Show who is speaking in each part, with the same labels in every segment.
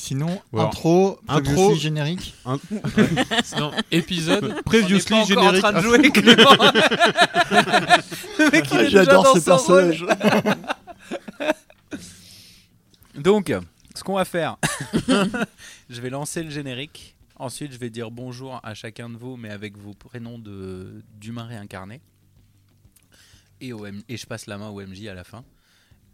Speaker 1: sinon,
Speaker 2: Voilà.
Speaker 1: intro,
Speaker 2: Intro.
Speaker 1: intro, générique.
Speaker 3: Sinon, épisode.
Speaker 2: Previously
Speaker 3: on n'est pas encore
Speaker 2: générique.
Speaker 3: en train de jouer, Clément. Le mec, il est déjà dans son rôle. Donc, ce qu'on va faire, je vais lancer le générique. Ensuite, je vais dire bonjour à chacun de vous, mais avec vos prénoms de- d'humains réincarnés. Et, au M- et je passe la main au MJ à la fin.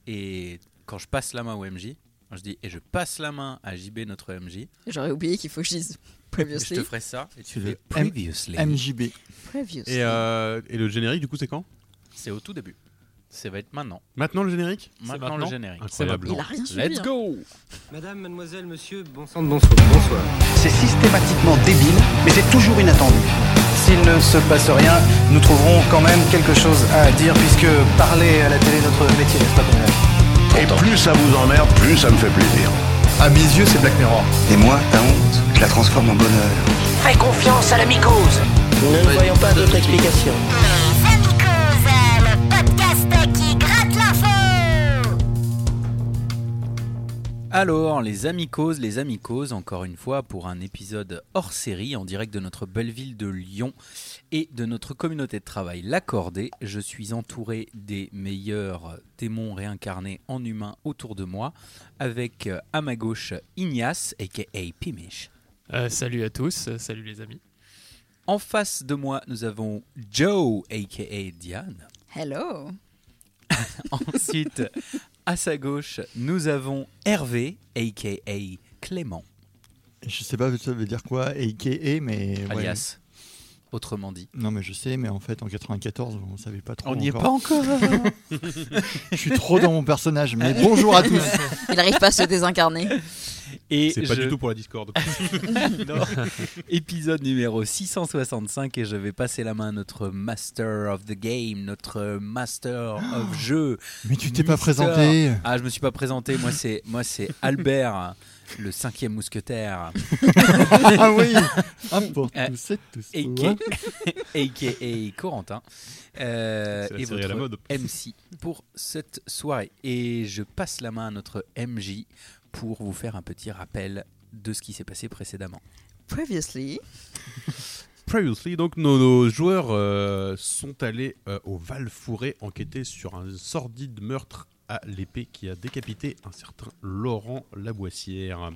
Speaker 3: Et quand je passe la main au MJ, je dis et je passe la main à JB, notre MJ.
Speaker 4: J'aurais oublié qu'il faut que je dise
Speaker 3: Je
Speaker 4: previously.
Speaker 3: te ferai ça et tu
Speaker 2: Tu
Speaker 3: fais
Speaker 2: le-
Speaker 3: previously.
Speaker 1: MJB.
Speaker 4: Previously.
Speaker 2: Et, euh, et le générique, du coup, c'est quand
Speaker 3: C'est au tout début. Ça va être maintenant.
Speaker 2: Maintenant le générique
Speaker 3: Maintenant,
Speaker 5: maintenant
Speaker 3: le générique.
Speaker 2: Incroyable.
Speaker 4: Il a rien suivi.
Speaker 3: Let's
Speaker 4: hein.
Speaker 3: go
Speaker 6: Madame, mademoiselle, monsieur, bon sang de bonsoir. Bonsoir.
Speaker 7: C'est systématiquement débile, mais c'est toujours inattendu. S'il ne se passe rien, nous trouverons quand même quelque chose à dire, puisque parler à la télé est notre métier, n'est-ce pas Conrad
Speaker 8: Et plus ça vous emmerde, plus ça me fait plaisir.
Speaker 7: À mes yeux, c'est Black Mirror. Et moi, ta honte, je la transforme en bonheur.
Speaker 9: Fais confiance à la mycose. Ne voyons pas d'autre explication.
Speaker 10: Les Amicos, le podcast qui gratte l'info.
Speaker 3: Alors, les amicoses, les amicoses, encore une fois, pour un épisode hors série en direct de notre belle ville de Lyon et de notre communauté de travail, l'accordé. Je suis entouré des meilleurs démons réincarnés en humains autour de moi, avec euh, à ma gauche Ignace, a.k.a. Pimish.
Speaker 5: Euh, salut à tous, euh, salut les amis.
Speaker 3: En face de moi, nous avons Joe, a.k.a. Diane.
Speaker 4: Hello.
Speaker 3: Ensuite, à sa gauche, nous avons Hervé, a.k.a. Clément,
Speaker 1: Je sais pas ça veut dire quoi, AKA, mais. ouais.
Speaker 3: alias. Autrement dit.
Speaker 1: Non, mais je sais, mais en fait, en 94, on savait pas trop.
Speaker 3: On n'y est
Speaker 1: encore.
Speaker 3: pas encore.
Speaker 1: Je suis trop dans mon personnage, mais bonjour à tous.
Speaker 4: Il arrive pas à se désincarner.
Speaker 3: Et
Speaker 2: C'est pas
Speaker 3: je-
Speaker 2: du tout pour la Discord.
Speaker 3: Non. Épisode numéro 665 et je vais passer la main à notre master of the game, notre master of jeu.
Speaker 1: Mais tu t'es pas
Speaker 3: Mister.
Speaker 1: présenté.
Speaker 3: Ah, je me suis pas présenté. Moi, c'est moi, c'est Albert, le cinquième mousquetaire,
Speaker 1: Ah oui Hop, pour
Speaker 3: Euh,
Speaker 1: tous et tous.
Speaker 3: a.k.a. aka Corentin, euh,
Speaker 2: C'est la
Speaker 3: et
Speaker 2: série à la
Speaker 3: votre
Speaker 2: mode.
Speaker 3: MC pour cette soirée. Et je passe la main à notre MJ pour vous faire un petit rappel de ce qui s'est passé précédemment.
Speaker 4: Previously.
Speaker 2: Previously, donc nos, nos joueurs euh, sont allés euh, au Val Fourré enquêter sur un sordide meurtre à l'épée qui a décapité un certain Laurent Laboissière.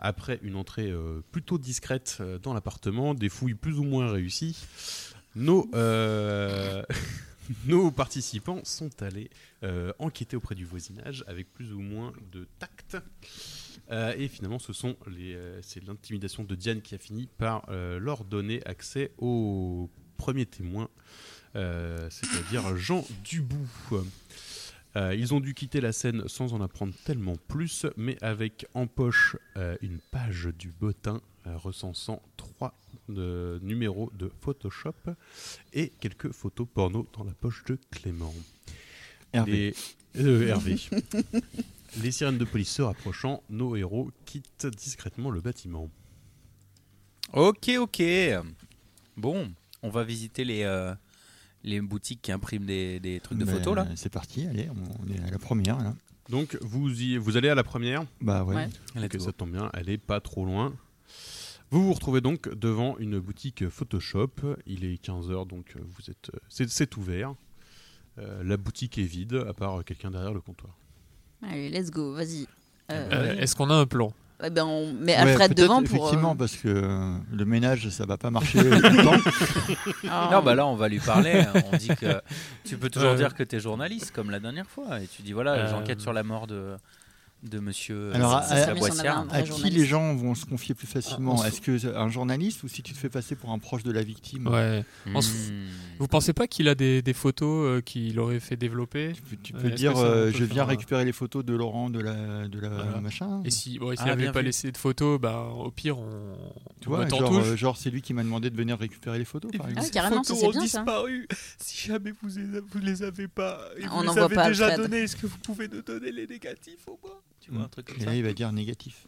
Speaker 2: Après une entrée euh, plutôt discrète euh, dans l'appartement, des fouilles plus ou moins réussies, nos, euh, nos participants sont allés euh, enquêter auprès du voisinage avec plus ou moins de tact. Euh, et finalement, ce sont les, euh, c'est l'intimidation de Diane qui a fini par euh, leur donner accès au premier témoin, euh, c'est-à-dire Jean Dubout. Euh, ils ont dû quitter la scène sans en apprendre tellement plus, mais avec en poche euh, une page du bottin euh, recensant trois euh, numéros de Photoshop et quelques photos porno dans la poche de Clément.
Speaker 1: Hervé.
Speaker 2: Les... euh, Hervé. Les sirènes de police se rapprochant, nos héros quittent discrètement le bâtiment.
Speaker 3: Ok, ok. Bon, on va visiter les, euh, les boutiques qui impriment des, des trucs de
Speaker 1: Ben,
Speaker 3: photos là.
Speaker 1: C'est parti, allez, on est à la première là.
Speaker 2: Donc vous, y, vous allez à la première,
Speaker 1: Bah ouais.
Speaker 4: Ouais.
Speaker 2: que ça tombe bien, elle est pas trop loin. Vous vous retrouvez donc devant une boutique Photoshop. Il est 15h, donc euh, vous êtes, c'est, c'est ouvert. Euh, la boutique est vide, à part euh, quelqu'un derrière le comptoir.
Speaker 4: Allez, let's go, vas-y. Euh,
Speaker 5: Euh, Est-ce qu'on a un plan
Speaker 4: eh ben, on met
Speaker 1: Ouais,
Speaker 4: Alfred
Speaker 1: peut-être,
Speaker 4: devant pour.
Speaker 1: Effectivement,
Speaker 4: euh,
Speaker 1: parce que euh, le ménage, ça va pas marcher tout le temps.
Speaker 4: ah,
Speaker 3: Non, bah là, on va lui parler. hein. on dit que tu peux toujours
Speaker 5: Euh.
Speaker 3: dire que t'es journaliste, comme la dernière fois. Et tu dis voilà,
Speaker 5: Euh.
Speaker 3: j'enquête sur la mort de, de monsieur
Speaker 1: Alors,
Speaker 3: euh,
Speaker 1: à-
Speaker 3: Cécile
Speaker 1: à-
Speaker 3: Laboissière.
Speaker 4: Un vrai
Speaker 1: À qui
Speaker 4: journaliste.
Speaker 1: les gens vont se confier plus facilement
Speaker 5: Ah, on se-
Speaker 1: Est-ce que c'est un journaliste ou si tu te fais passer pour un proche de la victime
Speaker 5: Ouais. On se-
Speaker 3: Hmm.
Speaker 5: Vous pensez pas qu'il a des, des photos euh, qu'il aurait fait développer
Speaker 1: Tu peux, tu
Speaker 5: Ouais,
Speaker 1: peux
Speaker 5: est-ce
Speaker 1: dire
Speaker 5: que ça, on
Speaker 1: euh,
Speaker 5: peut
Speaker 1: je viens
Speaker 5: faire, euh,
Speaker 1: récupérer les photos de Laurent de la, de la
Speaker 5: Voilà.
Speaker 1: machin
Speaker 5: hein Et si, bon, et s'il
Speaker 3: Ah,
Speaker 5: avait
Speaker 3: bien
Speaker 5: pas
Speaker 3: vu.
Speaker 5: laissé de photos, bah, au pire, on,
Speaker 1: Tu
Speaker 5: on
Speaker 1: vois,
Speaker 5: botte en
Speaker 1: genre,
Speaker 5: touche.
Speaker 1: euh, genre, c'est lui qui m'a demandé de venir récupérer les photos par
Speaker 4: Ah,
Speaker 1: exemple.
Speaker 4: oui, carrément, ça, c'est bien ça.
Speaker 3: disparu. Si jamais vous les, vous les avez pas,
Speaker 4: et On vous les n'envoie avez pas déjà Alfred. donnés,
Speaker 3: est-ce que vous pouvez nous donner les négatifs au moins Tu vois,
Speaker 1: Mm.
Speaker 3: un truc comme
Speaker 1: Et
Speaker 3: ça.
Speaker 1: là, il va dire négatif.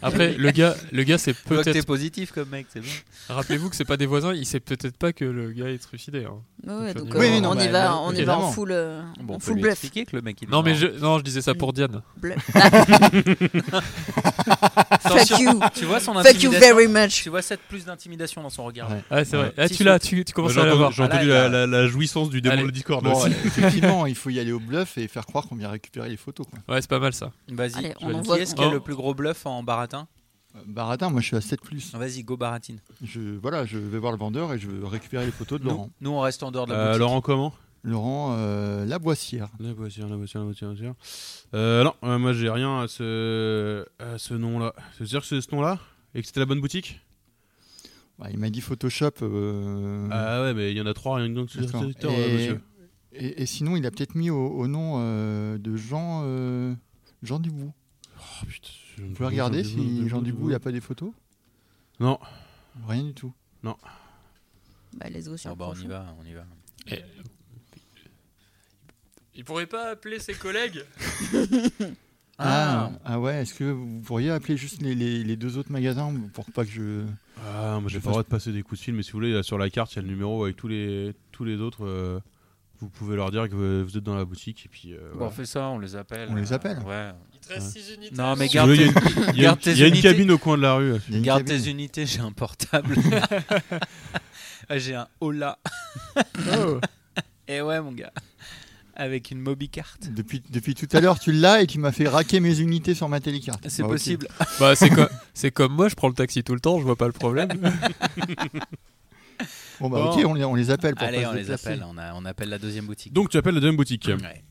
Speaker 5: Après, le gars, le gars, c'est
Speaker 3: Je vois que
Speaker 5: peut-être.
Speaker 3: t'es positif comme mec, c'est bien.
Speaker 5: Rappelez-vous que c'est pas des voisins, il sait peut-être pas que le gars est trucidé. hein.
Speaker 4: Ouais, ouais,
Speaker 5: Donc,
Speaker 4: donc
Speaker 5: on
Speaker 4: euh,
Speaker 5: y va.
Speaker 4: on, y va, on y va en
Speaker 5: évidemment.
Speaker 4: full, euh,
Speaker 3: Bon,
Speaker 4: en
Speaker 3: on
Speaker 4: full
Speaker 3: peut lui
Speaker 4: bluff.
Speaker 3: expliquer que le mec il est
Speaker 5: Non, mais
Speaker 3: marrant.
Speaker 5: je, non, je disais ça pour Diane.
Speaker 4: Bluff.
Speaker 3: Attention,
Speaker 4: Fuck you.
Speaker 3: Tu vois son
Speaker 4: Fuck you
Speaker 3: intimidation.
Speaker 4: very much.
Speaker 3: Tu vois cette plus d'intimidation dans son regard.
Speaker 1: Ouais.
Speaker 5: Ah, c'est vrai.
Speaker 2: Ouais.
Speaker 5: Ah, tu l'as, tu, tu commences
Speaker 2: Euh, J'ai
Speaker 5: à l'avoir.
Speaker 2: entendu, j'ai entendu
Speaker 3: Ah, là,
Speaker 2: la, la- la jouissance du démon
Speaker 5: Allez.
Speaker 2: le Discord là,
Speaker 5: Bon,
Speaker 2: aussi.
Speaker 5: ouais.
Speaker 1: Effectivement, il faut y aller au bluff et faire croire qu'on vient récupérer les photos. Quoi.
Speaker 5: Ouais, c'est pas mal ça.
Speaker 3: Vas-y.
Speaker 4: Allez, on
Speaker 5: Qui
Speaker 4: envoie.
Speaker 3: Qui est-ce qui a
Speaker 5: Oh.
Speaker 3: le plus gros bluff en baratin
Speaker 1: Euh, Baratin, moi je suis à 7 plus.
Speaker 3: Vas-y, go baratine.
Speaker 1: Je, voilà, je vais voir le vendeur et je veux récupérer les photos de Laurent.
Speaker 3: Nous, nous, on reste en dehors de la
Speaker 2: Euh,
Speaker 3: boutique.
Speaker 2: Laurent, comment
Speaker 1: Laurent euh, Laboissière.
Speaker 2: La voiture, la voiture, la voiture, la voiture. Euh, non, euh, moi j'ai rien à ce, à ce nom-là. C'est-à-dire que c'est ce nom-là Et que c'était la bonne boutique
Speaker 1: Bah, il m'a dit Photoshop. euh,
Speaker 2: Ah ouais, mais il y en a trois, rien que dans le
Speaker 1: d'accord.
Speaker 2: secteur,
Speaker 1: et,
Speaker 2: euh, monsieur.
Speaker 1: et- et sinon, il a peut-être mis au, au nom euh, de Jean, euh, Jean Dubout.
Speaker 2: Oh, putain, je
Speaker 1: Vous pouvez regarder si Jean Dubout n'a pas des photos
Speaker 2: Non,
Speaker 1: Rien du tout.
Speaker 4: Bah, let's go sur
Speaker 3: Ah
Speaker 4: le
Speaker 3: bah, on y
Speaker 4: prochain.
Speaker 3: va, on y va.
Speaker 5: Il pourrait pas appeler ses collègues
Speaker 1: Ah, ah ouais, est-ce que vous pourriez appeler juste les, les- les deux autres magasins pour pas que je.
Speaker 2: ah, moi
Speaker 1: Je
Speaker 2: j'ai pas le droit de passer des coups de fil, mais si vous voulez, là, sur la carte, il y a le numéro avec tous les, tous les autres. euh, vous pouvez leur dire que vous- vous êtes dans la boutique et puis. euh,
Speaker 3: Bon,
Speaker 2: voilà.
Speaker 3: on fait ça, on les appelle. Euh,
Speaker 1: On les appelle.
Speaker 3: Ouais.
Speaker 11: Il te reste 6 unités.
Speaker 3: Non, mais
Speaker 2: Si vous voulez,
Speaker 3: garde,
Speaker 2: il y a une- il y a une-
Speaker 3: garde tes
Speaker 2: il y a une
Speaker 3: unités.
Speaker 2: cabine au coin de la rue.
Speaker 1: Il y a une
Speaker 3: Garde
Speaker 1: cabine.
Speaker 3: tes unités, j'ai un portable. Ah, j'ai un Ola. Et ouais, mon gars. Avec une mobicarte.
Speaker 1: Depuis, depuis tout à l'heure, tu l'as et tu m'as fait raquer mes unités sur ma télécarte.
Speaker 3: C'est
Speaker 1: Bah, ok.
Speaker 3: possible.
Speaker 5: Bah, c'est co- c'est comme moi, je prends le taxi tout le temps, je vois pas le problème.
Speaker 1: Bon, bah,
Speaker 3: Bon.
Speaker 1: ok, on les, on les appelle pour
Speaker 3: Allez,
Speaker 1: pas
Speaker 3: on
Speaker 1: se
Speaker 3: les
Speaker 1: déplacer.
Speaker 3: appelle. On, a- on appelle la deuxième boutique.
Speaker 2: Donc tu appelles la deuxième boutique.
Speaker 3: Ouais.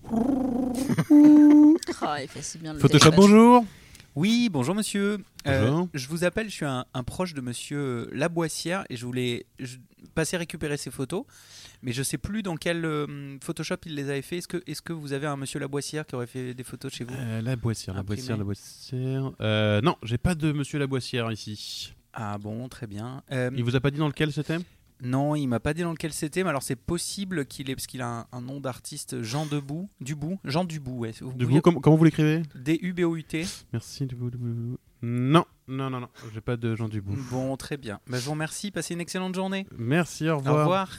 Speaker 4: Ah, il fait si bien le
Speaker 2: Photoshop,
Speaker 4: téléphone.
Speaker 2: bonjour.
Speaker 3: Oui, bonjour monsieur. Euh,
Speaker 2: Bonjour.
Speaker 3: je vous appelle, je suis un, un proche de monsieur Laboissière et je voulais je- passer récupérer ses photos, mais je sais plus dans quel euh, Photoshop il les avait fait. Est-ce que, est que vous avez un monsieur Laboissière qui aurait fait des photos chez vous
Speaker 2: Euh, la boissière, la
Speaker 3: Imprimé.
Speaker 2: boissière, la boissière. Euh, non, j'ai pas de monsieur la boissière ici.
Speaker 3: Ah bon, très bien. Euh,
Speaker 2: Il vous a pas dit dans lequel c'était
Speaker 3: Non, il m'a pas dit dans lequel c'était, mais alors c'est possible qu'il ait, parce qu'il a un, un nom d'artiste, Jean Debout, Dubout, Jean Dubout, ouais. Vous
Speaker 2: De
Speaker 3: pouviez-
Speaker 2: vous, com- comment vous l'écrivez
Speaker 3: D-U-B-O-U-T.
Speaker 2: Merci. de vous, de vous, de vous. Non, non, non, non, j'ai pas de Jean
Speaker 1: Mm.
Speaker 2: Dubout.
Speaker 3: Bon, très bien. Bah, je vous remercie, passez une excellente journée.
Speaker 2: Merci, au
Speaker 3: Au
Speaker 2: revoir.
Speaker 3: revoir.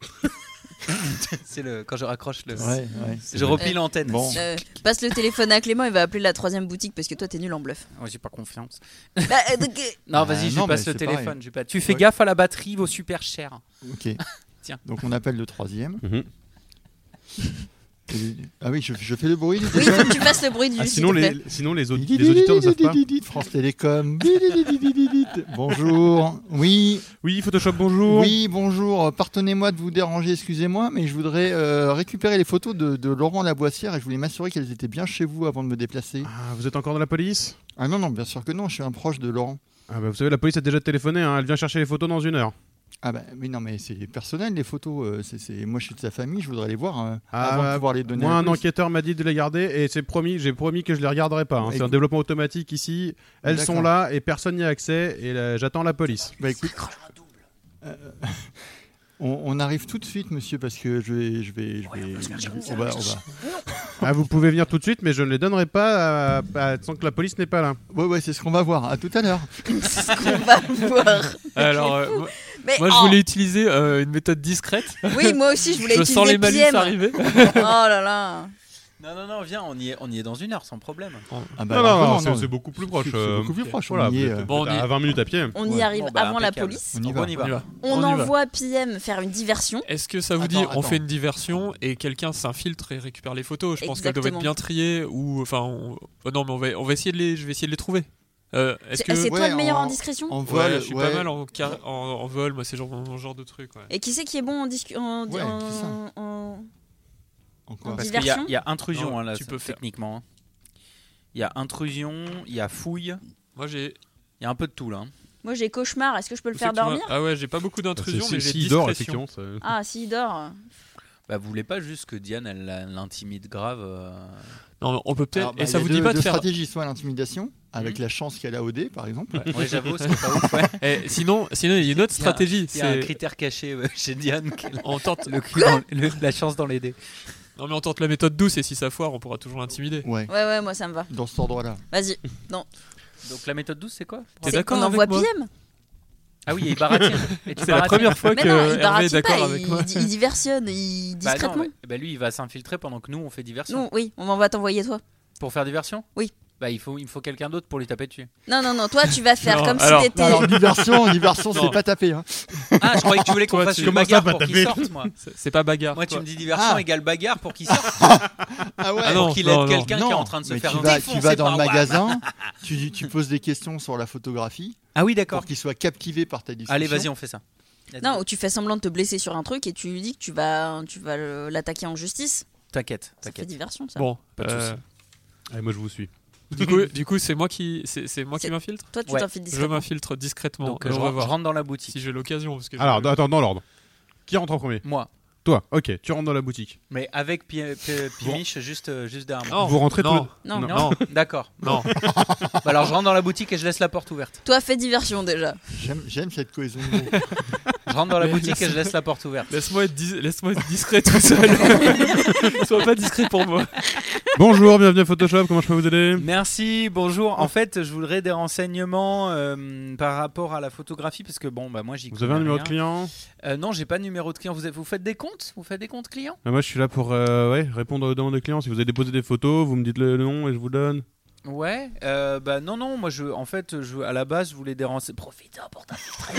Speaker 3: c'est le quand je raccroche le.
Speaker 1: Ouais, ouais.
Speaker 3: Je replie l'antenne.
Speaker 1: Bon.
Speaker 4: Euh, passe le téléphone à Clément, il va appeler la troisième boutique parce que toi t'es nul en bluff.
Speaker 3: Ouais, j'ai pas confiance.
Speaker 4: Bah, euh, donc, euh,
Speaker 3: Ah, Non,
Speaker 1: Bah,
Speaker 3: vas-y, je
Speaker 1: non,
Speaker 3: lui passe
Speaker 1: mais
Speaker 3: le
Speaker 1: c'est pareil.
Speaker 3: téléphone. je lui passe- Tu fais
Speaker 1: Ouais.
Speaker 3: gaffe à la batterie, il vaut super cher.
Speaker 1: Ok.
Speaker 3: Tiens.
Speaker 1: Donc on appelle le troisième.
Speaker 2: Mhm.
Speaker 1: Et- Ah oui, je, je fais le bruit.
Speaker 4: oui, faut que tu fasses le bruit du.
Speaker 2: Ah,
Speaker 4: s'il
Speaker 2: sinon,
Speaker 4: te
Speaker 2: les,
Speaker 4: plaît.
Speaker 2: sinon les, au- les auditeurs ne savent pas.
Speaker 1: France Télécom. Bonjour. Oui,
Speaker 2: Oui, Photoshop, bonjour.
Speaker 1: oui, bonjour. Pardonnez-moi de vous déranger, excusez-moi, mais je voudrais euh, récupérer les photos de, de Laurent Laboissière et je voulais m'assurer qu'elles étaient bien chez vous avant de me déplacer.
Speaker 2: Ah, vous êtes encore dans la police
Speaker 1: Ah non, non, bien sûr que non, je suis un proche de Laurent.
Speaker 2: ah bah, Vous savez, la police a déjà téléphoné, hein, elle vient chercher les photos dans une heure.
Speaker 1: Ah bah oui, non, mais c'est personnel les photos. euh, c'est- c'est- Moi, je suis de sa famille, je voudrais les voir euh,
Speaker 2: Ah,
Speaker 1: avant de
Speaker 2: bah,
Speaker 1: pouvoir les donner.
Speaker 2: Moi,
Speaker 1: à la
Speaker 2: un
Speaker 1: police.
Speaker 2: enquêteur m'a dit de les garder et c'est promis, j'ai promis que je les regarderai pas. hein. C'est un
Speaker 1: Écoute.
Speaker 2: développement automatique ici. Elles sont
Speaker 1: D'accord.
Speaker 2: là et personne n'y a accès et là, j'attends la police.
Speaker 1: Bah écoute. Euh, on, on arrive tout de suite, monsieur, parce que je vais. Je vais, je vais on va, on va.
Speaker 2: Ah, vous pouvez venir tout de suite, mais je ne les donnerai pas à- à- sans que la police n'est pas là.
Speaker 1: Ouais, ouais, c'est ce qu'on va voir. À tout à l'heure.
Speaker 4: C'est ce qu'on va voir.
Speaker 5: Alors, euh, moi,
Speaker 4: Mais
Speaker 5: moi,
Speaker 4: oh,
Speaker 5: je voulais utiliser euh, une méthode discrète.
Speaker 4: Oui, moi aussi je voulais
Speaker 5: je sens
Speaker 4: utiliser
Speaker 5: les malus
Speaker 4: PM.
Speaker 5: arriver.
Speaker 4: Oh là là.
Speaker 3: Non, non, non, viens, on y est, on y est dans une heure sans problème.
Speaker 1: Ah
Speaker 2: non, non, non, c'est-
Speaker 1: non.
Speaker 2: c'est beaucoup plus proche.
Speaker 1: C'est- c'est
Speaker 2: euh,
Speaker 1: beaucoup plus proche,
Speaker 2: Voilà,
Speaker 1: on y
Speaker 2: vous
Speaker 1: est,
Speaker 2: êtes-
Speaker 1: euh.
Speaker 5: Bon,
Speaker 2: vous
Speaker 5: on
Speaker 2: êtes
Speaker 5: y
Speaker 2: à
Speaker 5: est.
Speaker 2: 20 minutes à pied.
Speaker 4: On y
Speaker 1: Ouais.
Speaker 4: arrive
Speaker 3: Bon, bah,
Speaker 4: avant la
Speaker 3: impeccable.
Speaker 4: police.
Speaker 1: On y
Speaker 3: Donc,
Speaker 1: va.
Speaker 3: on y va.
Speaker 5: On y va.
Speaker 4: On,
Speaker 5: On y va.
Speaker 4: envoie PM faire une diversion.
Speaker 5: Est-ce que ça vous
Speaker 1: Attends,
Speaker 5: dit on
Speaker 1: attends.
Speaker 5: fait une diversion et quelqu'un s'infiltre et récupère les photos Je pense qu'elles doivent être
Speaker 4: Exactement.
Speaker 5: bien triées ou enfin on- oh non mais on va on va essayer de les je vais essayer de les trouver. Euh, Est-ce
Speaker 4: C'est
Speaker 5: que
Speaker 4: ah, c'est toi
Speaker 1: Ouais,
Speaker 4: le meilleur en,
Speaker 1: en-
Speaker 4: discrétion
Speaker 1: En
Speaker 5: Ouais,
Speaker 1: vol,
Speaker 5: je suis
Speaker 1: ouais.
Speaker 5: pas mal en, car- en, en vol moi c'est genre mon, mon genre de truc. ouais.
Speaker 4: Et qui c'est qui est bon en discu- en-
Speaker 1: Ouais,
Speaker 4: en-
Speaker 1: c'est ça.
Speaker 4: en-
Speaker 1: Encore.
Speaker 3: Parce
Speaker 4: Parce
Speaker 3: qu'il y, a-
Speaker 4: Diversion
Speaker 3: il y a intrusion
Speaker 5: Non,
Speaker 3: hein, là,
Speaker 5: tu
Speaker 3: ça,
Speaker 5: peux faire.
Speaker 3: techniquement. hein. Il y a intrusion, il y a fouille,
Speaker 5: Moi j'ai
Speaker 3: il y a un peu de tout là. hein.
Speaker 4: Moi j'ai cauchemar, est-ce que je peux le
Speaker 5: je sais
Speaker 4: faire
Speaker 5: que tu m'as-
Speaker 4: dormir
Speaker 5: Ah ouais, j'ai pas beaucoup d'intrusion mais j'ai
Speaker 2: si il dort,
Speaker 5: discrétion.
Speaker 2: effectivement. ça-
Speaker 4: Ah, s'il dort.
Speaker 3: Bah, vous voulez pas juste que Diane elle la- l'intimide grave euh,
Speaker 5: Non, mais on peut peut-être
Speaker 1: Alors, bah,
Speaker 5: et ça
Speaker 1: il y a
Speaker 5: vous
Speaker 1: deux-
Speaker 5: dit pas de
Speaker 1: deux
Speaker 5: faire
Speaker 1: stratégies, soit l'intimidation, avec la chance qu'elle a au dé, par exemple.
Speaker 3: Ouais, j'avoue, c'est pas ouf. ouais.
Speaker 5: Eh, sinon sinon il y a une autre
Speaker 3: Il y a un-
Speaker 5: stratégie
Speaker 3: Il y a un
Speaker 5: c'est
Speaker 3: critère caché euh, chez Diane. qui est
Speaker 5: on tente
Speaker 3: le cul dans- le- la chance dans les dés.
Speaker 5: Non, mais on tente la méthode douce et si ça foire, on pourra toujours l'intimider.
Speaker 1: Ouais.
Speaker 4: Ouais, ouais, moi ça me va.
Speaker 1: Dans cet endroit-là.
Speaker 4: Vas-y. Non.
Speaker 3: Donc la méthode douce, c'est quoi
Speaker 5: T'es
Speaker 4: C'est
Speaker 5: d'accord
Speaker 4: qu'on
Speaker 5: avec
Speaker 4: envoie
Speaker 5: moi
Speaker 4: PM
Speaker 3: Ah oui, et il baratine. Et tu
Speaker 5: C'est la
Speaker 3: baratines.
Speaker 5: première fois
Speaker 4: Mais
Speaker 5: que
Speaker 4: non, il
Speaker 5: Hervé est
Speaker 4: baratine
Speaker 5: d'accord
Speaker 4: pas,
Speaker 5: avec
Speaker 4: il,
Speaker 5: moi.
Speaker 4: il diversionne, il
Speaker 3: Bah non,
Speaker 4: discrètement.
Speaker 3: ouais. bah lui, il va s'infiltrer pendant que nous, on fait diversion.
Speaker 4: non, oui, on va t'envoyer toi.
Speaker 3: Pour faire diversion
Speaker 4: Oui.
Speaker 3: Bah il faut, il faut quelqu'un d'autre pour lui taper dessus.
Speaker 4: Non, non, non, toi tu vas faire
Speaker 5: Non,
Speaker 4: comme
Speaker 5: alors-
Speaker 4: si t'étais.
Speaker 1: Alors, diversion, diversion,
Speaker 5: Non.
Speaker 1: c'est pas tapé. Hein.
Speaker 3: Ah, je croyais que tu voulais qu'on
Speaker 5: Toi,
Speaker 3: fasse
Speaker 5: tu-
Speaker 3: une
Speaker 5: Comment ça,
Speaker 3: bagarre
Speaker 2: pas
Speaker 3: pour
Speaker 2: taper
Speaker 3: qu'il sorte, moi.
Speaker 5: C'est- C'est pas bagarre.
Speaker 3: Moi, tu
Speaker 5: toi.
Speaker 3: me dis diversion
Speaker 1: Ah.
Speaker 3: égale bagarre pour qu'il sorte.
Speaker 1: Ah ouais.
Speaker 5: Ah non,
Speaker 3: pour qu'il aide
Speaker 5: non.
Speaker 3: quelqu'un qui est en
Speaker 1: Non,
Speaker 3: train de se
Speaker 1: mais
Speaker 3: faire
Speaker 1: tu vas,
Speaker 3: défoncer
Speaker 1: tu vas dans le
Speaker 3: par Wham.
Speaker 1: magasin, tu, dis- tu poses des questions sur la photographie
Speaker 3: Ah oui,
Speaker 1: pour
Speaker 3: d'accord.
Speaker 1: qu'il soit captivé par ta discussion.
Speaker 3: Allez, vas-y, on fait ça. Let's
Speaker 4: Non,
Speaker 3: go.
Speaker 4: ou tu fais semblant de te blesser sur un truc et tu lui dis que tu vas, tu vas le- l'attaquer en justice.
Speaker 3: t'inquiète,
Speaker 4: Ça fait
Speaker 3: t'inquiète.
Speaker 4: diversion, ça.
Speaker 5: Bon,
Speaker 3: Pas de
Speaker 5: euh,
Speaker 2: Allez, Eh, moi je vous suis.
Speaker 5: du coup, du coup, c'est moi qui, c'est c'est moi qui
Speaker 4: C'est-
Speaker 5: m'infiltre.
Speaker 4: Toi, tu
Speaker 3: Ouais.
Speaker 4: t'enfiles
Speaker 5: Je
Speaker 4: discrètement.
Speaker 5: m'infiltre discrètement.
Speaker 3: Donc
Speaker 5: Euh,
Speaker 3: je
Speaker 5: on va
Speaker 3: re- je
Speaker 5: voir
Speaker 3: rentre dans la boutique.
Speaker 5: si j'ai l'occasion parce que. je-
Speaker 2: Alors, attends, dans l'ordre. Qui rentre en premier
Speaker 3: Moi,
Speaker 2: Toi, ok, tu rentres dans la boutique.
Speaker 3: mais avec Pi- Pi- Pimiche juste, euh, juste derrière moi.
Speaker 5: Non,
Speaker 2: vous rentrez
Speaker 5: non,
Speaker 2: tous
Speaker 4: Non.
Speaker 2: Non.
Speaker 5: non,
Speaker 3: D'accord.
Speaker 5: non.
Speaker 3: Bah, alors je rentre dans la boutique et je laisse la porte ouverte.
Speaker 4: Toi, fais diversion déjà.
Speaker 1: J'aime, j'aime cette cohésion. de mots.
Speaker 3: Je rentre dans la
Speaker 5: Mais
Speaker 3: boutique et
Speaker 5: laisse-
Speaker 3: je laisse la porte ouverte.
Speaker 5: Laisse-moi être, dis- laisse-moi être discret tout seul. Sois pas discret pour moi.
Speaker 2: Bonjour, bienvenue à Photoshop, comment je peux vous aider
Speaker 3: Merci, bonjour. En fait, je voudrais des renseignements euh, par rapport à la photographie parce que bon, bah moi j'y
Speaker 2: Vous avez un
Speaker 3: connais
Speaker 2: numéro de
Speaker 3: rien.
Speaker 2: client
Speaker 3: Euh, Non, j'ai pas de numéro de client. Vous, avez- vous faites des comptes Vous faites des comptes clients
Speaker 2: Ah, Moi je suis là pour euh, ouais, répondre aux demandes des clients. Si vous avez déposé des photos, vous me dites le nom et je vous donne.
Speaker 3: Ouais. euh, bah non, non. Moi, je, en fait, je, à la base, je voulais des renseignements. Profitez pour t'infiltrer.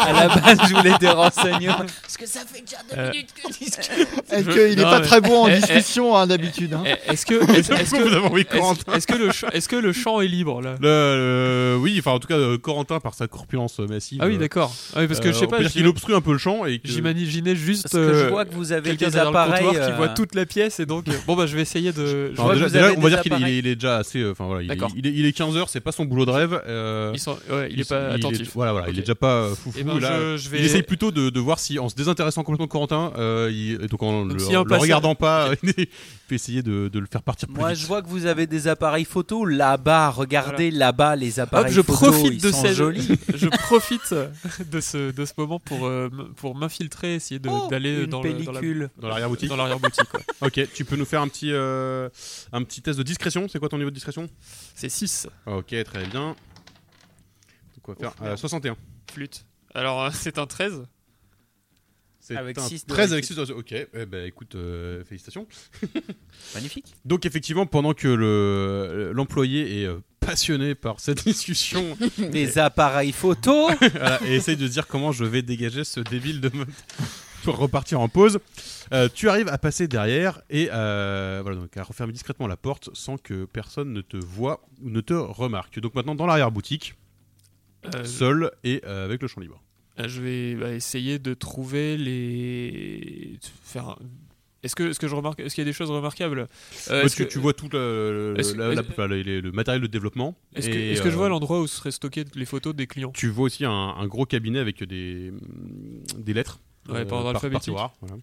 Speaker 3: À la base, je voulais des renseignements.
Speaker 9: Parce que ça fait déjà deux
Speaker 5: Euh.
Speaker 9: minutes que je dis que-
Speaker 1: Et
Speaker 5: Je-
Speaker 1: qu'il n'est
Speaker 5: non,
Speaker 1: pas
Speaker 5: mais-
Speaker 1: très bon en
Speaker 5: eh, eh,
Speaker 1: discussion hein, d'habitude. hein.
Speaker 5: Eh, Est-ce que, est-ce est-ce que,
Speaker 2: envie
Speaker 5: est-ce- est-ce que le, ch- est-ce que le champ est libre là
Speaker 2: Le, le- oui, enfin en tout cas euh, Corentin par sa corpulence euh, massive.
Speaker 5: Ah oui, d'accord. Ah oui, parce que
Speaker 2: euh,
Speaker 5: je
Speaker 2: on
Speaker 5: sais
Speaker 2: peut
Speaker 5: pas.
Speaker 2: dire qu'il
Speaker 5: j'im-
Speaker 2: obstrue un peu le champ et que-
Speaker 5: J'imaginais juste
Speaker 3: Parce que je
Speaker 5: euh,
Speaker 3: vois que vous avez
Speaker 5: quelqu'un
Speaker 3: des
Speaker 5: derrière le
Speaker 3: appareils
Speaker 5: comptoir qui
Speaker 3: euh,
Speaker 5: voit toute la pièce et donc euh, bon bah je vais essayer de. je
Speaker 2: Enfin,
Speaker 3: vois
Speaker 2: déjà-
Speaker 3: que vous
Speaker 2: déjà,
Speaker 3: avez
Speaker 2: on va
Speaker 3: des
Speaker 2: dire qu'il est,
Speaker 3: appareils.
Speaker 2: il est déjà assez. euh, Enfin voilà, il est,
Speaker 5: D'accord.
Speaker 2: il est, 15h, c'est pas son boulot de rêve. euh,
Speaker 5: Ils sont- ouais, il
Speaker 2: il
Speaker 5: est pas attentif.
Speaker 2: voilà, voilà, il
Speaker 5: Ok.
Speaker 2: est déjà pas euh, foufou.
Speaker 5: Eh ben,
Speaker 2: là,
Speaker 5: je, je vais.
Speaker 2: Il essaye plutôt de, de voir si, en se désintéressant complètement de Corentin, euh, il- et donc en
Speaker 5: Donc
Speaker 2: le,
Speaker 5: s'il y a un
Speaker 2: le
Speaker 5: passage-
Speaker 2: regardant pas, il peut essayer de, de le faire partir plus
Speaker 3: Moi,
Speaker 2: vite.
Speaker 3: je vois que vous avez des appareils photo là-bas. Regardez là-bas les appareils
Speaker 5: Hop, je
Speaker 3: photo,
Speaker 5: profite
Speaker 3: ils
Speaker 5: de
Speaker 3: sont
Speaker 5: cette,
Speaker 3: jolis.
Speaker 5: je profite de ce de ce moment pour euh, m- pour m'infiltrer, essayer de-
Speaker 3: Oh,
Speaker 5: d'aller
Speaker 3: une
Speaker 5: dans, le- dans la
Speaker 3: pellicule.
Speaker 2: Dans l'arrière-boutique.
Speaker 5: dans l'arrière boutique.
Speaker 2: Ok, tu peux nous faire un petit, euh, un petit test de discrétion. C'est quoi ton niveau de discrétion
Speaker 5: C'est 6
Speaker 2: Ok, très bien. Donc on va faire
Speaker 5: Oh,
Speaker 2: euh,
Speaker 5: merde.
Speaker 2: 61.
Speaker 5: flûte. Alors euh, c'est un 13.
Speaker 2: C'est
Speaker 3: Avec
Speaker 2: un
Speaker 3: six de
Speaker 2: 13 avec
Speaker 3: réussite.
Speaker 2: 6 Ok, eh ben, écoute, euh, félicitations.
Speaker 3: Magnifique.
Speaker 2: Donc effectivement, pendant que le- l'employé est euh, passionné par cette discussion
Speaker 3: Des appareils photo.
Speaker 2: voilà, et essaye de se dire comment je vais dégager ce débile de mode pour repartir en pause, euh, tu arrives à passer derrière et euh, voilà, donc à refermer discrètement la porte sans que personne ne te voit ou ne te remarque. Donc maintenant dans l'arrière-boutique,
Speaker 5: Euh,
Speaker 2: seul et euh, avec le champ libre.
Speaker 5: Euh, Je vais bah, essayer de trouver les. Faire. un- Est-ce que, est-ce que je remarque, est-ce qu'il y a des choses remarquables Euh,
Speaker 2: Parce
Speaker 5: Est-ce
Speaker 2: que, tu vois tout le, le-
Speaker 5: est-ce-
Speaker 2: la- la-
Speaker 5: est-ce-
Speaker 2: enfin, les- les- le matériel de développement.
Speaker 5: Est-ce que,
Speaker 2: et,
Speaker 5: est-ce que je vois
Speaker 2: euh,
Speaker 5: l'endroit où seraient stockées les photos des clients
Speaker 2: Tu vois aussi un, un gros cabinet avec des, des lettres. euh,
Speaker 5: Ouais, par ordre
Speaker 2: par- par
Speaker 5: alphabétique.
Speaker 2: tiroir, voilà.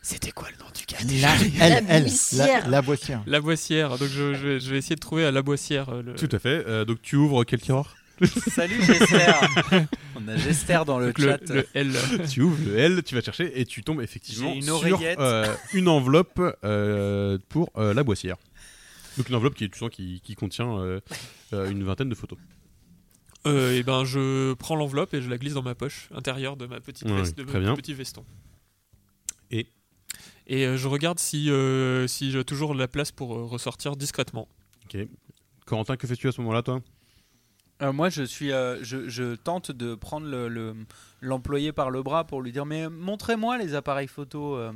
Speaker 5: C'était quoi le nom du gars
Speaker 1: Elle, elle,
Speaker 4: Boissière.
Speaker 1: la, la boissière.
Speaker 5: La Boissière. Donc je, je vais, je vais essayer de trouver à La Boissière. euh, le-
Speaker 2: Tout à fait. Euh, donc tu ouvres quel tiroir
Speaker 3: Salut Gester. On a Gester dans le
Speaker 5: donc le,
Speaker 3: chat.
Speaker 5: le L.
Speaker 2: tu ouvres le L, tu vas chercher et tu tombes effectivement
Speaker 3: J'ai une
Speaker 2: sur
Speaker 3: oreillette.
Speaker 2: euh, une enveloppe euh, pour euh, la boissière. Donc une enveloppe qui, tu sens, qui, qui contient euh, euh, une vingtaine de photos.
Speaker 5: Euh, et ben je prends l'enveloppe et je la glisse dans ma poche intérieure de ma petite
Speaker 2: Ouais,
Speaker 5: veste, de
Speaker 2: très
Speaker 5: mon
Speaker 2: bien.
Speaker 5: petit veston.
Speaker 2: Et
Speaker 5: Et euh, je regarde si euh, si j'ai toujours de la place pour euh, ressortir discrètement.
Speaker 2: Corentin, que fais-tu à ce moment-là, toi
Speaker 3: Euh, moi, je suis, euh, je, je tente de prendre le- le- l'employé par le bras pour lui dire, mais montrez-moi les appareils photo, euh,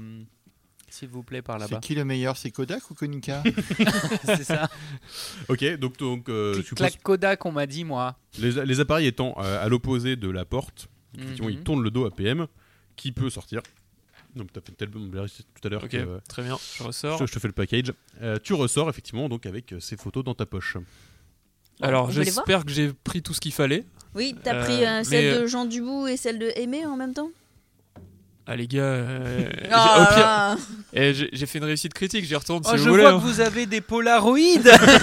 Speaker 3: s'il vous plaît, par
Speaker 1: C'est
Speaker 3: là-bas.
Speaker 1: qui le meilleur C'est Kodak ou Konica
Speaker 3: C'est ça.
Speaker 5: Euh,
Speaker 2: Ok, donc, donc euh,
Speaker 3: Clic,
Speaker 2: tu
Speaker 3: clac Kodak, on m'a dit moi.
Speaker 2: poses- les, les appareils étant euh, à l'opposé de la porte, effectivement,
Speaker 3: Mhm.
Speaker 2: ils tournent le dos à PM, qui peut sortir. Donc t'as fait tellement tout à l'heure
Speaker 5: Ok,
Speaker 2: que euh,
Speaker 5: très bien. Je
Speaker 2: je,
Speaker 5: ressors.
Speaker 2: te- je te fais le package. Euh, tu ressors effectivement donc avec euh, ces photos dans ta poche.
Speaker 4: On
Speaker 5: Alors
Speaker 4: peut les voir
Speaker 5: j'espère que j'ai pris tout ce qu'il fallait.
Speaker 4: Oui, t'as
Speaker 5: Euh,
Speaker 4: pris euh,
Speaker 5: mais,
Speaker 4: celle
Speaker 5: euh,
Speaker 4: de Jean Dubout et celle de Aimé en même temps
Speaker 5: Ah les gars, euh, j'ai-
Speaker 4: Oh là
Speaker 5: au pire-
Speaker 4: là.
Speaker 5: Eh, j'ai j'ai fait une réussite critique, j'y retourne si
Speaker 3: Oh,
Speaker 5: vous
Speaker 3: je
Speaker 5: voulez,
Speaker 3: vois
Speaker 5: hein.
Speaker 3: que vous avez des Polaroids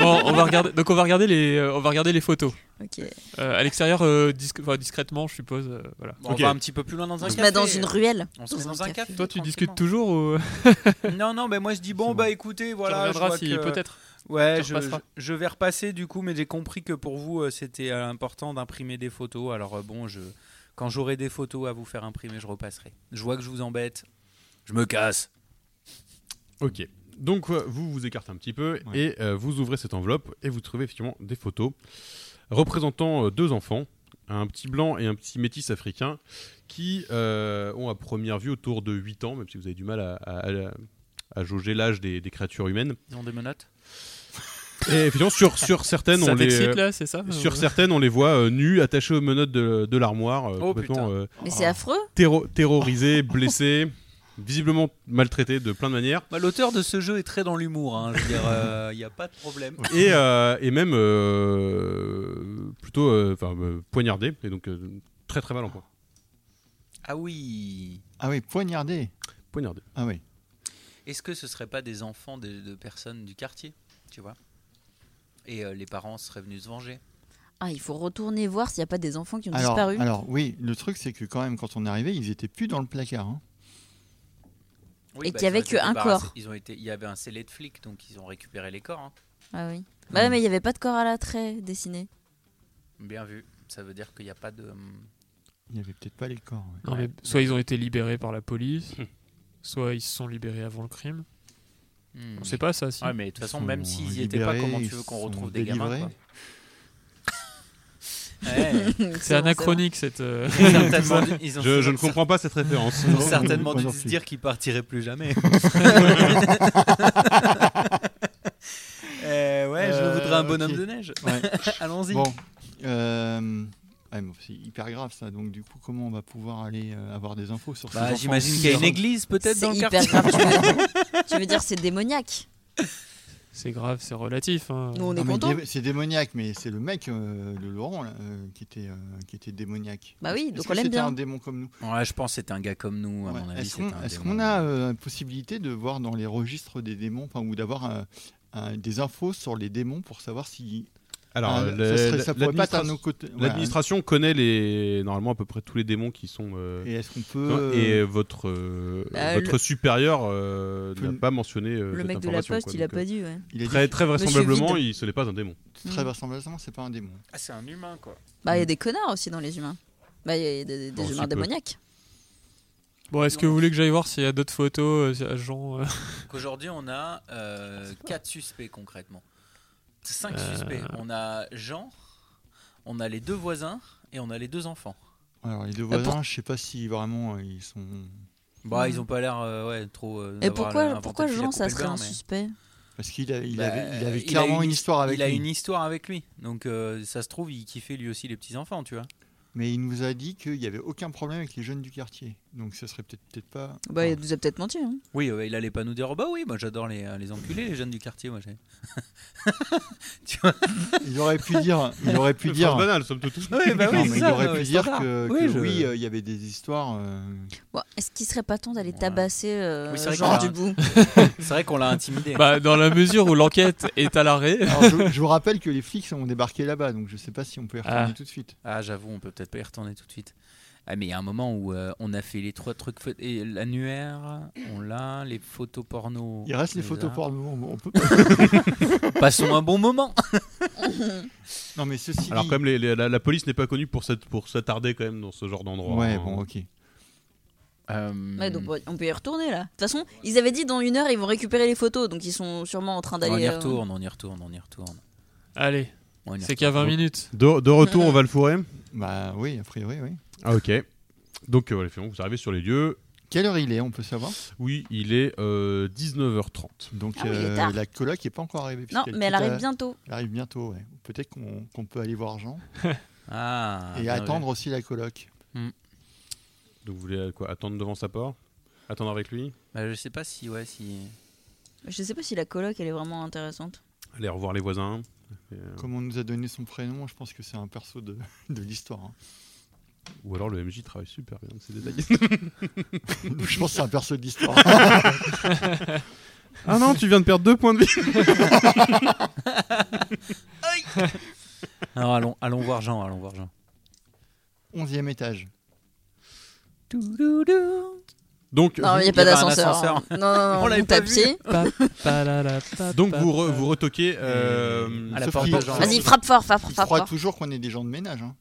Speaker 5: Bon, on va regarder. Donc on va regarder les, euh, on va regarder les photos.
Speaker 4: Ok.
Speaker 5: Euh, à l'extérieur, euh, disc- enfin, discrètement, je suppose. euh, voilà.
Speaker 3: Bon, On va un petit peu plus loin dans un
Speaker 4: On se
Speaker 3: café. euh,
Speaker 4: met dans une ruelle.
Speaker 3: On se met dans
Speaker 4: un
Speaker 3: un
Speaker 4: café.
Speaker 3: café.
Speaker 5: Toi, tu
Speaker 3: tranquillement.
Speaker 5: discutes toujours ou
Speaker 3: Non, non, mais moi je dis bon,
Speaker 5: C'est bon.
Speaker 3: bah écoutez,
Speaker 5: Tu
Speaker 3: voilà. je
Speaker 5: reviendras
Speaker 3: vois
Speaker 5: si
Speaker 3: que-
Speaker 5: peut-être.
Speaker 3: Ouais,
Speaker 5: Tu
Speaker 3: je,
Speaker 5: repasseras.
Speaker 3: je- je vais repasser du coup, mais j'ai compris que pour vous euh, c'était euh, important d'imprimer des photos. Alors euh, bon, je quand j'aurai des photos à vous faire imprimer, je repasserai. Je vois que je vous embête. Je me casse.
Speaker 2: Ok. Donc euh, vous vous écartez un petit peu
Speaker 1: Ouais.
Speaker 2: et euh, vous ouvrez cette enveloppe et vous trouvez effectivement des photos représentant euh, deux enfants, un petit blanc et un petit métis africain, qui euh, ont à première vue autour de 8 ans, même si vous avez du mal à, à- à- à jauger l'âge des, des créatures humaines.
Speaker 3: Ils ont des menottes.
Speaker 2: Et effectivement sur, sur certaines
Speaker 5: Ça
Speaker 2: on Eh les
Speaker 5: t'excite là, c'est ça
Speaker 2: sur
Speaker 5: Euh,
Speaker 2: certaines on les voit euh, nus, attachés aux menottes de, de l'armoire, euh,
Speaker 3: Oh,
Speaker 2: complètement
Speaker 3: putain.
Speaker 2: euh,
Speaker 4: Mais c'est affreux.
Speaker 2: terro- terrorisés, blessés, visiblement maltraités de plein de manières.
Speaker 3: Bah, L'auteur de ce jeu est très dans l'humour. hein, Je veux dire, il n'y a pas de problème.
Speaker 2: et, euh, et même euh, plutôt euh, enfin, euh, poignardé et donc euh, très très mal en point.
Speaker 3: Ah oui.
Speaker 1: Ah oui, poignardé.
Speaker 2: Poignardé.
Speaker 1: Ah oui.
Speaker 3: Est-ce que ce serait pas des enfants de, de personnes du quartier, tu vois Et euh, les parents seraient venus se venger.
Speaker 4: Ah, il faut retourner voir s'il n'y a pas des enfants qui ont
Speaker 1: Alors,
Speaker 4: disparu.
Speaker 1: alors oui, le truc c'est que quand même quand on est arrivé, ils étaient plus dans le placard. hein.
Speaker 3: Oui,
Speaker 4: Et
Speaker 3: bah,
Speaker 4: qu'il
Speaker 3: ils
Speaker 4: y avait
Speaker 3: ont été
Speaker 4: que un
Speaker 3: débarrassés-
Speaker 4: corps.
Speaker 3: Ils ont été, il y avait un scellé de flics, donc ils ont récupéré les corps. hein.
Speaker 4: Ah oui. Bah ouais, mais il n'y avait pas de corps à l'attrait dessiné.
Speaker 3: Bien vu. Ça veut dire qu'il n'y a pas de. hum,
Speaker 1: Il n'y avait peut-être pas les corps. ouais.
Speaker 5: Non, mais soit ils ont été libérés par la police, soit ils se sont libérés avant le crime.
Speaker 3: hum.
Speaker 5: On sait pas ça. Si.
Speaker 3: Ouais, mais de toute
Speaker 1: Ils
Speaker 3: façon,
Speaker 1: sont
Speaker 3: même s'ils y étaient pas,
Speaker 1: libérés,
Speaker 3: comment tu
Speaker 1: ils
Speaker 3: veux qu'on
Speaker 1: sont
Speaker 3: retrouve des gamins
Speaker 1: délivrés.
Speaker 3: quoi Ouais.
Speaker 5: c'est anachronique cette. euh,
Speaker 3: Ils ont certainement dû- ils ont
Speaker 2: Je, je ne
Speaker 3: cer-
Speaker 2: comprends pas cette référence.
Speaker 3: Ils ont certainement dû
Speaker 1: Moi non
Speaker 3: se
Speaker 1: plus.
Speaker 3: dire qu'ils partiraient plus jamais. Euh, ouais,
Speaker 1: Euh,
Speaker 3: je voudrais un bonhomme
Speaker 1: ok.
Speaker 3: de neige.
Speaker 1: Ouais.
Speaker 3: Allons-y.
Speaker 1: Bon. Euh, ouais, mais c'est hyper grave ça. Donc du coup, comment on va pouvoir aller euh, avoir des infos sur
Speaker 3: Bah,
Speaker 1: ces
Speaker 3: J'imagine
Speaker 1: enfants
Speaker 3: qu'il y a une
Speaker 1: si-
Speaker 3: église peut-être
Speaker 4: C'est
Speaker 3: dans le
Speaker 4: hyper
Speaker 3: quartier.
Speaker 4: grave. Tu veux, tu veux dire c'est démoniaque
Speaker 5: c'est grave, c'est relatif. hein.
Speaker 4: Nous on
Speaker 1: Non,
Speaker 4: est
Speaker 1: mais
Speaker 4: contents.
Speaker 1: dé- C'est démoniaque, mais c'est le mec, euh, le Laurent, là, euh, qui, était, euh, qui était démoniaque.
Speaker 4: Bah oui,
Speaker 1: Est-ce
Speaker 4: donc
Speaker 1: que
Speaker 4: on l'aime
Speaker 1: c'était
Speaker 4: bien.
Speaker 1: un démon comme nous.
Speaker 3: Ouais, je pense que c'était un gars comme nous, à
Speaker 1: Ouais.
Speaker 3: mon avis.
Speaker 1: Est-ce
Speaker 3: c'était
Speaker 1: qu'on
Speaker 3: un
Speaker 1: est-ce
Speaker 3: démon.
Speaker 1: qu'on a euh, possibilité de voir dans les registres des démons, enfin, ou d'avoir euh, un- des infos sur les démons pour savoir si
Speaker 2: Alors,
Speaker 1: Ah,
Speaker 2: euh,
Speaker 1: ça,
Speaker 2: la-
Speaker 1: serait-
Speaker 2: la-
Speaker 1: ça pourrait pas être à
Speaker 2: l'administration-
Speaker 1: nos côtés. Ouais,
Speaker 2: L'administration connaît les normalement à peu près tous les démons qui sont. euh,
Speaker 1: Et est-ce qu'on
Speaker 2: et
Speaker 1: peut
Speaker 2: votre euh,
Speaker 4: Bah,
Speaker 2: votre supérieur euh,
Speaker 1: Peut-
Speaker 2: n'a pas mentionné euh,
Speaker 4: Le
Speaker 2: cette
Speaker 4: mec de la
Speaker 2: information,
Speaker 4: poste,
Speaker 2: quoi.
Speaker 4: il a
Speaker 2: Donc,
Speaker 4: pas dit. ouais.
Speaker 1: il
Speaker 2: euh,
Speaker 1: a
Speaker 2: Très,
Speaker 1: dit
Speaker 2: très vraisemblablement,
Speaker 4: Vide.
Speaker 2: il, ce n'est pas un démon.
Speaker 1: que très vraisemblablement, c'est pas un démon.
Speaker 3: Ah, c'est un humain, quoi.
Speaker 4: Bah, il y a des connards aussi dans les humains. Bah, il y a il y a des, des
Speaker 2: Bon, si
Speaker 4: humains
Speaker 2: peu.
Speaker 4: démoniaques.
Speaker 5: Bon, est-ce que vous voulez que j'aille voir s'il y a d'autres photos, euh, Jean euh,
Speaker 3: Aujourd'hui, on a 4 suspects concrètement. 5
Speaker 5: Euh.
Speaker 3: suspects. On a Jean, on a les deux voisins et on a les deux enfants.
Speaker 1: Alors les deux
Speaker 4: pour-
Speaker 1: voisins, je sais pas si vraiment euh, ils sont
Speaker 3: Bah,
Speaker 4: Mhm.
Speaker 3: ils ont pas l'air euh, ouais, trop. euh,
Speaker 4: Et
Speaker 3: d'avoir
Speaker 4: pourquoi,
Speaker 3: inventé
Speaker 4: pourquoi
Speaker 3: le fil à
Speaker 4: Jean,
Speaker 3: couper
Speaker 4: ça
Speaker 3: le
Speaker 4: serait
Speaker 3: beurre,
Speaker 4: un
Speaker 3: mais-
Speaker 4: suspect
Speaker 1: parce qu'il a- il
Speaker 3: Bah,
Speaker 1: avait, il avait
Speaker 3: il a
Speaker 1: clairement
Speaker 3: une
Speaker 1: une histoire avec
Speaker 3: Il a
Speaker 1: lui.
Speaker 3: une histoire avec lui. Donc, euh, ça se trouve, il kiffait lui aussi les petits enfants, tu vois.
Speaker 1: Mais il nous a dit qu'il n'y avait aucun problème avec les jeunes du quartier. Donc ce serait peut-être peut-être pas.
Speaker 4: Bah, il nous a peut-être menti. hein.
Speaker 3: Oui, euh, il allait pas nous dire oh, bah oui, moi j'adore les, euh, les enculés, les jeunes du quartier, moi j'ai. tu vois
Speaker 1: Il aurait pu dire, il aurait pu dire.
Speaker 2: Phrase banale, somme toute.
Speaker 3: Oui, bah
Speaker 1: Non,
Speaker 3: oui,
Speaker 1: mais
Speaker 3: c'est
Speaker 1: il
Speaker 3: ça,
Speaker 1: aurait
Speaker 3: ouais,
Speaker 1: pu
Speaker 3: ouais,
Speaker 1: dire
Speaker 3: standard.
Speaker 1: que que
Speaker 3: Oui,
Speaker 1: oui,
Speaker 3: je-
Speaker 1: euh, il y avait des histoires. euh,
Speaker 4: Bon, Est-ce qu'il serait pas temps d'aller
Speaker 3: Ouais.
Speaker 4: tabasser euh,
Speaker 3: Oui, c'est vrai
Speaker 4: Jean
Speaker 3: qu'il a-
Speaker 4: Dubout
Speaker 3: C'est vrai qu'on l'a intimidé.
Speaker 5: Bah, dans la mesure où l'enquête est à l'arrêt.
Speaker 1: Alors, je, je vous rappelle que les flics ont débarqué là-bas, donc je sais pas si on peut y retourner
Speaker 5: Ah.
Speaker 1: tout de suite.
Speaker 3: Ah, j'avoue, on peut peut-être pas y retourner tout de suite. Ah, mais il y a un moment où euh, on a fait les trois trucs. fa- et L'annuaire, on l'a, les photos porno.
Speaker 1: Il reste les
Speaker 3: on
Speaker 1: photos
Speaker 3: a.
Speaker 1: porno. On peut.
Speaker 3: Passons un bon moment.
Speaker 1: Non mais ceci.
Speaker 2: Alors
Speaker 1: dit-
Speaker 2: quand même, les- les- la, la police n'est pas connue pour s'att- pour s'attarder quand même dans ce genre d'endroit.
Speaker 1: Ouais,
Speaker 2: hein.
Speaker 1: bon, ok.
Speaker 3: Euh,
Speaker 4: Ouais, donc on peut y retourner là. De toute façon, ils avaient dit dans une heure ils vont récupérer les photos, donc ils sont sûrement en train d'aller.
Speaker 3: on y
Speaker 4: euh,
Speaker 3: retourne, on y retourne, on y retourne.
Speaker 5: Allez,
Speaker 3: On y
Speaker 5: c'est qu'à 20 minutes.
Speaker 2: De, de retour, on va le fourrer.
Speaker 1: Bah oui, a priori, oui.
Speaker 2: Ah ok. Donc euh, voilà, effectivement, vous arrivez sur les lieux.
Speaker 1: Quelle heure il est, on peut savoir
Speaker 2: Oui, il est euh, 19h30.
Speaker 1: Donc
Speaker 4: Ah oui, il est
Speaker 1: euh,
Speaker 4: tard.
Speaker 1: la coloc est pas encore arrivée.
Speaker 4: Non,
Speaker 1: puisqu'elle
Speaker 4: mais elle
Speaker 1: quitte
Speaker 4: arrive
Speaker 1: à-
Speaker 4: bientôt.
Speaker 1: Elle arrive bientôt, ouais. Peut-être qu'on qu'on peut aller voir Jean
Speaker 3: Ah,
Speaker 1: et
Speaker 3: bien
Speaker 1: attendre aussi la coloc.
Speaker 2: Donc vous voulez euh, quoi Attendre devant sa porte Attendre avec lui
Speaker 3: vu. Bah, je sais pas si, ouais, si.
Speaker 4: Je sais pas si la coloc elle est vraiment intéressante.
Speaker 2: Aller revoir les voisins Euh,
Speaker 1: Comme on nous a donné son prénom, je pense que c'est un perso de, de l'histoire. hein.
Speaker 2: Ou alors le MJ travaille super bien, c'est détaillé.
Speaker 1: Je pense que c'est un perso de l'histoire.
Speaker 2: ah non, tu viens de perdre deux points de vie.
Speaker 3: Alors allons, allons voir Jean, allons voir Jean.
Speaker 1: Onzième étage.
Speaker 2: Donc,
Speaker 4: Non, il n'y a pas d'ascenseur. hein. Non, non, non,
Speaker 3: On
Speaker 4: on,
Speaker 3: l'avait pas
Speaker 4: tape
Speaker 3: vu. Oh.
Speaker 4: pied.
Speaker 2: Donc vous, re- vous retoquez euh,
Speaker 3: À la
Speaker 2: sauf
Speaker 3: porte
Speaker 2: qu'il-
Speaker 3: de Jean.
Speaker 4: Vas-y, frappe fort, frappe,
Speaker 1: Il
Speaker 4: frappe
Speaker 1: croit
Speaker 4: fort.
Speaker 1: toujours qu'on est des gens de ménage. hein.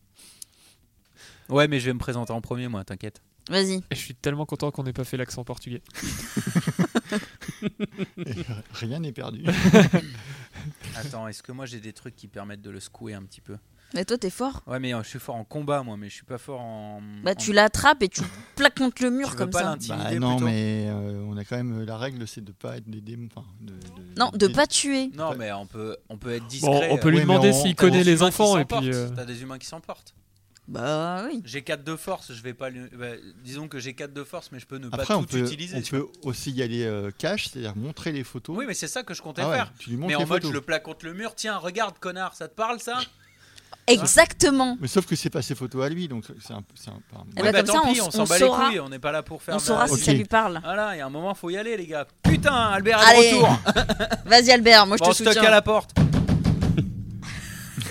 Speaker 3: Ouais, mais je vais me présenter en premier, moi, t'inquiète.
Speaker 4: Vas-y.
Speaker 5: Et je suis tellement content qu'on n'ait pas fait l'accent portugais.
Speaker 1: Et rien n'est perdu.
Speaker 3: Attends, est-ce que moi j'ai des trucs qui permettent de le secouer un petit peu
Speaker 4: Mais toi, t'es fort.
Speaker 3: Ouais, mais euh, je suis fort en combat, moi, mais je suis pas fort en.
Speaker 4: Bah,
Speaker 3: en-
Speaker 4: tu l'attrapes et tu plaques contre le mur
Speaker 3: Mm. Tu veux
Speaker 4: comme
Speaker 3: pas
Speaker 4: ça.
Speaker 3: l'intimider
Speaker 1: Bah non,
Speaker 3: plutôt
Speaker 1: mais euh, on a quand même la règle, c'est de pas être des démons. enfin, de, de-
Speaker 4: Non, de
Speaker 1: des-
Speaker 4: pas tuer.
Speaker 3: Non, mais on peut, on peut être discret. euh,
Speaker 5: Bon, on peut lui
Speaker 1: Ouais, mais
Speaker 5: demander
Speaker 1: on-
Speaker 5: s'il
Speaker 1: t'as des
Speaker 5: connaît les
Speaker 3: humains qui
Speaker 5: enfants et
Speaker 3: s'emportent.
Speaker 5: puis. euh,
Speaker 3: T'as des humains qui s'emportent.
Speaker 4: Bah oui.
Speaker 3: J'ai 4 de force, je vais pas. lui- bah, disons que j'ai 4 de force, mais je peux ne
Speaker 1: Après,
Speaker 3: pas
Speaker 1: on
Speaker 3: tout
Speaker 1: peut,
Speaker 3: utiliser.
Speaker 1: on
Speaker 3: tu
Speaker 1: peut aussi y aller euh, cash, c'est-à-dire montrer les photos.
Speaker 3: vois. Oui, mais c'est ça que je comptais
Speaker 1: Ah ouais,
Speaker 3: faire.
Speaker 1: tu lui montres
Speaker 3: Mais
Speaker 1: les
Speaker 3: en mode,
Speaker 1: photos.
Speaker 3: je le plaque contre le mur. Tiens, regarde, connard, ça te parle ça
Speaker 4: Exactement.
Speaker 1: Mais sauf que c'est pas ses photos à lui, donc c'est un, c'est un- pas un-
Speaker 4: Eh
Speaker 3: Ouais, bah,
Speaker 4: ben, comme
Speaker 3: tant
Speaker 4: ça, on
Speaker 3: pis,
Speaker 4: s-
Speaker 3: on,
Speaker 4: on
Speaker 3: s'en bat
Speaker 4: saura-
Speaker 3: les couilles, on n'est pas là pour faire.
Speaker 4: On
Speaker 3: la-
Speaker 4: saura si ça
Speaker 1: Ok.
Speaker 4: lui parle.
Speaker 3: Voilà, il y a un moment, faut y aller, les gars. Putain, Albert est
Speaker 4: Allez.
Speaker 3: de retour.
Speaker 4: Vas-y, Albert, moi je
Speaker 3: Bon,
Speaker 4: te
Speaker 3: stock à
Speaker 4: soutiens.
Speaker 3: la porte.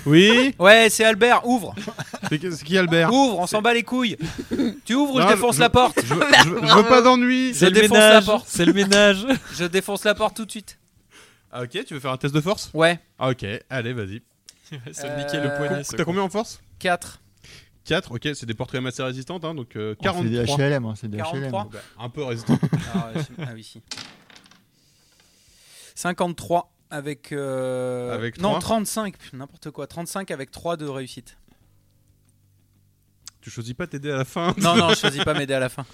Speaker 2: Oui,
Speaker 3: Ouais, c'est Albert, ouvre.
Speaker 2: c'est qui- c'est qui Albert
Speaker 3: Ouvre, on s'en bat les couilles. Tu ouvres,
Speaker 2: Non,
Speaker 3: je défonce
Speaker 2: je-
Speaker 3: la porte.
Speaker 2: je, veux- je veux- je veux pas d'ennui.
Speaker 3: Je
Speaker 5: C'est le
Speaker 3: défonce la
Speaker 5: ménage
Speaker 3: porte.
Speaker 5: euh, C'est le ménage
Speaker 3: Je défonce la porte tout de suite.
Speaker 2: Ah, ok, tu veux faire un test de force
Speaker 3: Ouais,
Speaker 2: Ah, ok, allez, vas-y.
Speaker 5: Ça le niquait le
Speaker 3: Euh,
Speaker 5: poignet.
Speaker 2: T'as combien en force
Speaker 3: 4.
Speaker 2: 4, ok, c'est des portes quand même assez résistantes, hein, donc euh,
Speaker 1: Oh, C'est des
Speaker 2: 43.
Speaker 1: HLM, hein, c'est des
Speaker 3: 43.
Speaker 1: HLM.
Speaker 2: Ouais, un peu résistant.
Speaker 3: Ah, ouais, c'est- ah oui, si. 53 avec. euh,
Speaker 2: Avec
Speaker 3: non,
Speaker 2: trois.
Speaker 3: 35, putain, n'importe quoi. 35 avec 3 de réussite.
Speaker 2: tu choisis pas t'aider à la fin.
Speaker 3: Non, non, je choisis pas m'aider à la fin.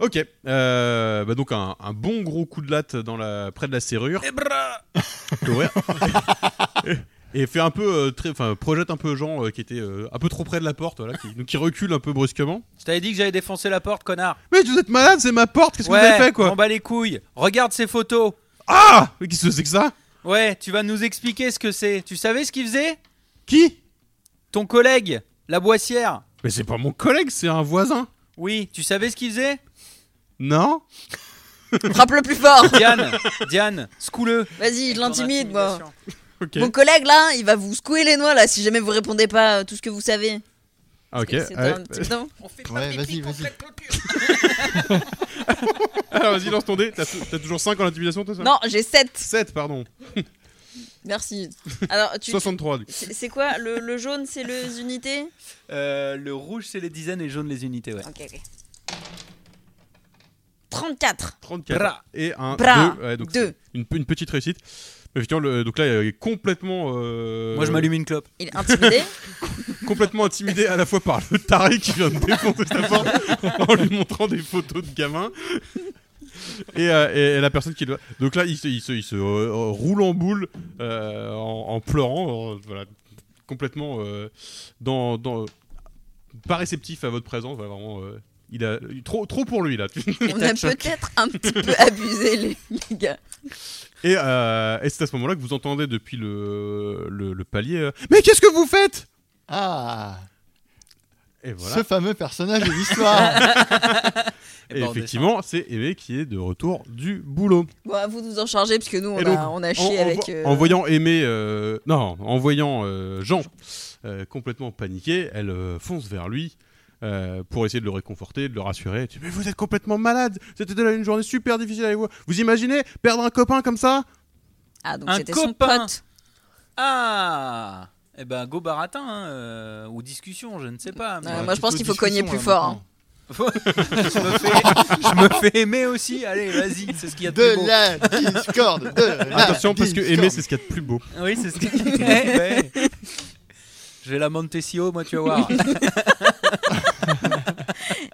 Speaker 2: Ok, euh, bah donc un, un bon gros coup de latte dans la, près de la serrure. Ouais. Et et fait un peu, euh, très, enfin projette un peu Jean euh, qui était euh, un peu trop près de la porte, voilà, qui, donc qui recule un peu brusquement.
Speaker 3: Je t'avais dit que j'allais défoncer la porte, connard.
Speaker 2: Mais vous êtes malade, c'est ma porte, qu'est-ce
Speaker 3: ouais,
Speaker 2: que vous avez fait quoi
Speaker 3: On bat les couilles. Regarde ces photos.
Speaker 2: Ah Mais Qu'est-ce que c'est que ça
Speaker 3: Ouais, tu vas nous expliquer ce que c'est. Tu savais ce qu'il faisait
Speaker 2: Qui
Speaker 3: Ton collègue, la boissière.
Speaker 2: Mais c'est pas mon collègue, c'est un voisin.
Speaker 3: Oui, tu savais ce qu'il faisait
Speaker 2: Non
Speaker 4: Frappe le plus fort.
Speaker 3: Diane, Diane, scoule-le.
Speaker 4: Vas-y, je l'intimide, moi.
Speaker 2: Ok.
Speaker 4: Mon collègue là, il va vous secouer les noix là si jamais vous répondez pas à tout ce que vous savez.
Speaker 2: Ah, ok.
Speaker 4: C'est
Speaker 2: allez.
Speaker 4: un petit temps.
Speaker 3: On fait
Speaker 1: pas Ouais, les vas-y, pics, on vas-y. fait la
Speaker 2: Alors Ah, vas-y, lance ton dé. T'as t'as toujours 5 en intimidation, toi ça
Speaker 4: Non, j'ai 7.
Speaker 2: 7, pardon.
Speaker 4: Merci. Alors, tu.
Speaker 2: 63. lui.
Speaker 4: C'est c'est quoi le, le jaune, c'est les unités
Speaker 3: Euh, le rouge, c'est les dizaines et jaune, les unités, ouais.
Speaker 4: Ok, ok. 34.
Speaker 2: 34.
Speaker 3: Bra.
Speaker 2: Et un
Speaker 4: Bra.
Speaker 2: 2. Ouais, donc
Speaker 4: Deux.
Speaker 2: c'est Une, une petite réussite. Effectivement, le- donc là, il est complètement, euh,
Speaker 3: Moi, je m'allume une clope.
Speaker 4: Il est intimidé.
Speaker 2: complètement intimidé à la fois par le taré qui vient de défoncer sa porte en lui montrant des photos de gamins. Et, euh, et la personne qui le... Donc là, il se, il se, il se, euh, roule en boule euh, en, en pleurant, euh, voilà, complètement euh, dans, dans- pas réceptif à votre présence. voilà, vraiment, euh, il a trop, trop pour lui là.
Speaker 4: On a peut-être un petit peu abusé, les, les gars.
Speaker 2: Et, euh, et c'est à ce moment-là que vous entendez depuis le, le, le palier euh, Mais qu'est-ce que vous faites
Speaker 1: Ah,
Speaker 2: Et voilà.
Speaker 1: ce fameux personnage de l'histoire.
Speaker 2: Et
Speaker 3: ben,
Speaker 2: effectivement, c'est Aimé qui est de retour du boulot.
Speaker 4: Bon, à vous de vous en charger parce que nous, on,
Speaker 2: Et donc,
Speaker 4: a, on a
Speaker 2: En,
Speaker 4: chié
Speaker 2: en
Speaker 4: avec.
Speaker 2: vo-
Speaker 4: euh,
Speaker 2: en voyant Aimé, euh, non, en voyant euh, Jean euh, complètement paniqué, elle euh, fonce vers lui. euh, pour essayer de le réconforter, de le rassurer. Elle dit, mais vous êtes complètement malade. C'était une journée super difficile avec vous. Vous imaginez perdre un copain comme ça
Speaker 4: Ah, donc
Speaker 3: Un
Speaker 4: c'était son
Speaker 3: copain.
Speaker 4: pote.
Speaker 3: Ah Eh ben, go baratin, hein, euh, ou discussion, je ne sais pas. mais-
Speaker 4: Ouais, moi, je pense qu'il faut
Speaker 1: Plutôt
Speaker 4: cogner
Speaker 1: discussion,
Speaker 4: plus
Speaker 1: là,
Speaker 4: fort, hein.
Speaker 1: maintenant.
Speaker 3: je, me fais, je me fais aimer aussi. Allez, vas-y, c'est ce qu'il y a de, plus
Speaker 1: De
Speaker 3: beau.
Speaker 1: la discorde. De
Speaker 3: Ah,
Speaker 1: la
Speaker 2: Attention, parce que
Speaker 1: discorde.
Speaker 2: Aimé, c'est ce qu'il y a de plus beau.
Speaker 3: Oui, c'est ce qu'il y a de plus beau. Ouais. Je vais la monter si haut, moi, tu vas voir.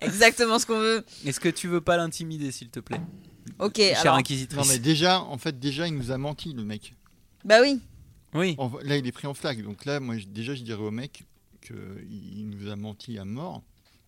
Speaker 4: Exactement ce qu'on veut.
Speaker 3: Est-ce que tu veux pas l'intimider, s'il te plaît
Speaker 4: Ok,
Speaker 3: Chère
Speaker 4: alors.
Speaker 1: Non,
Speaker 3: inquisitrice.
Speaker 1: mais déjà, en fait, déjà, il nous a menti, le mec.
Speaker 4: Bah oui.
Speaker 3: Oui.
Speaker 1: En- Là, il est pris en flag. Donc là, moi, je- déjà, je dirais au mec qu'il nous a menti à mort.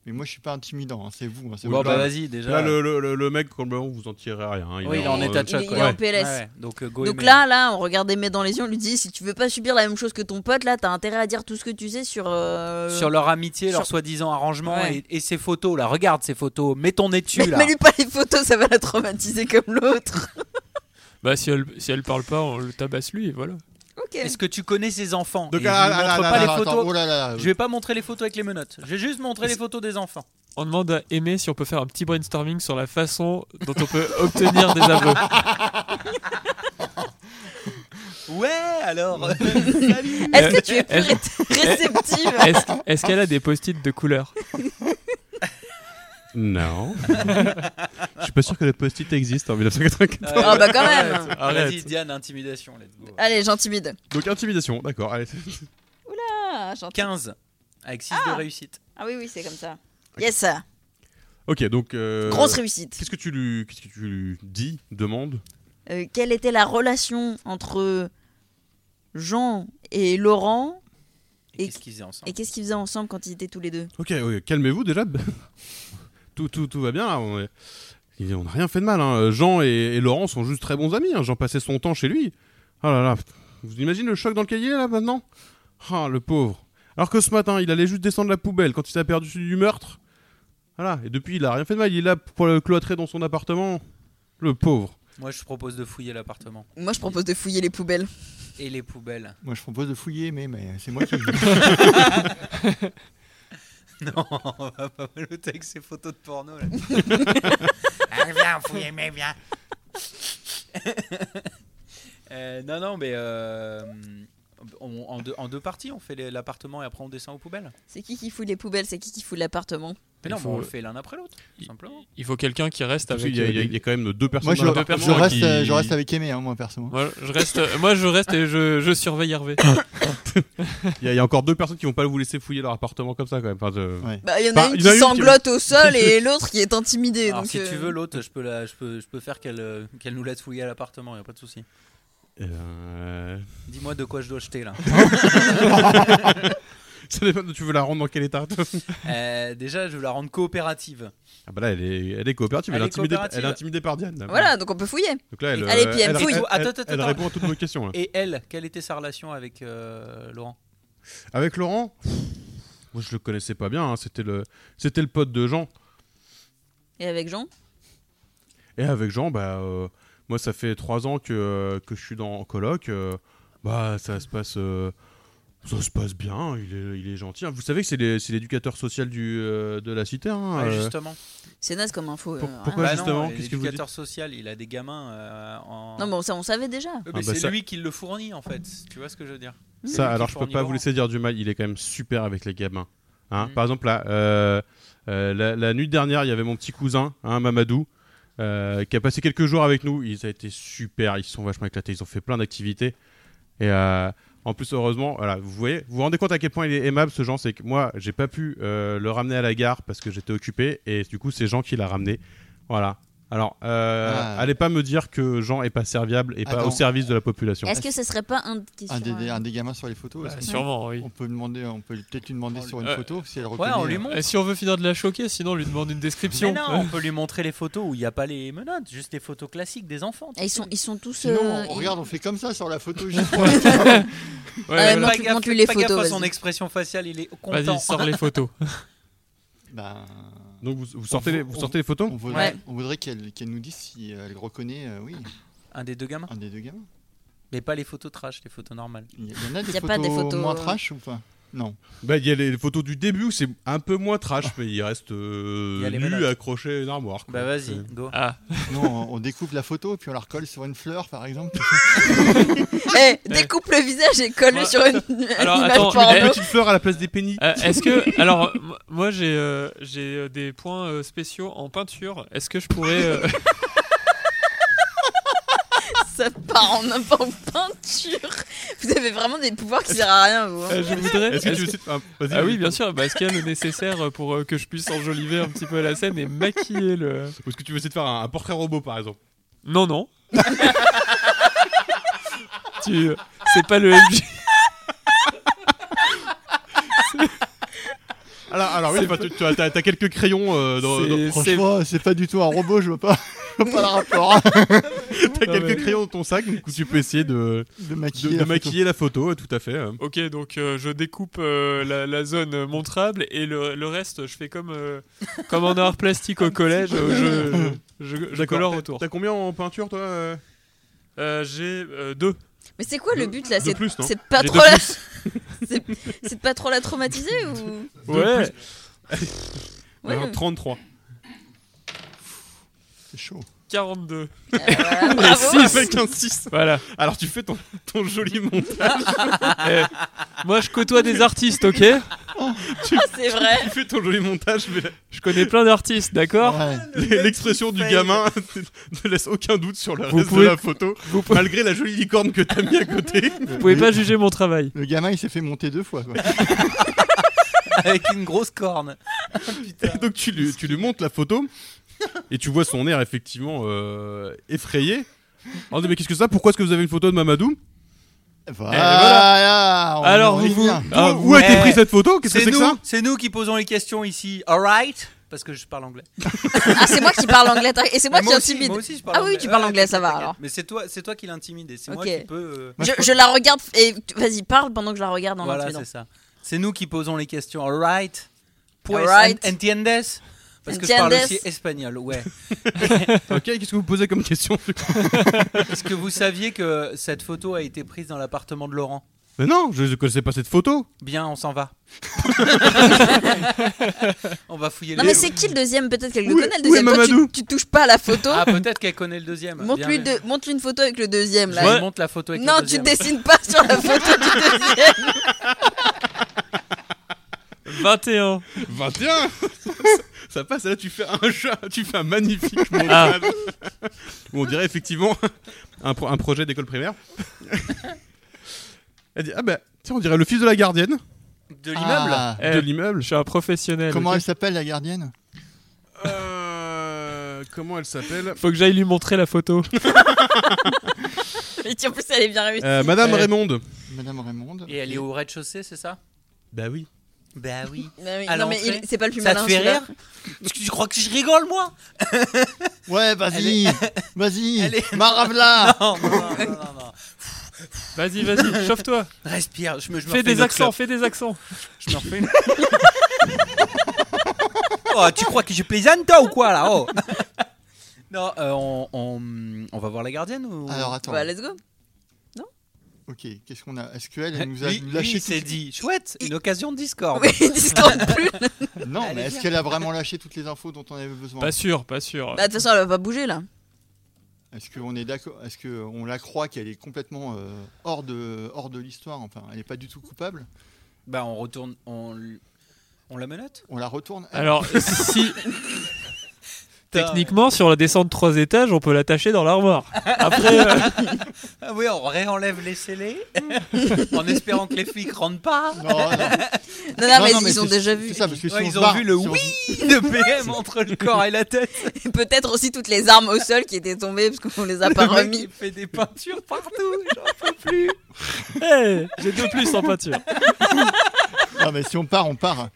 Speaker 1: Mais moi, je suis pas intimidant, hein, c'est vous. hein, c'est
Speaker 3: Bon,
Speaker 1: vous.
Speaker 3: bah, vas-y, déjà.
Speaker 2: Là, le, le, le, le mec, complètement, vous en tirez rien. hein.
Speaker 3: Oui, il est en état de choc,
Speaker 4: Il,
Speaker 3: quoi.
Speaker 4: est en
Speaker 2: Ouais.
Speaker 4: PLS.
Speaker 3: Ouais, ouais. Donc, euh, go
Speaker 4: Donc
Speaker 3: aimer.
Speaker 4: là, là, on regarde des mecs dans les yeux, on lui dit si tu veux pas subir la même chose que ton pote, là, t'as intérêt à dire tout ce que tu sais sur. euh,
Speaker 3: sur leur amitié, leur
Speaker 4: sur-
Speaker 3: soi-disant arrangement
Speaker 4: Ouais.
Speaker 3: et, et ces photos là. Regarde ces photos, mets ton nez dessus
Speaker 4: Mais,
Speaker 3: là.
Speaker 4: mais lui pas les photos, ça va la traumatiser comme l'autre.
Speaker 5: Bah, si elle, si elle parle pas, on le tabasse lui, et voilà.
Speaker 4: ok.
Speaker 3: Est-ce que tu connais ces enfants
Speaker 1: Donc,
Speaker 3: Et je
Speaker 1: ah,
Speaker 3: lui
Speaker 1: ah,
Speaker 3: montre
Speaker 1: ah,
Speaker 3: pas
Speaker 1: ah,
Speaker 3: les
Speaker 1: attends,
Speaker 3: photos.
Speaker 1: oh là là,
Speaker 3: Je vais pas montrer les photos avec les menottes. Je vais juste montrer les photos des enfants.
Speaker 5: On demande à Aimé si on peut faire un petit brainstorming sur la façon dont on peut obtenir des aveux.
Speaker 3: Ouais, alors. Salut.
Speaker 4: Est-ce que tu es plus
Speaker 5: Est-ce-
Speaker 4: ré- réceptive
Speaker 5: Est-ce est-ce qu'elle a des post-it de couleur
Speaker 2: Non. Je suis pas sûr que le post-it existe en 1984.
Speaker 4: Ah, bah, quand même. Euh,
Speaker 5: Arrête.
Speaker 3: Vas-y Diane, intimidation, let's go.
Speaker 4: Allez, j'intimide.
Speaker 2: Donc intimidation, d'accord. Allez.
Speaker 4: Ah, j'intimide.
Speaker 3: 15 avec 6 de
Speaker 4: Ah.
Speaker 3: réussite.
Speaker 4: Ah oui, oui, c'est comme ça. Yes,
Speaker 2: Ok, donc. euh,
Speaker 4: grosse réussite.
Speaker 2: Qu'est-ce que tu lui, qu'est-ce que tu lui dis, demande
Speaker 4: Euh, quelle était la relation entre Jean et Laurent
Speaker 3: Et,
Speaker 4: Et-
Speaker 3: qu'est-ce qu'ils faisaient ensemble
Speaker 4: et qu'est-ce qu'ils faisaient ensemble quand ils étaient tous les deux
Speaker 2: Ok, oui, calmez-vous déjà. tout, tout, tout va bien. là, On est- il- on n'a rien fait de mal. hein. Jean et, et Laurent sont juste très bons amis. hein. Jean passait son temps chez lui. Oh là là. Vous imaginez le choc dans lequel il est là maintenant Ah, le pauvre. Alors que ce matin, il allait juste descendre la poubelle quand il s'est perdu du meurtre. Voilà. Et depuis, il a rien fait de mal. Il est là pour le cloîtrer dans son appartement. Le pauvre.
Speaker 3: Moi, je propose de fouiller l'appartement
Speaker 4: Moi, je propose de fouiller les poubelles.
Speaker 3: et les poubelles.
Speaker 1: Moi, je propose de fouiller, mais, mais c'est moi qui.
Speaker 3: Non, on va pas maloter avec ces photos de porno là. Ah,
Speaker 9: Allez, viens, fouillez, mais viens.
Speaker 3: Euh, non, non, mais euh, on- en, deux, en deux parties, on fait les- l'appartement et après on descend aux poubelles.
Speaker 4: C'est qui qui fouille les poubelles C'est qui qui fouille l'appartement
Speaker 3: Mais
Speaker 5: Il
Speaker 3: non, mais on
Speaker 5: faut-
Speaker 3: le fait l'un après l'autre, tout simplement.
Speaker 5: Il faut quelqu'un qui reste
Speaker 2: Parce
Speaker 5: avec.
Speaker 2: qu'il y a-
Speaker 5: euh,
Speaker 2: Il y, a-
Speaker 5: des-
Speaker 2: il y a quand même deux personnes.
Speaker 1: moi, je,
Speaker 2: dans hein,
Speaker 5: deux
Speaker 1: je
Speaker 5: personnes
Speaker 1: reste,
Speaker 2: qui-
Speaker 1: euh, je reste avec Aimé, hein, moi, perso.
Speaker 5: Moi, je reste, moi, je reste et je, je surveille Hervé.
Speaker 2: Il y, a- il y a encore deux personnes qui vont pas vous laisser fouiller leur appartement comme ça quand même. Enfin, je-
Speaker 1: Ouais.
Speaker 4: Bah, il y en a
Speaker 2: Bah,
Speaker 4: une
Speaker 2: il y en a une qui-
Speaker 4: qui sanglote au sol et l'autre qui est intimidée.
Speaker 3: Alors,
Speaker 4: donc,
Speaker 3: si
Speaker 4: euh,
Speaker 3: tu veux, l'autre, je peux, la, je peux, je peux faire qu'elle euh, qu'elle nous laisse fouiller à l'appartement, y a pas de souci.
Speaker 2: Euh,
Speaker 3: Dis-moi de quoi je dois jeter là.
Speaker 2: Ça dépend de- tu veux la rendre dans quel état
Speaker 3: Euh, déjà, je veux la rendre coopérative.
Speaker 2: Ah bah là, elle est, elle est coopérative,
Speaker 3: Elle
Speaker 2: elle,
Speaker 3: est
Speaker 2: est intimidée,
Speaker 3: coopérative.
Speaker 2: elle est intimidée par Diane. là.
Speaker 4: Voilà, donc on peut fouiller.
Speaker 2: Donc là, elle,
Speaker 4: Allez, puis elle fouille.
Speaker 2: elle-
Speaker 3: Attends, attends,
Speaker 2: elle
Speaker 3: attends.
Speaker 2: répond à toutes vos questions. là.
Speaker 3: Et elle, quelle était sa relation avec euh, Laurent
Speaker 2: Avec Laurent, pff, moi je le connaissais pas bien, hein, c'était le, c'était le pote de Jean.
Speaker 4: Et avec Jean
Speaker 2: Et avec Jean, bah, euh, moi ça fait trois ans que, euh, que je suis dans en coloc. euh, bah, ça se passe, euh, ça se passe bien. Il est, il est gentil. hein. Vous savez que c'est les- c'est l'éducateur social du, euh, de la cité. hein,
Speaker 3: Ouais,
Speaker 2: euh,
Speaker 3: Justement. Bah
Speaker 4: C'est naze comme info. euh,
Speaker 2: Pour-
Speaker 4: rien.
Speaker 2: pourquoi- Ouais, justement,
Speaker 3: non,
Speaker 2: qu'est-ce que vous
Speaker 3: l'éducateur social, il a des gamins euh, en.
Speaker 4: Non, bon, ça, on savait déjà.
Speaker 3: Euh,
Speaker 2: Ah,
Speaker 3: mais
Speaker 2: bah,
Speaker 3: c'est
Speaker 2: ça-
Speaker 3: lui qui le fournit en fait. Tu vois ce que je veux dire
Speaker 2: Ça,
Speaker 3: qui
Speaker 2: alors je peux
Speaker 3: fournit
Speaker 2: pas
Speaker 3: Laurent.
Speaker 2: vous laisser dire du mal, il est quand même super avec les gamins. Hein
Speaker 3: Mhm.
Speaker 2: Par exemple, là, euh, euh, la, la nuit dernière, il y avait mon petit cousin, hein, Mamadou, euh, qui a passé quelques jours avec nous. Il a été super, ils se sont vachement éclatés, ils ont fait plein d'activités. Et euh, en plus, heureusement, voilà, vous voyez, vous vous rendez compte à quel point il est aimable ce Jean, c'est que moi, j'ai pas pu euh, le ramener à la gare parce que j'étais occupé, et du coup, c'est Jean qui l'a ramené. Voilà. Alors, euh,
Speaker 1: Ah.
Speaker 2: allez pas me dire que Jean est pas serviable et pas
Speaker 1: Attends.
Speaker 2: au service de la population.
Speaker 4: Est-ce que ce serait pas un. question,
Speaker 2: Ah,
Speaker 1: Un des,
Speaker 4: euh,
Speaker 1: un des gamins sur les photos. est-ce qu'on-
Speaker 5: sûrement, oui.
Speaker 1: On peut demander, on peut peut-être lui demander
Speaker 3: On
Speaker 1: sur
Speaker 5: lui-
Speaker 1: une
Speaker 5: euh,
Speaker 1: photo si elle reconnaît.
Speaker 3: Ouais, on lui
Speaker 1: euh,
Speaker 3: montre.
Speaker 5: Et si on veut finir de la choquer, sinon on lui demande une
Speaker 3: Mais
Speaker 5: description.
Speaker 3: non, on peut lui montrer les photos où il n'y a pas les menottes, juste les photos classiques des enfants.
Speaker 4: Ah, ils, sont, ils sont tous.
Speaker 1: Sinon,
Speaker 4: euh,
Speaker 1: on
Speaker 4: ils-
Speaker 1: regarde, on fait comme ça sur la photo. juste pour-
Speaker 5: Ouais,
Speaker 4: Ah,
Speaker 5: voilà.
Speaker 4: non, tu- tu les
Speaker 3: faites à
Speaker 4: photos,
Speaker 3: son
Speaker 4: vas-y.
Speaker 3: expression faciale, il est content.
Speaker 5: Vas-y, sors les photos.
Speaker 1: Ben,
Speaker 2: Donc, vous, vous sortez,
Speaker 1: On-
Speaker 2: les, vous sortez les photos
Speaker 1: on voudrait,
Speaker 4: Ouais.
Speaker 1: on voudrait qu'elle qu'elle nous dise si euh, elle reconnaît, euh, oui,
Speaker 3: Un des deux gamins.
Speaker 1: un des deux gamins.
Speaker 3: Mais pas les photos trash, les photos normales.
Speaker 1: Il y en a des,
Speaker 4: Y a
Speaker 1: photos,
Speaker 4: pas des photos,
Speaker 1: moins
Speaker 4: euh,
Speaker 1: trash ou pas Non.
Speaker 2: Bah, il y a les photos du début où c'est un peu moins trash, mais il reste euh,
Speaker 3: Il y a les
Speaker 2: nu
Speaker 3: menottes.
Speaker 2: accroché à une armoire. quoi.
Speaker 3: Bah vas-y,
Speaker 2: Euh,
Speaker 3: go.
Speaker 5: Ah,
Speaker 1: Non, on on découpe la photo puis on la recolle sur une fleur par exemple.
Speaker 4: Eh, découpe le visage et colle
Speaker 5: Ouais.
Speaker 4: sur une,
Speaker 5: Alors,
Speaker 4: une image
Speaker 5: attends,
Speaker 2: Tu mets
Speaker 5: Eh,
Speaker 2: une
Speaker 4: porno.
Speaker 2: petite fleur à la place des pénis.
Speaker 5: euh, est-ce que. Alors, euh, m- moi j'ai euh, j'ai euh, des points euh, spéciaux en peinture. Est-ce que je pourrais. euh,
Speaker 4: Ça part en, en peinture. Vous avez vraiment des pouvoirs qui servent à rien, vous. hein.
Speaker 5: euh, je voudrais.
Speaker 2: Est-ce que
Speaker 5: est-ce
Speaker 2: tu veux
Speaker 5: que-
Speaker 2: citer- ah, vas-y.
Speaker 5: Ah oui, bien sûr, bah, est-ce qu'il y a le nécessaire pour euh, que je puisse enjoliver un petit peu la scène et maquiller le.
Speaker 2: Ou est-ce que tu veux essayer de faire un, un portrait robot par exemple
Speaker 5: Non, non. tu... C'est pas le MJ.
Speaker 2: Voilà, alors oui, enfin, tu, tu as, t'as- t'as quelques crayons euh, dans,
Speaker 1: C'est-
Speaker 2: dans-
Speaker 1: Franchement, c'est pas du tout un robot, je vois pas, je vois pas le rapport.
Speaker 2: t'as
Speaker 5: Non,
Speaker 2: quelques
Speaker 5: mais-
Speaker 2: crayons dans ton sac, donc tu peux essayer de,
Speaker 1: De maquiller la photo.
Speaker 2: maquiller la photo, tout à fait. hein.
Speaker 5: Ok, donc euh, je découpe euh, la, la zone montrable et le, le reste, je fais comme, euh, comme en art plastique au collège, euh, je, je, je
Speaker 2: D'accord.
Speaker 5: colore autour.
Speaker 2: T'as combien en peinture, toi euh
Speaker 5: Euh, J'ai euh, deux.
Speaker 4: Mais c'est quoi le but là
Speaker 2: De
Speaker 4: C'est
Speaker 2: plus, non
Speaker 4: c'est de pas
Speaker 5: J'ai
Speaker 4: trop
Speaker 5: deux
Speaker 4: la...
Speaker 5: plus.
Speaker 4: c'est c'est de pas trop la traumatiser
Speaker 2: Deux
Speaker 4: ou
Speaker 5: Ouais.
Speaker 2: plus.
Speaker 4: Ouais.
Speaker 2: Un 33.
Speaker 1: C'est chaud.
Speaker 5: 42.
Speaker 4: Euh, voilà, bravo.
Speaker 2: Avec un 6.
Speaker 5: Voilà.
Speaker 2: Alors tu fais ton, ton joli montage,
Speaker 5: Eh, moi, je côtoie des artistes, ok
Speaker 4: Ah, C'est vrai.
Speaker 2: tu fais ton joli montage, mais la-
Speaker 5: Je connais plein d'artistes, d'accord
Speaker 1: Ouais.
Speaker 2: l'expression du gamin ne laisse aucun doute sur le
Speaker 5: Vous
Speaker 2: reste
Speaker 5: pouvez-
Speaker 2: de la photo, malgré la jolie licorne que t'as mis à côté.
Speaker 5: Vous pouvez pas juger mon travail.
Speaker 1: Le gamin, il s'est fait monter deux fois. quoi.
Speaker 3: Avec une grosse corne.
Speaker 2: Et donc tu lui, tu lui montres la photo et tu vois son air effectivement euh, effrayé.
Speaker 5: Oh,
Speaker 2: Alors, mais qu'est-ce que c'est ça Pourquoi est-ce que vous avez une photo de Mamadou
Speaker 1: Voilà. on
Speaker 5: Eh,
Speaker 2: Oh,
Speaker 5: Alors,
Speaker 1: en est
Speaker 5: vous-
Speaker 1: bien.
Speaker 5: Ah,
Speaker 2: Où a été
Speaker 3: ouais.
Speaker 2: prise cette photo Oh, Qu'est-ce que
Speaker 3: eh, C'est
Speaker 2: c'est que
Speaker 3: nous,
Speaker 2: ça
Speaker 3: c'est nous qui posons les questions ici. Alright Parce que je parle anglais.
Speaker 4: Ah, c'est moi qui parle anglais t'inquiète. et c'est moi
Speaker 3: Mais
Speaker 4: qui
Speaker 3: aussi,
Speaker 4: intimide.
Speaker 3: moi aussi, je parle
Speaker 4: Ah oui,
Speaker 3: anglais.
Speaker 4: tu parles
Speaker 3: Ouais,
Speaker 4: anglais, ça va,
Speaker 3: t'inquiète.
Speaker 4: alors.
Speaker 3: Mais c'est toi, c'est toi qui l'intimide et c'est moi
Speaker 4: Ok.
Speaker 3: qui peux. euh,
Speaker 4: Je, je la regarde et vas-y parle pendant que je la regarde en
Speaker 3: Voilà,
Speaker 4: l'intimidant.
Speaker 3: c'est ça. C'est nous qui posons les questions. Alright Pues,
Speaker 4: Alright.
Speaker 3: en- entiendes Parce que je parle
Speaker 4: Entiendes
Speaker 3: aussi espagnol, ouais.
Speaker 2: Ok, qu'est-ce que vous posez comme question
Speaker 3: Est-ce que vous saviez que cette photo a été prise dans l'appartement de Laurent
Speaker 2: Mais non, je ne connaissais pas cette photo.
Speaker 3: Bien, on s'en va. on va fouiller
Speaker 4: Non
Speaker 3: les
Speaker 4: mais c'est qui le deuxième Peut-être qu'elle le
Speaker 2: Où est-
Speaker 4: connaît le
Speaker 2: où est
Speaker 4: deuxième. Toi, tu,
Speaker 2: Mamadou
Speaker 4: tu touches pas à la photo.
Speaker 3: Ah, peut-être qu'elle connaît le deuxième.
Speaker 4: montre-lui
Speaker 3: Bien,
Speaker 4: deux- montre-lui une photo avec le deuxième
Speaker 3: Je
Speaker 4: là.
Speaker 3: lui montre la photo avec le
Speaker 4: Non, tu
Speaker 3: deuxième.
Speaker 4: dessines pas sur la photo du deuxième.
Speaker 5: 21.
Speaker 2: 21 Ça passe, et là tu fais un chat, tu fais un magnifique
Speaker 5: Ah.
Speaker 2: montage. Où on dirait effectivement un, pro- un projet d'école primaire. Elle dit Ah bah, tiens, on dirait le fils de la gardienne
Speaker 3: De l'immeuble
Speaker 1: Ah.
Speaker 5: Eh,
Speaker 2: de l'immeuble.
Speaker 5: Je suis un professionnel.
Speaker 1: Comment
Speaker 5: ok
Speaker 1: elle s'appelle la gardienne
Speaker 2: Euh, comment elle s'appelle
Speaker 5: Faut que j'aille lui montrer la photo.
Speaker 4: Mais tiens, en plus, elle est bien réussie.
Speaker 2: Euh, Madame
Speaker 5: Euh.
Speaker 2: Raymonde.
Speaker 1: Madame Raymonde.
Speaker 3: Et elle est au rez-de-chaussée, c'est ça
Speaker 2: Bah oui.
Speaker 3: Bah oui.
Speaker 4: Mais oui,
Speaker 3: à
Speaker 4: non mais
Speaker 3: l'entrée,
Speaker 4: il- c'est pas le plus
Speaker 3: Ça
Speaker 4: malin.
Speaker 3: te fait
Speaker 4: celui-là.
Speaker 3: rire Parce que Tu crois que je rigole, moi
Speaker 1: Ouais, vas-y,
Speaker 3: Elle
Speaker 1: vas-y,
Speaker 3: est-
Speaker 4: Ah.
Speaker 1: Maravla.
Speaker 3: Oh, Non, non, non, non, non, non.
Speaker 5: Vas-y, vas-y, chauffe-toi.
Speaker 3: Respire, je me je me refais
Speaker 5: Fais
Speaker 3: une
Speaker 5: des
Speaker 3: autre
Speaker 5: accents,
Speaker 3: clope.
Speaker 5: fais des accents.
Speaker 3: Je me refais une- Oh, tu crois que je plaisante, toi, ou quoi, là oh Non, euh, on, on, on va voir la gardienne ou...
Speaker 1: Alors attends.
Speaker 4: Bah, let's go.
Speaker 1: Ok, qu'est-ce qu'on a Est-ce qu'elle elle nous a
Speaker 3: Lui- lui,
Speaker 1: lâché
Speaker 3: il s'est
Speaker 1: toutes-
Speaker 3: dit, chouette, une occasion de Discord.
Speaker 4: Oui, discorde plus. Bah,
Speaker 1: Non,
Speaker 3: Elle
Speaker 1: mais
Speaker 3: est
Speaker 1: est-ce
Speaker 3: bien.
Speaker 1: qu'elle a vraiment lâché toutes les infos dont on avait besoin
Speaker 5: Pas sûr, pas sûr.
Speaker 4: De
Speaker 3: Bah,
Speaker 4: toute façon, elle va pas bouger là.
Speaker 1: Est-ce qu'on est d'accord Est-ce qu'on la croit qu'elle est complètement euh, hors de hors de l'histoire Enfin, elle n'est pas du tout coupable.
Speaker 3: Bah, on retourne, on, l- on la menotte
Speaker 1: On la retourne. elle.
Speaker 5: Alors, si. Techniquement, sur la descente 3 étages, on peut l'attacher dans l'armoire. Après, euh,
Speaker 3: Ah oui, on réenlève les scellés en espérant que les flics rentrent pas.
Speaker 1: Non, non,
Speaker 4: Non, non,
Speaker 1: non,
Speaker 4: mais
Speaker 1: non,
Speaker 4: ils ont
Speaker 1: c'est-
Speaker 4: déjà vu.
Speaker 1: C'est ça, parce que si
Speaker 3: Ouais,
Speaker 1: on
Speaker 3: ils
Speaker 1: se
Speaker 3: ont
Speaker 1: barre,
Speaker 3: vu le
Speaker 1: si on-
Speaker 3: oui. De PM entre le corps et la tête.
Speaker 4: Et Peut-être aussi toutes les armes au sol qui étaient tombées parce qu'on les a pas
Speaker 3: Le mec,
Speaker 4: remis.
Speaker 3: il fait des peintures partout, j'en peux plus.
Speaker 5: hey, j'ai deux plus en peinture.
Speaker 1: Non, mais si on part, on part.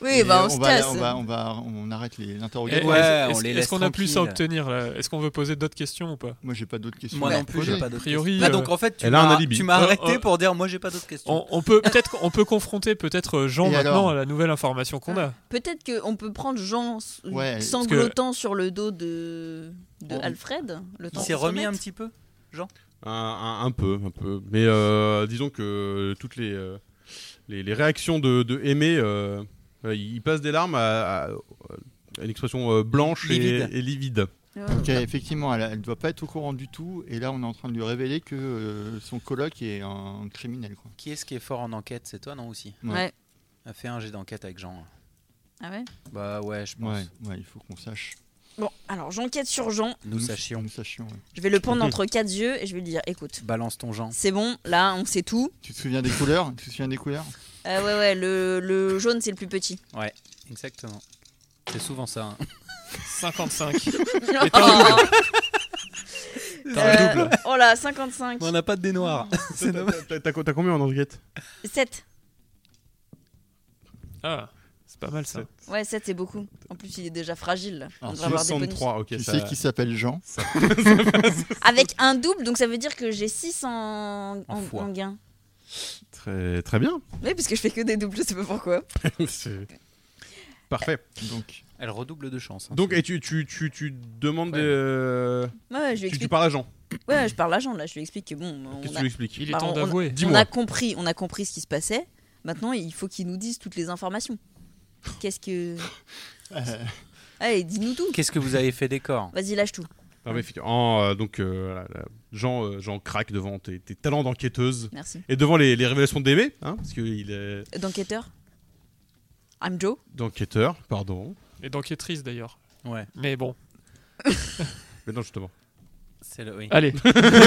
Speaker 4: Oui,
Speaker 1: Et
Speaker 4: bah on, se
Speaker 1: va,
Speaker 4: casse.
Speaker 1: on va, on va, on arrête les-
Speaker 5: Eh,
Speaker 1: l'interrogation.
Speaker 3: Ouais,
Speaker 5: est-ce-
Speaker 3: on
Speaker 5: est-ce-
Speaker 3: les
Speaker 5: Est-ce
Speaker 3: laisse
Speaker 5: qu'on a plus à
Speaker 3: tranquilles.
Speaker 5: obtenir là Est-ce qu'on veut poser d'autres questions ou pas
Speaker 1: Moi, j'ai pas d'autres questions.
Speaker 3: Moi
Speaker 1: à
Speaker 3: non plus, j'ai
Speaker 1: poser.
Speaker 3: pas d'autres
Speaker 5: priori,
Speaker 3: questions. Bah,
Speaker 5: euh,
Speaker 3: donc en fait, tu
Speaker 2: elle a un
Speaker 3: m'as
Speaker 2: alibi.
Speaker 3: tu m'as
Speaker 5: Euh,
Speaker 3: arrêté
Speaker 5: euh,
Speaker 3: pour dire moi j'ai pas d'autres questions.
Speaker 5: on, on peut peut-être qu'on peut confronter peut-être euh, Jean
Speaker 1: Et
Speaker 5: maintenant
Speaker 1: alors
Speaker 5: à la nouvelle information qu'on a.
Speaker 4: Peut-être qu'on peut prendre Jean s-
Speaker 1: Ouais,
Speaker 4: sanglotant sur le dos de, de
Speaker 3: On-
Speaker 4: Alfred. Le
Speaker 3: Il
Speaker 4: temps
Speaker 3: s'est
Speaker 4: qu'il se
Speaker 3: remis un
Speaker 4: remette.
Speaker 3: petit peu.
Speaker 2: Un, un- un peu, un peu. Mais euh, disons que toutes les, euh, les, les réactions de, de Aimé, euh, voilà, il passe des larmes à, à- à une expression euh, blanche et-
Speaker 3: Livide.
Speaker 2: Et, livide.
Speaker 4: Ouais.
Speaker 1: Ok, effectivement, elle, ne doit pas être au courant du tout. Et là, on est en train de lui révéler que euh, son coloc est un criminel. Quoi.
Speaker 3: Qui est-ce qui est fort en enquête C'est toi non aussi
Speaker 1: Ouais.
Speaker 4: Ouais.
Speaker 3: A fait un jet d'enquête avec Jean. hein.
Speaker 4: Ah ouais
Speaker 3: Bah ouais, je pense.
Speaker 1: Ouais, ouais, il faut qu'on sache.
Speaker 4: Bon, alors j'enquête sur Jean.
Speaker 3: Nous sachions.
Speaker 1: Nous sachions. ouais.
Speaker 4: Je vais le prendre entre quatre yeux et je vais lui dire écoute,
Speaker 3: Balance ton Jean.
Speaker 4: c'est bon, là on sait tout.
Speaker 1: Tu te souviens des couleurs Tu te souviens des couleurs
Speaker 4: Euh, ouais, ouais, le, le jaune c'est le plus petit.
Speaker 3: Exactement. C'est souvent ça. hein.
Speaker 5: 55.
Speaker 4: oh,
Speaker 3: T'as un
Speaker 4: Euh, oh là, 55.
Speaker 3: Mais on n'a pas de dé noir.
Speaker 2: T'as- T'as t'as- t'as combien en enquête
Speaker 4: 7.
Speaker 5: Ah, C'est pas mal ça.
Speaker 4: Ouais, 7 c'est beaucoup. En plus, il est déjà fragile. là. On
Speaker 2: Alors,
Speaker 4: devrait avoir des bonus.
Speaker 2: 63, ok.
Speaker 1: Tu
Speaker 2: ça-
Speaker 1: sais qui s'appelle Jean
Speaker 2: ça- ça passe.
Speaker 4: Avec un double, donc ça veut dire que j'ai 6 en, en,
Speaker 3: En fois.
Speaker 4: en gain.
Speaker 2: Très, très bien.
Speaker 4: Oui, parce que je fais que des doubles, je sais pas pourquoi.
Speaker 2: C'est- Parfait.
Speaker 1: Donc,
Speaker 3: Elle redouble de chance. hein.
Speaker 2: Donc, et tu, tu, tu, tu demandes.
Speaker 3: Ouais.
Speaker 2: euh,
Speaker 4: Ouais, ouais, je
Speaker 2: tu, tu
Speaker 4: lui explique.
Speaker 2: parles à Jean.
Speaker 4: Ouais, je parle à Jean, là, je lui explique que bon, on
Speaker 2: Qu'est-ce que
Speaker 4: a-
Speaker 2: tu lui expliques
Speaker 5: Il est
Speaker 4: Bah,
Speaker 5: temps
Speaker 4: on- on-
Speaker 5: d'avouer.
Speaker 4: on,
Speaker 2: Dis-moi.
Speaker 4: a compris, on a compris ce qui se passait. Maintenant, il faut qu'il nous dise toutes les informations. Qu'est-ce que.
Speaker 1: euh,
Speaker 4: Allez, dis-nous tout.
Speaker 3: Qu'est-ce que vous avez fait des corps
Speaker 4: Vas-y, lâche tout.
Speaker 2: Non, mais effectivement, en, euh, donc, euh, voilà, là, Jean, euh, Jean craque devant tes, tes talents d'enquêteuse
Speaker 4: Merci. Euh,
Speaker 2: et devant les, les révélations de DB, hein, parce qu'il est
Speaker 4: D'enquêteur I'm Joe
Speaker 2: d'enquêteur, pardon.
Speaker 5: Et d'enquêtrice d'ailleurs.
Speaker 3: Ouais,
Speaker 5: Mais bon,
Speaker 2: Mais non, justement.
Speaker 3: c'est le. oui.
Speaker 5: allez.
Speaker 1: on peut
Speaker 3: Blanc,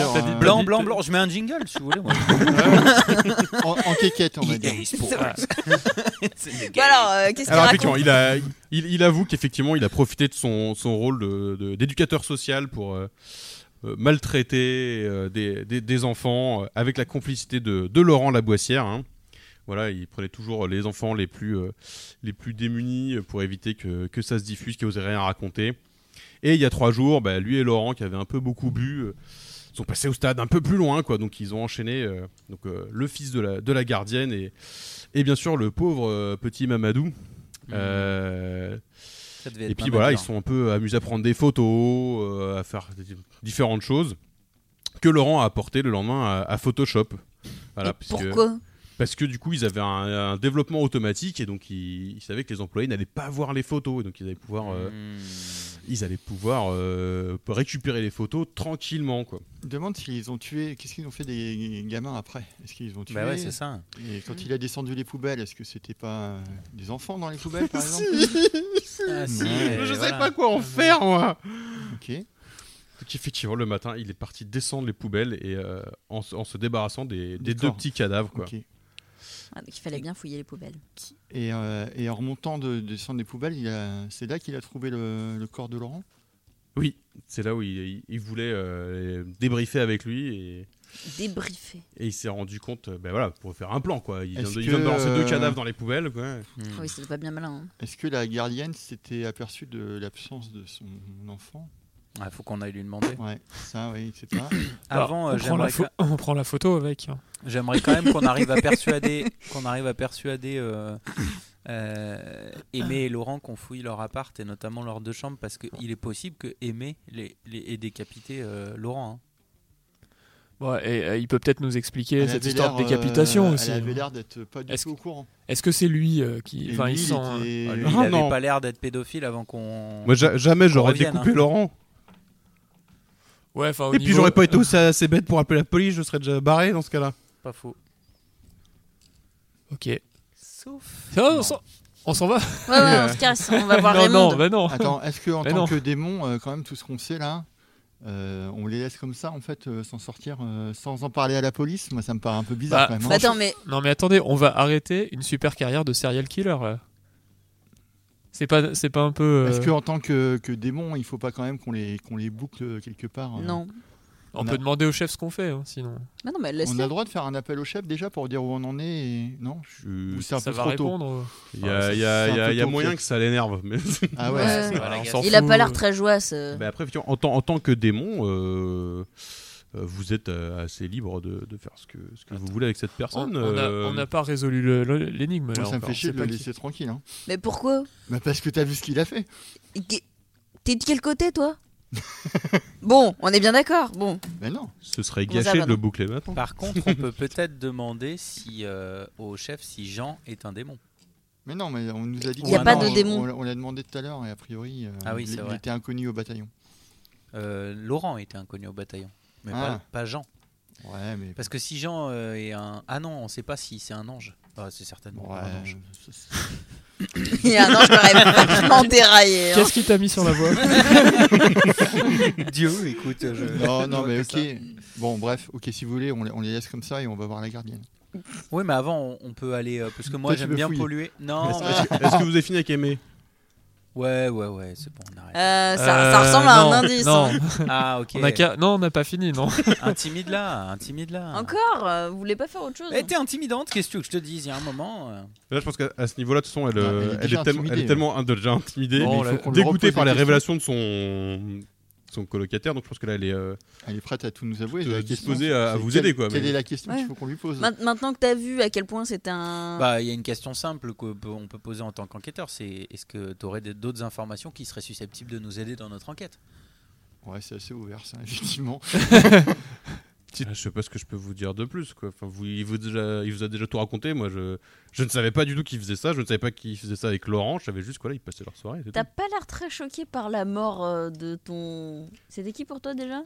Speaker 1: dire,
Speaker 5: t'as dit
Speaker 1: euh,
Speaker 3: Blanc, blanc, blanc. Je mets un jingle si vous voulez. Moi.
Speaker 1: En, en quéquette, on va dire.
Speaker 3: EA Sports.
Speaker 2: Ah.
Speaker 3: C'est des
Speaker 4: Bah
Speaker 3: gars.
Speaker 4: alors, euh, qu'est-ce qu'il
Speaker 2: Alors effectivement,
Speaker 4: raconte
Speaker 2: il, a, il, il avoue qu'effectivement, il a profité de son, son rôle de- de- d'éducateur social pour euh, euh, maltraiter euh, des, des- des enfants euh, avec la complicité de, de Laurent Laboissière. hein. Voilà, il prenait toujours les enfants les plus, euh, les plus démunis euh, pour éviter que, que ça se diffuse, qu'ils n'osaient rien raconter. Et il y a trois jours, bah, lui et Laurent, qui avaient un peu beaucoup bu, euh, sont passés au stade un peu plus loin, quoi. Donc ils ont enchaîné euh, donc, euh, le fils de la, de la gardienne et, et bien sûr le pauvre euh, petit Mamadou. Euh,
Speaker 3: Ça devait être
Speaker 2: et
Speaker 3: pas
Speaker 2: puis
Speaker 3: mal hein.
Speaker 2: voilà, ils
Speaker 3: dur.
Speaker 2: sont un peu amusés à prendre des photos, euh, à faire des- différentes choses que Laurent a apporté le lendemain à, à Photoshop. Voilà,
Speaker 4: Et
Speaker 2: parce que-
Speaker 4: Pourquoi
Speaker 2: parce que du coup, ils avaient un, un développement automatique et donc ils, ils savaient que les employés n'allaient pas voir les photos et donc ils allaient pouvoir, euh,
Speaker 3: Hmm.
Speaker 2: ils allaient pouvoir euh, récupérer les photos tranquillement quoi.
Speaker 1: Demande s'ils ont tué. Qu'est-ce qu'ils ont fait des gamins après Est-ce qu'ils les ont tué
Speaker 3: Bah ouais, c'est ça.
Speaker 1: Et quand il a descendu les poubelles, est-ce que c'était pas euh, des enfants dans les poubelles par exemple
Speaker 3: Ah, si,
Speaker 1: Je
Speaker 3: euh,
Speaker 2: Je sais
Speaker 3: voilà.
Speaker 2: pas
Speaker 1: Ah,
Speaker 2: quoi en faire moi.
Speaker 1: Ok.
Speaker 2: Donc effectivement, le matin, il est parti descendre les poubelles et euh, en, se- en se débarrassant des, des deux
Speaker 1: D'accord.
Speaker 2: petits cadavres quoi.
Speaker 1: ok.
Speaker 4: Ah, donc Il fallait bien fouiller les poubelles.
Speaker 1: Et, euh, et en remontant de, de descendre des poubelles, il a- c'est là qu'il a trouvé le, le corps de Laurent.
Speaker 2: Oui, c'est là où il, il- il voulait euh, débriefer avec lui et,
Speaker 4: Débriefer.
Speaker 2: et il s'est rendu compte, euh, ben voilà, pour faire un plan quoi. Il vient,
Speaker 1: Est-ce
Speaker 2: de, il vient de
Speaker 1: que,
Speaker 2: balancer
Speaker 1: euh,
Speaker 2: deux cadavres dans les poubelles quoi.
Speaker 3: Hmm.
Speaker 4: Ah oui, c'était pas bien malin. hein.
Speaker 1: Est-ce que la gardienne s'était aperçue de l'absence de son enfant
Speaker 3: Ah, faut qu'on aille lui demander.
Speaker 1: Ouais, ça, oui, etc.
Speaker 3: Avant, euh,
Speaker 5: on, prend la
Speaker 3: j'aimerais
Speaker 5: pho- on prend la photo avec. hein.
Speaker 3: J'aimerais quand même qu'on arrive à persuader, qu'on arrive à persuader euh, euh, Aimé et Laurent qu'on fouille leur appart et notamment leurs deux chambres parce qu'il est possible que Aimé les, les- ait décapité euh, Laurent. hein.
Speaker 5: Bon, et, euh, il peut peut-être nous expliquer
Speaker 1: Elle
Speaker 5: cette
Speaker 1: avait
Speaker 5: histoire de
Speaker 1: l'air, euh,
Speaker 5: décapitation aussi.
Speaker 1: Elle avait l'air d'être pas du
Speaker 5: Est-ce
Speaker 1: tout au courant.
Speaker 5: Est-ce que c'est lui euh, qui.
Speaker 1: Et
Speaker 5: Enfin,
Speaker 1: lui,
Speaker 5: il
Speaker 1: il
Speaker 5: sent. hein.
Speaker 1: était- euh,
Speaker 3: Ah, lui,
Speaker 2: Ah, non.
Speaker 3: il n'avait pas l'air d'être pédophile avant qu'on.
Speaker 2: Moi ja- jamais j'aurais
Speaker 3: revienne,
Speaker 2: découpé
Speaker 3: hein.
Speaker 2: Laurent.
Speaker 5: euh, Ouais, enfin, au
Speaker 2: Et puis
Speaker 5: niveau-
Speaker 2: j'aurais pas été aussi assez bête pour appeler la police, je serais déjà barré dans ce cas-là.
Speaker 3: Pas faux.
Speaker 5: Ok.
Speaker 3: Sauf.
Speaker 5: Ah, on
Speaker 3: Non.
Speaker 5: s'en- on s'en va
Speaker 4: Ouais, ouais, on se casse, on va voir
Speaker 5: Non,
Speaker 4: Raymond.
Speaker 5: non, bah non.
Speaker 1: Attends, est-ce que en
Speaker 5: Mais
Speaker 1: tant
Speaker 5: non.
Speaker 1: que démon, euh, quand même, tout ce qu'on sait là, euh, on les laisse comme ça en fait, euh, sans sortir, euh, sans en parler à la police Moi, ça me paraît un peu bizarre
Speaker 5: Bah,
Speaker 1: quand même.
Speaker 4: Bah
Speaker 1: hein.
Speaker 4: attends, mais
Speaker 5: Non mais attendez, on va arrêter une super carrière de serial killer. là. C'est pas, c'est pas un peu. euh,
Speaker 1: Est-ce que en tant que, que démon, il faut pas quand même qu'on les qu'on les boucle quelque part euh,
Speaker 4: non.
Speaker 5: on,
Speaker 1: on a-
Speaker 5: peut demander au chef ce qu'on fait, hein, sinon.
Speaker 4: Bah non,
Speaker 1: On
Speaker 4: mais
Speaker 1: a
Speaker 4: laisse-le.
Speaker 1: le droit de faire un appel au chef déjà pour dire où on en est et- Non
Speaker 2: Euh,
Speaker 1: Ou c'est un
Speaker 5: ça
Speaker 1: peu
Speaker 5: va
Speaker 1: trop tôt
Speaker 5: répondre.
Speaker 2: Il y a, il y a-
Speaker 1: c'est un
Speaker 2: il y a-
Speaker 1: peu
Speaker 2: il y a
Speaker 1: tôt,
Speaker 2: moyen
Speaker 1: peut-être.
Speaker 2: que ça l'énerve. Mais...
Speaker 1: Ah ouais,
Speaker 4: Ouais.
Speaker 5: euh, on s'en
Speaker 4: Il a
Speaker 5: fout,
Speaker 4: pas l'air
Speaker 5: euh.
Speaker 4: très joyeux. euh.
Speaker 2: Bah, après, effectivement, en tant, en tant que démon, euh, euh, vous êtes euh, assez libre de, de faire ce que, ce que vous voulez avec cette
Speaker 5: On
Speaker 2: personne.
Speaker 5: on a-
Speaker 2: euh,
Speaker 5: on n'a pas résolu le- le- l'énigme. là,
Speaker 1: Moi, ça me
Speaker 5: encore.
Speaker 1: fait chier
Speaker 5: C'est
Speaker 1: de le
Speaker 5: pas qui-
Speaker 1: laisser tranquille. Hein.
Speaker 4: Mais pourquoi
Speaker 1: Bah, parce que t'as vu ce qu'il a fait.
Speaker 4: T'es- T'es de quel côté, toi Bon, on est bien d'accord. Bon,
Speaker 1: Bah non.
Speaker 2: Ce serait
Speaker 4: Comment ça,
Speaker 2: gâché de
Speaker 4: pardon
Speaker 2: le boucler maintenant.
Speaker 3: Par contre, on peut peut-être demander si euh, au chef si Jean est un démon.
Speaker 1: Mais non, mais on nous a dit
Speaker 4: Il y a
Speaker 1: que-
Speaker 4: pas
Speaker 1: non,
Speaker 4: de
Speaker 1: on-
Speaker 4: démon.
Speaker 1: On, l'a- on l'a demandé tout à l'heure et a priori, euh,
Speaker 3: Ah oui,
Speaker 1: il,
Speaker 3: c'est
Speaker 1: il
Speaker 3: vrai.
Speaker 1: était inconnu au bataillon.
Speaker 3: Euh, Laurent était inconnu au bataillon, mais
Speaker 1: Ah.
Speaker 3: pas- pas Jean.
Speaker 1: Ouais, mais.
Speaker 3: Parce que si Jean euh, est un. Ah non, on sait pas si c'est un ange. Ah, c'est certainement
Speaker 1: Ouais,
Speaker 3: pas un ange.
Speaker 1: ça, c'est-
Speaker 4: il y a un ange quand même vachement déraillé. hein.
Speaker 5: Qu'est-ce qui t'a mis sur la voie
Speaker 3: Dieu, écoute. Je...
Speaker 1: Non, non, mais ok.
Speaker 3: ça.
Speaker 1: Bon, bref, ok, si vous voulez, on les, on les laisse comme ça et on va voir la gardienne.
Speaker 3: Oui, mais avant, on, on peut aller. euh, parce que moi,
Speaker 1: Toi, tu
Speaker 3: j'aime
Speaker 1: veux
Speaker 3: bien
Speaker 1: fouiller.
Speaker 3: polluer. Non,
Speaker 2: Est-ce que vous avez fini avec Aimé
Speaker 3: Ouais, ouais, ouais, c'est bon, on arrête.
Speaker 4: Euh, ça- ça ressemble à un indice,
Speaker 5: Non.
Speaker 4: hein.
Speaker 3: Ah, ok.
Speaker 5: On a qu'à- non, on n'a pas fini, non.
Speaker 3: Intimide là, intimide là.
Speaker 4: Encore euh, Vous voulez pas faire autre chose
Speaker 3: Eh, t'es intimidante, qu'est-ce que tu veux que je te dise Il y a un moment. euh.
Speaker 2: Là, je pense qu'à à ce niveau-là, de toute façon, elle,
Speaker 1: Non,
Speaker 2: euh,
Speaker 1: elle est
Speaker 2: elle,
Speaker 1: déjà
Speaker 2: est tellement, elle
Speaker 1: intimidée, hein.
Speaker 2: est tellement ind- déjà intimidée,
Speaker 1: Bon,
Speaker 2: mais
Speaker 1: là,
Speaker 2: il faut
Speaker 1: qu'on lui repose
Speaker 2: dégoûtée
Speaker 1: les
Speaker 2: par les
Speaker 1: questions.
Speaker 2: révélations de son, son colocataire. Donc, je pense que là, elle est euh,
Speaker 1: Elle est prête à tout nous avouer.
Speaker 2: de-
Speaker 1: la question,
Speaker 2: disposée à, à
Speaker 1: c'est
Speaker 2: vous
Speaker 1: quelle-
Speaker 2: aider. Quoi,
Speaker 1: Quelle
Speaker 2: mais-
Speaker 1: est la question
Speaker 4: Ouais.
Speaker 1: qu'il faut qu'on lui pose
Speaker 4: Main- Maintenant que t'as vu à quel point c'était un.
Speaker 3: Bah, il y a une question simple qu'on peut, on peut poser en tant qu'enquêteur c'est est-ce que t'aurais des- d'autres informations qui seraient susceptibles de nous aider dans notre enquête
Speaker 1: Ouais, c'est assez ouvert, ça, effectivement.
Speaker 2: Ah, je sais pas ce que je peux vous dire de plus. Quoi. Enfin, vous, il, vous déjà- il vous a déjà tout raconté. Moi, je, je ne savais pas du tout qu'il faisait ça. Je ne savais pas qu'il faisait ça avec Laurent. Je savais juste qu'ils passaient leur soirée. c'est
Speaker 4: T'as
Speaker 2: tout.
Speaker 4: pas l'air très choqué par la mort euh, de ton. C'était qui pour toi déjà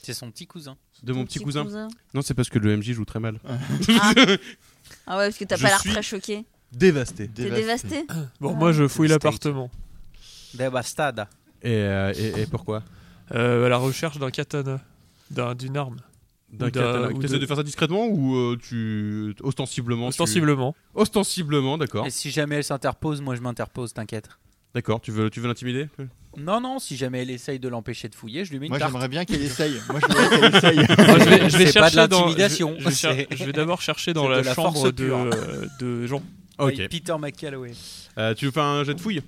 Speaker 3: C'est son petit cousin.
Speaker 2: De
Speaker 4: Ton
Speaker 2: mon petit cousin. Non, c'est parce que le MJ joue très mal.
Speaker 4: ah. Ah ouais, parce que t'as
Speaker 2: Je
Speaker 4: pas l'air
Speaker 2: suis
Speaker 4: très choqué.
Speaker 2: Dévasté.
Speaker 4: T'es dévasté
Speaker 5: Bon, moi, je fouille
Speaker 3: Mistake.
Speaker 5: l'appartement.
Speaker 3: Ben, bah, Devastada.
Speaker 2: Et, euh, et- et pourquoi
Speaker 5: Euh, à la recherche d'un katana, d'un- d'une arme.
Speaker 2: D'un
Speaker 5: Ou d'un-
Speaker 2: katana.
Speaker 5: ou
Speaker 2: T'essaies
Speaker 5: de-
Speaker 2: de faire ça discrètement ou euh, tu ostensiblement tu-
Speaker 5: Ostensiblement.
Speaker 2: Ostensiblement, d'accord.
Speaker 3: Et si jamais elle s'interpose, moi je m'interpose, t'inquiète.
Speaker 2: D'accord. Tu veux, tu veux l'intimider
Speaker 3: Non, non, si jamais elle essaye de l'empêcher de fouiller, je lui mets une
Speaker 1: Moi,
Speaker 3: tarte.
Speaker 1: j'aimerais bien qu'elle essaye. Moi, je voudrais qu'elle essaye.
Speaker 5: Moi, je vais, je vais
Speaker 3: C'est pas de
Speaker 5: chercher dans-
Speaker 3: l'intimidation,
Speaker 5: Je, je vais cher-
Speaker 3: c'est-
Speaker 5: je vais d'abord chercher dans
Speaker 3: c'est de
Speaker 5: la,
Speaker 3: la
Speaker 5: chambre
Speaker 3: force
Speaker 5: de,
Speaker 3: pure.
Speaker 5: euh, de Jean.
Speaker 2: Ok.
Speaker 3: Avec Peter McCalloway.
Speaker 2: Euh, tu veux faire un jet de fouille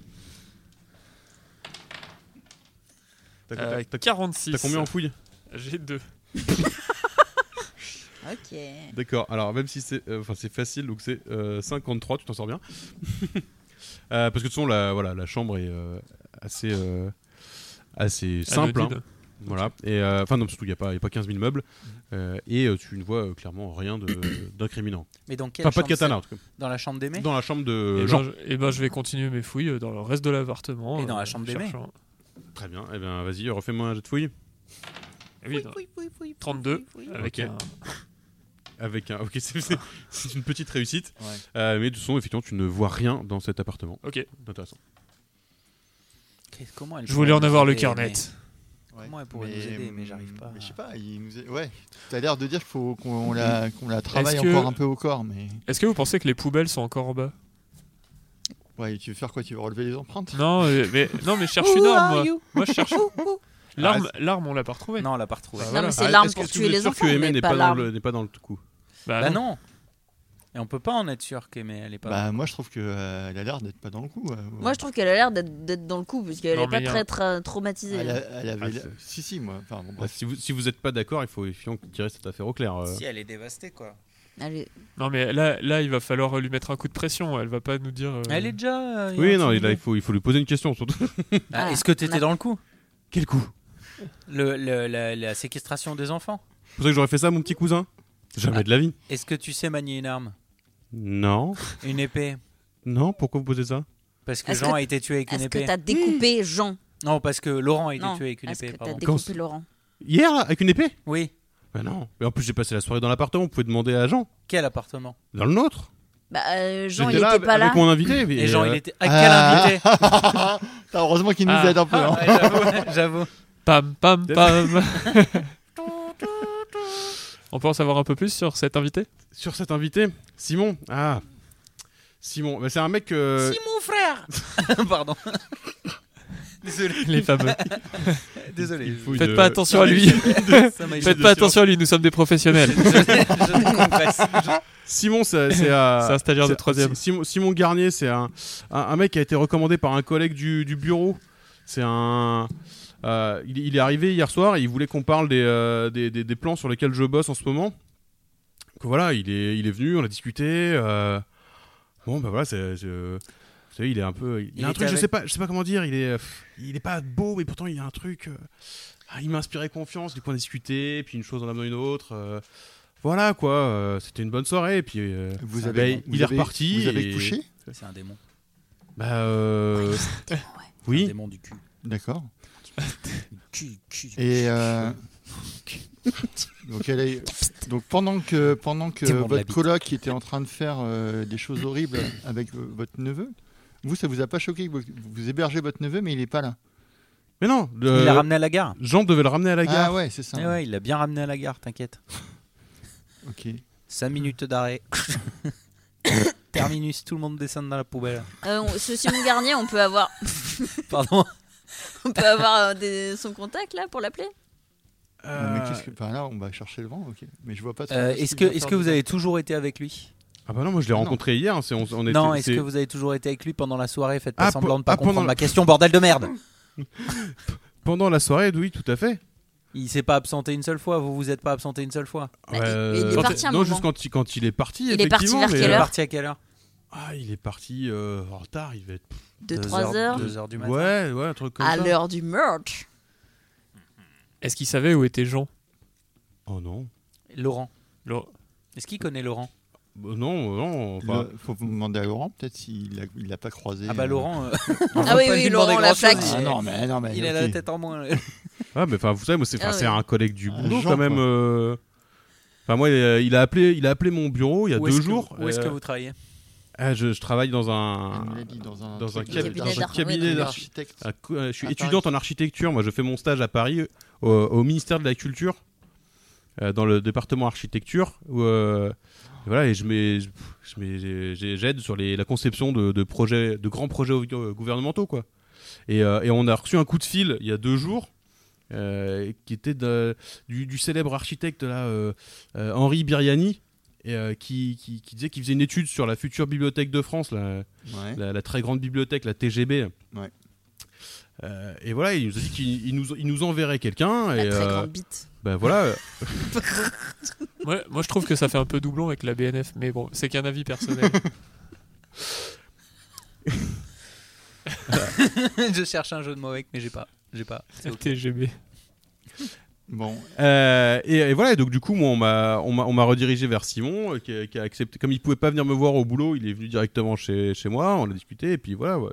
Speaker 2: T'as
Speaker 5: Euh,
Speaker 2: t'as- t'as-
Speaker 5: 46.
Speaker 2: t'as combien en fouille
Speaker 5: J'ai deux.
Speaker 2: Ah.
Speaker 4: Ok.
Speaker 2: D'accord, alors même si c'est euh, enfin, c'est facile, donc c'est euh, 53, tu t'en sors bien. Euh, parce que de toute façon, la, voilà, la chambre est euh, assez, euh, assez simple. hein.
Speaker 5: Anodine.
Speaker 2: Voilà. Et, euh, Enfin, non, surtout, il n'y a, pas- y a pas 15 000 meubles.
Speaker 5: Mm.
Speaker 2: Euh, et euh, tu ne vois euh, clairement rien de- d'incriminant.
Speaker 3: Mais dans quelle
Speaker 2: Enfin, pas de
Speaker 3: chambre
Speaker 2: katana, en tout cas.
Speaker 3: c'est Dans la chambre d'Aimé
Speaker 2: Dans la chambre
Speaker 5: Et
Speaker 2: de
Speaker 3: Euh,
Speaker 5: ben,
Speaker 2: Jean.
Speaker 5: je, eh ben, je vais continuer mes fouilles euh, dans le reste de l'appartement. euh,
Speaker 3: Et dans la chambre d'Aimé.
Speaker 5: cherchant-
Speaker 2: Très bien, eh bien, vas-y, refais-moi un jet de fouille.
Speaker 5: Eh oui, dans- 32 avec
Speaker 2: Ok.
Speaker 5: un-
Speaker 2: Avec un. Ok, c'est- c'est c'est une petite réussite. Euh, mais de toute façon, effectivement, tu ne vois rien dans cet appartement.
Speaker 5: Ok.
Speaker 2: Intéressant.
Speaker 3: Qu'est- Comment elle
Speaker 5: Je voulais en
Speaker 3: pourrait
Speaker 5: avoir
Speaker 3: nous
Speaker 5: le
Speaker 3: aider,
Speaker 5: carnet.
Speaker 3: mais-
Speaker 1: Ouais.
Speaker 3: Comment elle pourrait nous aider, mais j'arrive pas.
Speaker 1: mm, Je sais pas, il nous est- ouais. T'as l'air de dire qu'il faut qu'on la, qu'on la travaille
Speaker 5: Est-ce que-
Speaker 1: encore un peu au corps, mais.
Speaker 5: Est-ce que vous pensez que les poubelles sont encore en bas
Speaker 1: Ouais, tu veux faire quoi Tu veux relever les empreintes
Speaker 5: Non, euh, mais non, mais je cherche une arme. Moi, Moi, je cherche. L'arme, l'arme, on l'a pas retrouvée.
Speaker 3: Non, on l'a pas retrouvée.
Speaker 5: Bah,
Speaker 4: Non, mais
Speaker 5: voilà.
Speaker 4: c'est l'arme
Speaker 2: Ah, Est-ce que-
Speaker 4: pour
Speaker 2: est-ce que
Speaker 4: tuer
Speaker 2: vous êtes
Speaker 4: les
Speaker 2: sûr
Speaker 4: enfants,
Speaker 2: que Aimé
Speaker 4: mais
Speaker 2: n'est
Speaker 4: pas
Speaker 2: pas, dans
Speaker 4: l'arme.
Speaker 2: le- n'est pas dans le coup.
Speaker 5: Bah,
Speaker 3: Bah
Speaker 5: non.
Speaker 3: non Et on peut pas en être sûr qu'Aimé, elle est pas.
Speaker 1: Bah, moi, je trouve qu'elle a l'air d'être pas dans le coup. euh,
Speaker 4: Moi, je trouve qu'elle a l'air d'être d'être dans le coup, puisqu'elle
Speaker 5: Non,
Speaker 4: est pas
Speaker 5: mais y
Speaker 4: très,
Speaker 5: a-
Speaker 4: tra- traumatisée. hein.
Speaker 1: Elle,
Speaker 4: là.
Speaker 1: a- elle avait.
Speaker 2: Ah,
Speaker 1: la-
Speaker 2: c'est-
Speaker 1: si, si, moi. Enfin, bon,
Speaker 2: Bah,
Speaker 1: bref.
Speaker 2: si vous si vous êtes pas d'accord, il faut effectivement tirer cette affaire au clair. euh.
Speaker 3: Si elle est dévastée quoi.
Speaker 4: Elle est-
Speaker 5: Non, mais là, là, il va falloir lui mettre un coup de pression. Elle va pas nous dire. euh,
Speaker 3: Elle est déjà. euh,
Speaker 2: Oui, non,
Speaker 3: intimidée.
Speaker 2: il, là, il faut il faut lui poser une question surtout.
Speaker 3: Ah, Est-ce que t'étais
Speaker 4: Ah.
Speaker 3: dans le coup
Speaker 2: Quel coup
Speaker 3: Le- le- la, la séquestration des enfants.
Speaker 2: C'est pour ça que j'aurais fait ça, à mon petit cousin. Jamais de la vie.
Speaker 3: Est-ce que tu sais manier une arme
Speaker 2: Non,
Speaker 3: Une épée
Speaker 2: non. Pourquoi vous posez ça
Speaker 3: Parce que
Speaker 4: Est-ce
Speaker 3: Jean
Speaker 4: que-
Speaker 3: a été tué avec une
Speaker 4: Est-ce que
Speaker 3: épée.
Speaker 4: t'as découpé Jean
Speaker 3: Non, parce que Laurent a été
Speaker 4: Non.
Speaker 3: tué avec une
Speaker 4: Est-ce
Speaker 3: épée.
Speaker 4: que t'as
Speaker 3: pardon.
Speaker 2: Quand
Speaker 4: découpé
Speaker 2: c'est-
Speaker 4: Laurent
Speaker 2: Hier, là, avec une épée
Speaker 3: Oui.
Speaker 2: Bah non. Et en plus, j'ai passé la soirée dans l'appartement. Vous pouvez demander à Jean.
Speaker 3: Quel appartement
Speaker 2: Dans le nôtre.
Speaker 4: Bah, euh, Jean, il
Speaker 2: J'étais là
Speaker 4: était pas
Speaker 2: avec
Speaker 4: là.
Speaker 2: mon invité.
Speaker 3: Et,
Speaker 2: et,
Speaker 3: Jean,
Speaker 2: euh,
Speaker 3: il était. À quel
Speaker 1: Ah.
Speaker 3: invité
Speaker 1: Putain, heureusement qu'il nous
Speaker 5: Ah.
Speaker 1: aide un peu. hein.
Speaker 3: Ouais, j'avoue, J'avoue.
Speaker 5: Pam, pam, pam. on peut en savoir un peu plus sur cet invité
Speaker 2: sur cet invité, Simon. Ah, Simon. Bah, c'est un mec. euh,
Speaker 3: mon frère Pardon. Désolé.
Speaker 5: Les fameux.
Speaker 3: Désolé.
Speaker 2: il faut
Speaker 5: Faites
Speaker 2: une-
Speaker 5: pas attention à lui.
Speaker 3: Ça m'a
Speaker 5: Faites
Speaker 3: échappé.
Speaker 5: pas attention à lui. Nous sommes des professionnels.
Speaker 3: Je, je décompresse.
Speaker 2: Simon, c'est c'est, euh,
Speaker 5: C'est un stagiaire de
Speaker 2: c'est-
Speaker 5: troisième.
Speaker 2: c'est- Simon, Simon Garnier, c'est un, un, un mec qui a été recommandé par un collègue du, du bureau. C'est un. euh, il, il est arrivé hier soir et il voulait qu'on parle des, euh, des, des- des plans sur lesquels je bosse en ce moment. Donc voilà, il est, il est venu, on a discuté. euh, Bon, bah voilà, c'est. c'est, euh, Vous savez, il est un peu. Il,
Speaker 3: Il
Speaker 2: a un
Speaker 3: était
Speaker 2: truc, je,
Speaker 3: avec-
Speaker 2: sais pas, je sais pas comment dire, il est, euh, pff, il est pas beau, mais pourtant il a un truc. euh, ah, il m'a inspiré confiance, du coup on a discuté, puis une chose en amenant une autre. euh, voilà quoi, euh, c'était une bonne soirée. Et puis euh,
Speaker 1: Vous
Speaker 2: bah,
Speaker 1: avez,
Speaker 2: il
Speaker 1: vous
Speaker 2: est
Speaker 1: avez-
Speaker 2: reparti.
Speaker 1: Vous avez
Speaker 2: et-
Speaker 1: couché
Speaker 3: C'est un démon.
Speaker 2: Bah euh,
Speaker 3: Un
Speaker 2: oui.
Speaker 3: démon du cul.
Speaker 1: D'accord.
Speaker 3: Cul, cul.
Speaker 1: Et euh, donc, elle est- donc pendant que pendant que
Speaker 3: T'es bon de la
Speaker 1: votre
Speaker 3: bite.
Speaker 1: coloc était en train de faire euh, des choses horribles avec euh, votre neveu, vous ça vous a pas choqué que vous, vous hébergez votre neveu mais il est pas là.
Speaker 2: Mais non, le-
Speaker 3: Il l'a ramené à la gare.
Speaker 2: Jean devait le ramener à la gare.
Speaker 1: Ah ouais c'est ça.
Speaker 3: Eh ouais, il l'a bien ramené à la gare, t'inquiète.
Speaker 1: Ok.
Speaker 3: 5 minutes d'arrêt. Terminus, tout le monde descend dans la poubelle.
Speaker 4: Euh, on- ce Simon Garnier, on peut avoir,
Speaker 3: Pardon.
Speaker 4: on peut avoir euh, des- son contact là pour l'appeler
Speaker 1: Mais qu'est-ce que. Enfin là, on va chercher le vent, ok. Mais je vois pas trop.
Speaker 3: Euh,
Speaker 1: ce qu'il
Speaker 3: est-ce que,
Speaker 1: doit
Speaker 3: est-ce
Speaker 1: faire
Speaker 3: que vous
Speaker 1: dedans.
Speaker 3: avez toujours été avec lui
Speaker 2: Ah bah non, moi je l'ai
Speaker 1: Non.
Speaker 2: rencontré hier. C'est, on, on était,
Speaker 3: Non, est-ce
Speaker 2: c'est-
Speaker 3: que vous avez toujours été avec lui pendant la soirée Faites pas
Speaker 2: Ah,
Speaker 3: semblant de
Speaker 2: pe-
Speaker 3: pas
Speaker 2: ah,
Speaker 3: comprendre
Speaker 2: pendant-
Speaker 3: ma question, bordel de merde
Speaker 2: Pendant la soirée, oui, tout à fait.
Speaker 3: Il s'est pas absenté une seule fois, vous vous êtes pas absenté une seule fois
Speaker 4: Bah, il- il est
Speaker 2: Euh, quand-
Speaker 4: parti un
Speaker 2: non,
Speaker 4: moment.
Speaker 2: juste quand il, quand il est parti.
Speaker 4: Il est parti
Speaker 2: effectivement,
Speaker 4: vers
Speaker 2: mais,
Speaker 4: quelle
Speaker 3: Il
Speaker 2: euh,
Speaker 3: est
Speaker 4: heure
Speaker 3: parti à quelle heure
Speaker 2: Ah, il est parti euh, en retard. Il va être
Speaker 4: de
Speaker 3: Deux
Speaker 4: 3
Speaker 3: heures,
Speaker 4: heures
Speaker 3: deux heures du matin.
Speaker 2: Ouais, ouais, un truc comme
Speaker 4: à
Speaker 2: ça.
Speaker 4: l'heure du meurtre.
Speaker 5: Est-ce qu'il savait où était Jean
Speaker 2: Oh non.
Speaker 3: Laurent.
Speaker 5: Le-
Speaker 3: Est-ce qu'il connaît Laurent
Speaker 2: Bah, non, non. enfin,
Speaker 1: Le- Faut vous demander à Laurent peut-être s'il l'a il l'a pas croisé.
Speaker 3: Ah bah
Speaker 1: euh.
Speaker 3: Laurent, euh,
Speaker 4: Ah oui, oui, Laurent la flaque.
Speaker 1: Ah non mais non mais.
Speaker 3: il a
Speaker 1: ok.
Speaker 3: la tête en moins. euh,
Speaker 2: Ah, mais enfin, vous savez, moi, c'est, enfin,
Speaker 4: Ah
Speaker 2: c'est
Speaker 4: oui.
Speaker 2: un collègue du
Speaker 1: Un
Speaker 2: boulot
Speaker 1: Jean,
Speaker 2: quand même.
Speaker 1: quoi.
Speaker 2: euh, Enfin, moi, il a, il a appelé, il a appelé mon bureau il y a
Speaker 3: Où est-ce
Speaker 2: deux
Speaker 3: que-
Speaker 2: jours.
Speaker 3: Où est-ce
Speaker 2: Euh,
Speaker 3: que vous travaillez
Speaker 2: ah, je, je travaille dans un.
Speaker 1: Il me l'a dit, dans un,
Speaker 2: dans un
Speaker 1: truc de-
Speaker 2: cabinet
Speaker 1: dans un
Speaker 4: d'archi-
Speaker 1: cabinet
Speaker 4: ouais,
Speaker 1: d'architecte.
Speaker 2: un co- euh, je suis
Speaker 1: À
Speaker 2: étudiante
Speaker 1: Paris.
Speaker 2: en architecture. Moi, je fais mon stage à Paris au, au ministère de la Culture, euh, dans le département architecture. où, euh, et voilà, et je mets, je- je mets- j'ai- j'ai- j'aide sur les, la conception de, de projets, de grands projets au- euh, gouvernementaux, quoi. Et, euh, et on a reçu un coup de fil il y a deux jours. euh, qui était de- du, du célèbre architecte là, euh, euh, Henri Biriani, et, euh, qui, qui- qui disait qu'il faisait une étude sur la future bibliothèque de France, là,
Speaker 1: Ouais.
Speaker 2: la, la très grande bibliothèque, la TGB.
Speaker 1: Hein Ouais.
Speaker 2: Euh, et voilà, il nous a dit qu'il il nous, il nous enverrait quelqu'un.
Speaker 4: La
Speaker 2: Et
Speaker 4: Ah, très
Speaker 2: euh,
Speaker 4: grande bite.
Speaker 2: bah voilà, euh,
Speaker 5: moi, moi, je trouve que ça fait un peu doublon avec la BNF, mais bon, c'est qu'un avis personnel.
Speaker 3: Je cherche un jeu de mots avec, mais j'ai pas. J'ai pas. C'est ok.
Speaker 5: TGB.
Speaker 1: Bon.
Speaker 2: euh, et, et voilà, donc du coup, moi, on m'a- on m'a on m'a redirigé vers Simon, euh, qui, a- qui a accepté. Comme il pouvait pas venir me voir au boulot, il est venu directement chez, chez moi, on a discuté, et puis voilà, ouais,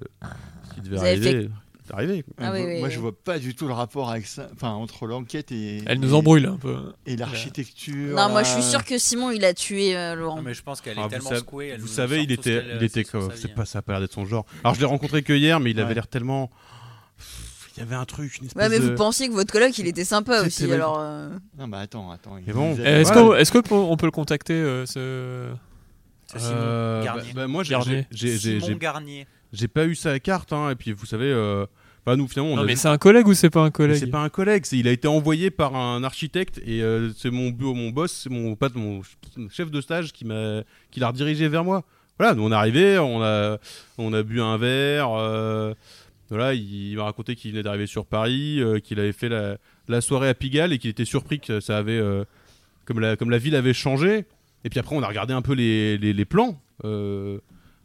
Speaker 2: ce qui devait
Speaker 4: Vous avez fait-
Speaker 2: arriver. est arrivé. quoi.
Speaker 4: Ah
Speaker 1: Euh,
Speaker 4: oui,
Speaker 1: moi,
Speaker 4: oui,
Speaker 1: moi,
Speaker 4: oui.
Speaker 1: je vois pas du tout le rapport avec ça, enfin entre l'enquête et
Speaker 5: Elle
Speaker 1: et-
Speaker 5: nous embrouille là, un peu.
Speaker 1: et l'architecture.
Speaker 4: Non,
Speaker 1: là.
Speaker 4: moi je suis sûr que Simon il a tué euh, Laurent.
Speaker 3: mais je pense qu'elle est
Speaker 2: Ah, vous
Speaker 3: tellement
Speaker 2: savez-
Speaker 3: secouée. elle
Speaker 2: Vous
Speaker 3: nous
Speaker 2: savez,
Speaker 3: sort
Speaker 2: il
Speaker 3: tout ce
Speaker 2: était,
Speaker 3: qu'elle,
Speaker 2: il
Speaker 3: euh,
Speaker 2: était,
Speaker 3: sait sur
Speaker 2: comme-
Speaker 3: sa
Speaker 2: c'est
Speaker 3: vie,
Speaker 2: pas ça, a pas l'air d'être son genre. Alors, je l'ai rencontré que hier, mais il avait
Speaker 1: Ouais.
Speaker 2: l'air tellement. Il y avait un truc, une espèce
Speaker 4: Ouais, mais
Speaker 2: de-
Speaker 4: vous pensiez que votre coloc il était sympa
Speaker 2: C'était
Speaker 4: aussi
Speaker 2: mal-
Speaker 4: alors. euh,
Speaker 1: Non, bah attends, attends.
Speaker 2: Mais bon.
Speaker 1: ils avaient-
Speaker 5: Euh, Est-ce
Speaker 2: Ouais.
Speaker 5: qu'on est-ce que peut- on peut le contacter euh, ce...
Speaker 3: hein. Ce Simon
Speaker 2: Euh,
Speaker 3: Garnier.
Speaker 2: bah- bah, moi, j'ai-
Speaker 5: Garnier.
Speaker 2: j'ai- j'ai-
Speaker 3: Simon
Speaker 2: j'ai
Speaker 3: Garnier.
Speaker 2: J'ai pas eu sa carte, hein, et puis vous savez, euh, bah, nous finalement, on
Speaker 5: Non
Speaker 2: a
Speaker 5: mais
Speaker 2: juste-
Speaker 5: c'est un collègue ou c'est pas un
Speaker 2: mais
Speaker 5: collègue
Speaker 2: c'est pas un collègue, c'est- il a été envoyé par un architecte et euh, c'est mon bu- mon boss, c'est mon pas mon ch- chef de stage qui m'a qui l'a redirigé vers moi. Voilà, nous on est arrivé, on a on a bu un verre. euh, voilà, il, il m'a raconté qu'il venait d'arriver sur Paris, euh, qu'il avait fait la, la soirée à Pigalle et qu'il était surpris que ça avait euh, comme la comme la ville avait changé. Et puis après, on a regardé un peu les les, les plans. euh,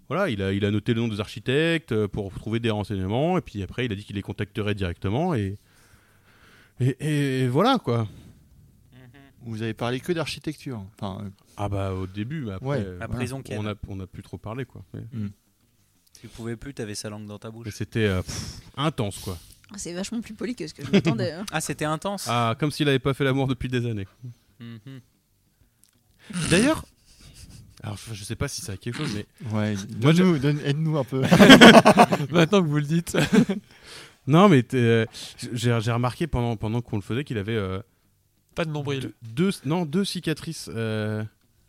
Speaker 2: voilà, il a, il a noté le nom des architectes euh, pour trouver des renseignements, et puis après, il a dit qu'il les contacterait directement, et, et, et voilà quoi.
Speaker 1: Vous avez parlé que d'architecture. Enfin, euh,
Speaker 2: Ah bah au début, mais après,
Speaker 1: Ouais.
Speaker 2: euh,
Speaker 3: La
Speaker 1: Voilà.
Speaker 3: prison qu'elle.
Speaker 2: on, a, on a plus trop parlé quoi. Mais,
Speaker 3: Tu pouvais plus, t'avais sa langue dans ta
Speaker 2: mais
Speaker 3: bouche.
Speaker 2: c'était euh, pff, intense quoi.
Speaker 4: euh, C'est vachement plus poli que ce que je m'attendais. hein.
Speaker 3: Ah, c'était intense.
Speaker 2: Ah, comme s'il avait pas fait l'amour depuis des années.
Speaker 3: Mhm.
Speaker 2: D'ailleurs, alors je je sais pas si ça a quelque chose, mais.
Speaker 1: ouais.
Speaker 2: Moi, je-
Speaker 1: Donne-nous, donne- aide-nous un peu.
Speaker 5: Maintenant que vous le dites.
Speaker 2: Non, mais t'es, euh, j'ai j'ai remarqué pendant, pendant qu'on le faisait qu'il avait. euh,
Speaker 5: pas de nombril.
Speaker 2: deux, deux- non, deux cicatrices. euh,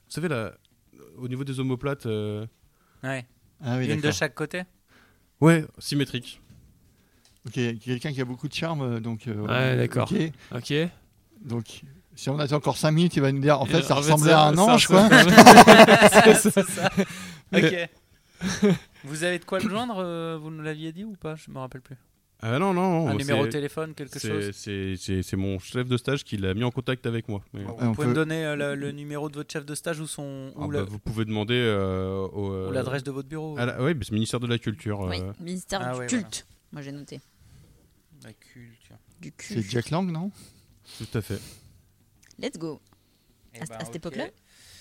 Speaker 2: vous savez, là, au niveau des omoplates. euh,
Speaker 3: Ouais.
Speaker 1: Ah oui,
Speaker 3: Une de
Speaker 1: d'accord.
Speaker 3: chaque côté
Speaker 2: Ouais, symétrique.
Speaker 1: Ok, quelqu'un qui a beaucoup de charme, euh, donc. euh,
Speaker 5: Ouais, d'accord.
Speaker 1: ok.
Speaker 5: Ok. Et
Speaker 1: Donc, si on attend encore 5 minutes, il va nous dire en fait, ça
Speaker 5: en
Speaker 1: ressemblait à un
Speaker 5: Euh, ça
Speaker 1: ange, quoi.
Speaker 5: ressemble-
Speaker 3: C'est ça.
Speaker 2: Euh.
Speaker 3: Ok. Vous avez de quoi le joindre euh, Vous nous l'aviez dit ou pas Je me rappelle plus.
Speaker 2: Ah non, non, non.
Speaker 3: Un
Speaker 2: c'est-
Speaker 3: numéro de téléphone, quelque
Speaker 2: c'est-
Speaker 3: chose
Speaker 2: c'est- C'est c'est mon chef de stage qui l'a mis en contact avec moi. Mais-
Speaker 3: Vous
Speaker 1: Ah, on
Speaker 3: pouvez me
Speaker 1: peut-
Speaker 3: donner euh, le, le numéro de votre chef de stage ou son
Speaker 2: Ah
Speaker 3: ou
Speaker 2: bah,
Speaker 3: la-
Speaker 2: vous pouvez demander euh, au. euh,
Speaker 3: ou l'adresse de votre bureau
Speaker 2: à la- ouais, mais c'est le ministère de la Culture.
Speaker 4: Oui,
Speaker 2: euh.
Speaker 4: ministère
Speaker 3: Ah
Speaker 4: du
Speaker 3: ouais,
Speaker 4: culte. Moi j'ai noté.
Speaker 3: La culture.
Speaker 4: Du culte.
Speaker 1: C'est Jack Lang, non
Speaker 2: Tout à fait.
Speaker 4: Let's go.
Speaker 3: Eh
Speaker 4: À- à cette
Speaker 3: ok.
Speaker 4: époque-là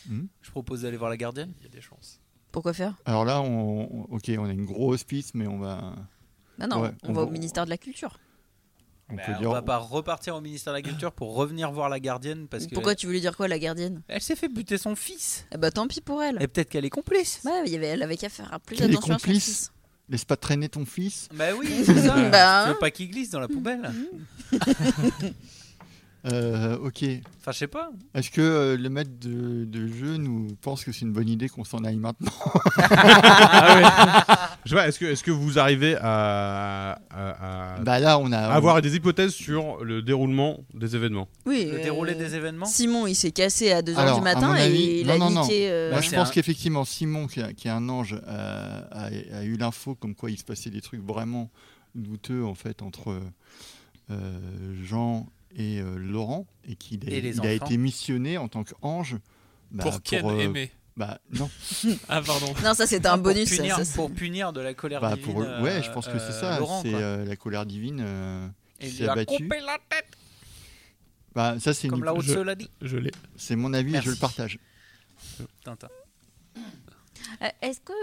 Speaker 1: Mhm.
Speaker 3: Je propose d'aller voir la gardienne.
Speaker 5: Il y a des chances.
Speaker 4: Pourquoi faire
Speaker 1: Alors là, on... on- ok, on a une grosse piste, mais on va.
Speaker 4: Bah non,
Speaker 1: Ouais,
Speaker 4: on,
Speaker 1: on
Speaker 4: va
Speaker 1: va-
Speaker 4: au ministère de la culture.
Speaker 1: On
Speaker 3: Bah,
Speaker 1: peut
Speaker 3: on
Speaker 1: dire.
Speaker 3: va pas repartir au ministère de la Culture pour revenir voir la gardienne parce que
Speaker 4: Pourquoi tu voulais dire quoi, la gardienne
Speaker 3: elle s'est fait buter son fils.
Speaker 4: Ah Bah tant pis pour
Speaker 1: Eh
Speaker 4: elle.
Speaker 3: Et peut-être qu'elle est
Speaker 1: ben,
Speaker 3: complice.
Speaker 4: Ouais, il y avait, elle avait qu'à faire hein, plus
Speaker 1: Qu'elle est
Speaker 4: attention à son
Speaker 1: complice.
Speaker 4: fils.
Speaker 1: Laisse pas traîner ton fils.
Speaker 3: Bah oui, c'est ça.
Speaker 4: Bah, Mm-hmm.
Speaker 3: Tu veux pas qu'il glisse dans la poubelle.
Speaker 1: Euh, ok.
Speaker 3: Enfin, je sais pas.
Speaker 1: Est-ce que euh, le maître de, de jeu nous pense que c'est une bonne idée qu'on s'en aille maintenant
Speaker 2: Je sais pas, est-ce que, est-ce que vous arrivez à, à- à-
Speaker 1: Bah là, on a-
Speaker 2: Ah. à avoir des hypothèses sur le déroulement des événements
Speaker 4: Oui. euh,
Speaker 3: Le déroulé des événements
Speaker 4: Simon, il s'est cassé à 2h
Speaker 1: Alors,
Speaker 4: du
Speaker 1: à
Speaker 4: matin
Speaker 1: mon avis-
Speaker 4: et il
Speaker 1: non,
Speaker 4: a
Speaker 1: non, non.
Speaker 4: niqué. euh,
Speaker 1: Moi, je
Speaker 3: c'est
Speaker 1: pense
Speaker 3: un-
Speaker 1: qu'effectivement, Simon, qui, a- qui est un ange, euh, a, a eu l'info comme quoi il se passait des trucs vraiment douteux en fait entre euh, Jean et euh, Laurent, et qu'il a,
Speaker 3: Et les
Speaker 1: il a
Speaker 3: enfants.
Speaker 1: été missionné en tant qu'ange bah,
Speaker 5: Pour Ken
Speaker 1: euh,
Speaker 5: Aimé.
Speaker 1: Bah non.
Speaker 5: Ah, pardon.
Speaker 4: Non, ça c'était un bonus.
Speaker 3: Pour
Speaker 4: ça,
Speaker 3: punir,
Speaker 4: ça, c'est-
Speaker 3: pour punir de la colère
Speaker 1: Bah,
Speaker 3: divine.
Speaker 1: pour,
Speaker 3: euh,
Speaker 1: ouais, je pense que c'est
Speaker 3: euh,
Speaker 1: ça.
Speaker 3: Laurent,
Speaker 1: c'est
Speaker 3: quoi.
Speaker 1: euh, la colère divine euh,
Speaker 3: Et
Speaker 1: qui
Speaker 3: il
Speaker 1: s'est
Speaker 3: lui a
Speaker 1: abattue.
Speaker 3: coupé la tête,
Speaker 1: Bah, ça, c'est une
Speaker 3: comme la haute
Speaker 1: hypo-
Speaker 5: je-
Speaker 3: soleil l'a dit.
Speaker 5: Je l'ai.
Speaker 1: c'est mon avis et
Speaker 3: Merci.
Speaker 1: je le partage.
Speaker 3: Tintin.
Speaker 4: Euh, Est-ce que
Speaker 3: Euh,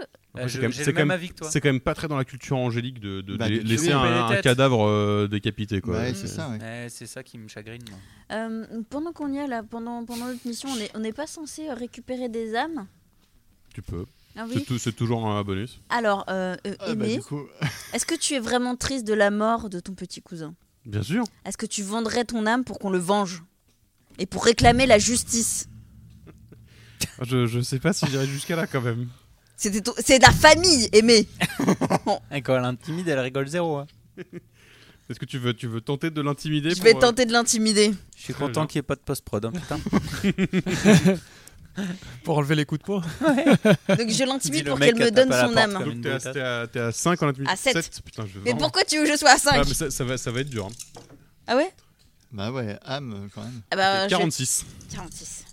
Speaker 2: c'est
Speaker 3: je-
Speaker 2: quand même-
Speaker 3: J'ai
Speaker 2: c'est
Speaker 3: le
Speaker 2: quand
Speaker 3: même
Speaker 2: même-
Speaker 3: avis que toi.
Speaker 2: C'est quand même pas très dans la culture angélique de, de-
Speaker 1: Bah,
Speaker 2: de
Speaker 1: de
Speaker 2: laisser
Speaker 1: tuer.
Speaker 2: un,
Speaker 3: Couper les
Speaker 2: un
Speaker 3: têtes.
Speaker 2: cadavre euh, décapité. Quoi.
Speaker 1: Ouais,
Speaker 4: Mm.
Speaker 1: c'est ça. ouais.
Speaker 3: Eh, c'est ça qui me chagrine. moi.
Speaker 4: euh, pendant qu'on y est là, pendant pendant notre mission, on est- on n'est pas censé euh, récupérer des âmes
Speaker 2: Tu peux.
Speaker 4: Ah
Speaker 2: C'est
Speaker 4: oui.
Speaker 2: tou- C'est toujours un bonus.
Speaker 4: Alors, euh, euh,
Speaker 1: Ah, bah,
Speaker 4: Aimé,
Speaker 1: du coup,
Speaker 4: est-ce que tu es vraiment triste de la mort de ton petit cousin
Speaker 2: Bien sûr.
Speaker 4: Est-ce que tu vendrais ton âme pour qu'on le venge et pour réclamer la justice
Speaker 2: Je, je sais pas si j'irai jusqu'à là quand même.
Speaker 4: C'était ton- c'est de la famille, Aimé.
Speaker 3: Et quand elle intimide, elle rigole zéro. hein.
Speaker 2: Est-ce que tu veux, tu veux tenter de l'intimider
Speaker 4: Je vais
Speaker 2: pour, euh,
Speaker 4: tenter de l'intimider.
Speaker 3: Je suis
Speaker 2: Très
Speaker 3: content
Speaker 2: bien.
Speaker 3: qu'il n'y ait pas de post-prod. hein, putain.
Speaker 5: Pour enlever les coups de poing.
Speaker 4: Donc je
Speaker 3: Dis
Speaker 4: l'intimide
Speaker 3: le
Speaker 4: pour
Speaker 3: mec
Speaker 4: qu'elle
Speaker 3: qui
Speaker 4: me
Speaker 3: tape
Speaker 4: donne
Speaker 3: à la
Speaker 4: son
Speaker 3: porte,
Speaker 4: âme.
Speaker 3: quoi.
Speaker 2: Donc t'es à, t'es à- t'es à 5 en intimidation.
Speaker 4: À sept.
Speaker 2: Putain, je vais
Speaker 4: Mais
Speaker 2: vraiment-
Speaker 4: pourquoi tu veux que je sois à 5
Speaker 2: Ah, mais ça, ça va, ça va être dur. hein.
Speaker 4: Ah ouais
Speaker 1: bah ouais, âme quand même.
Speaker 4: Ah bah, je-
Speaker 2: 46.
Speaker 4: 46.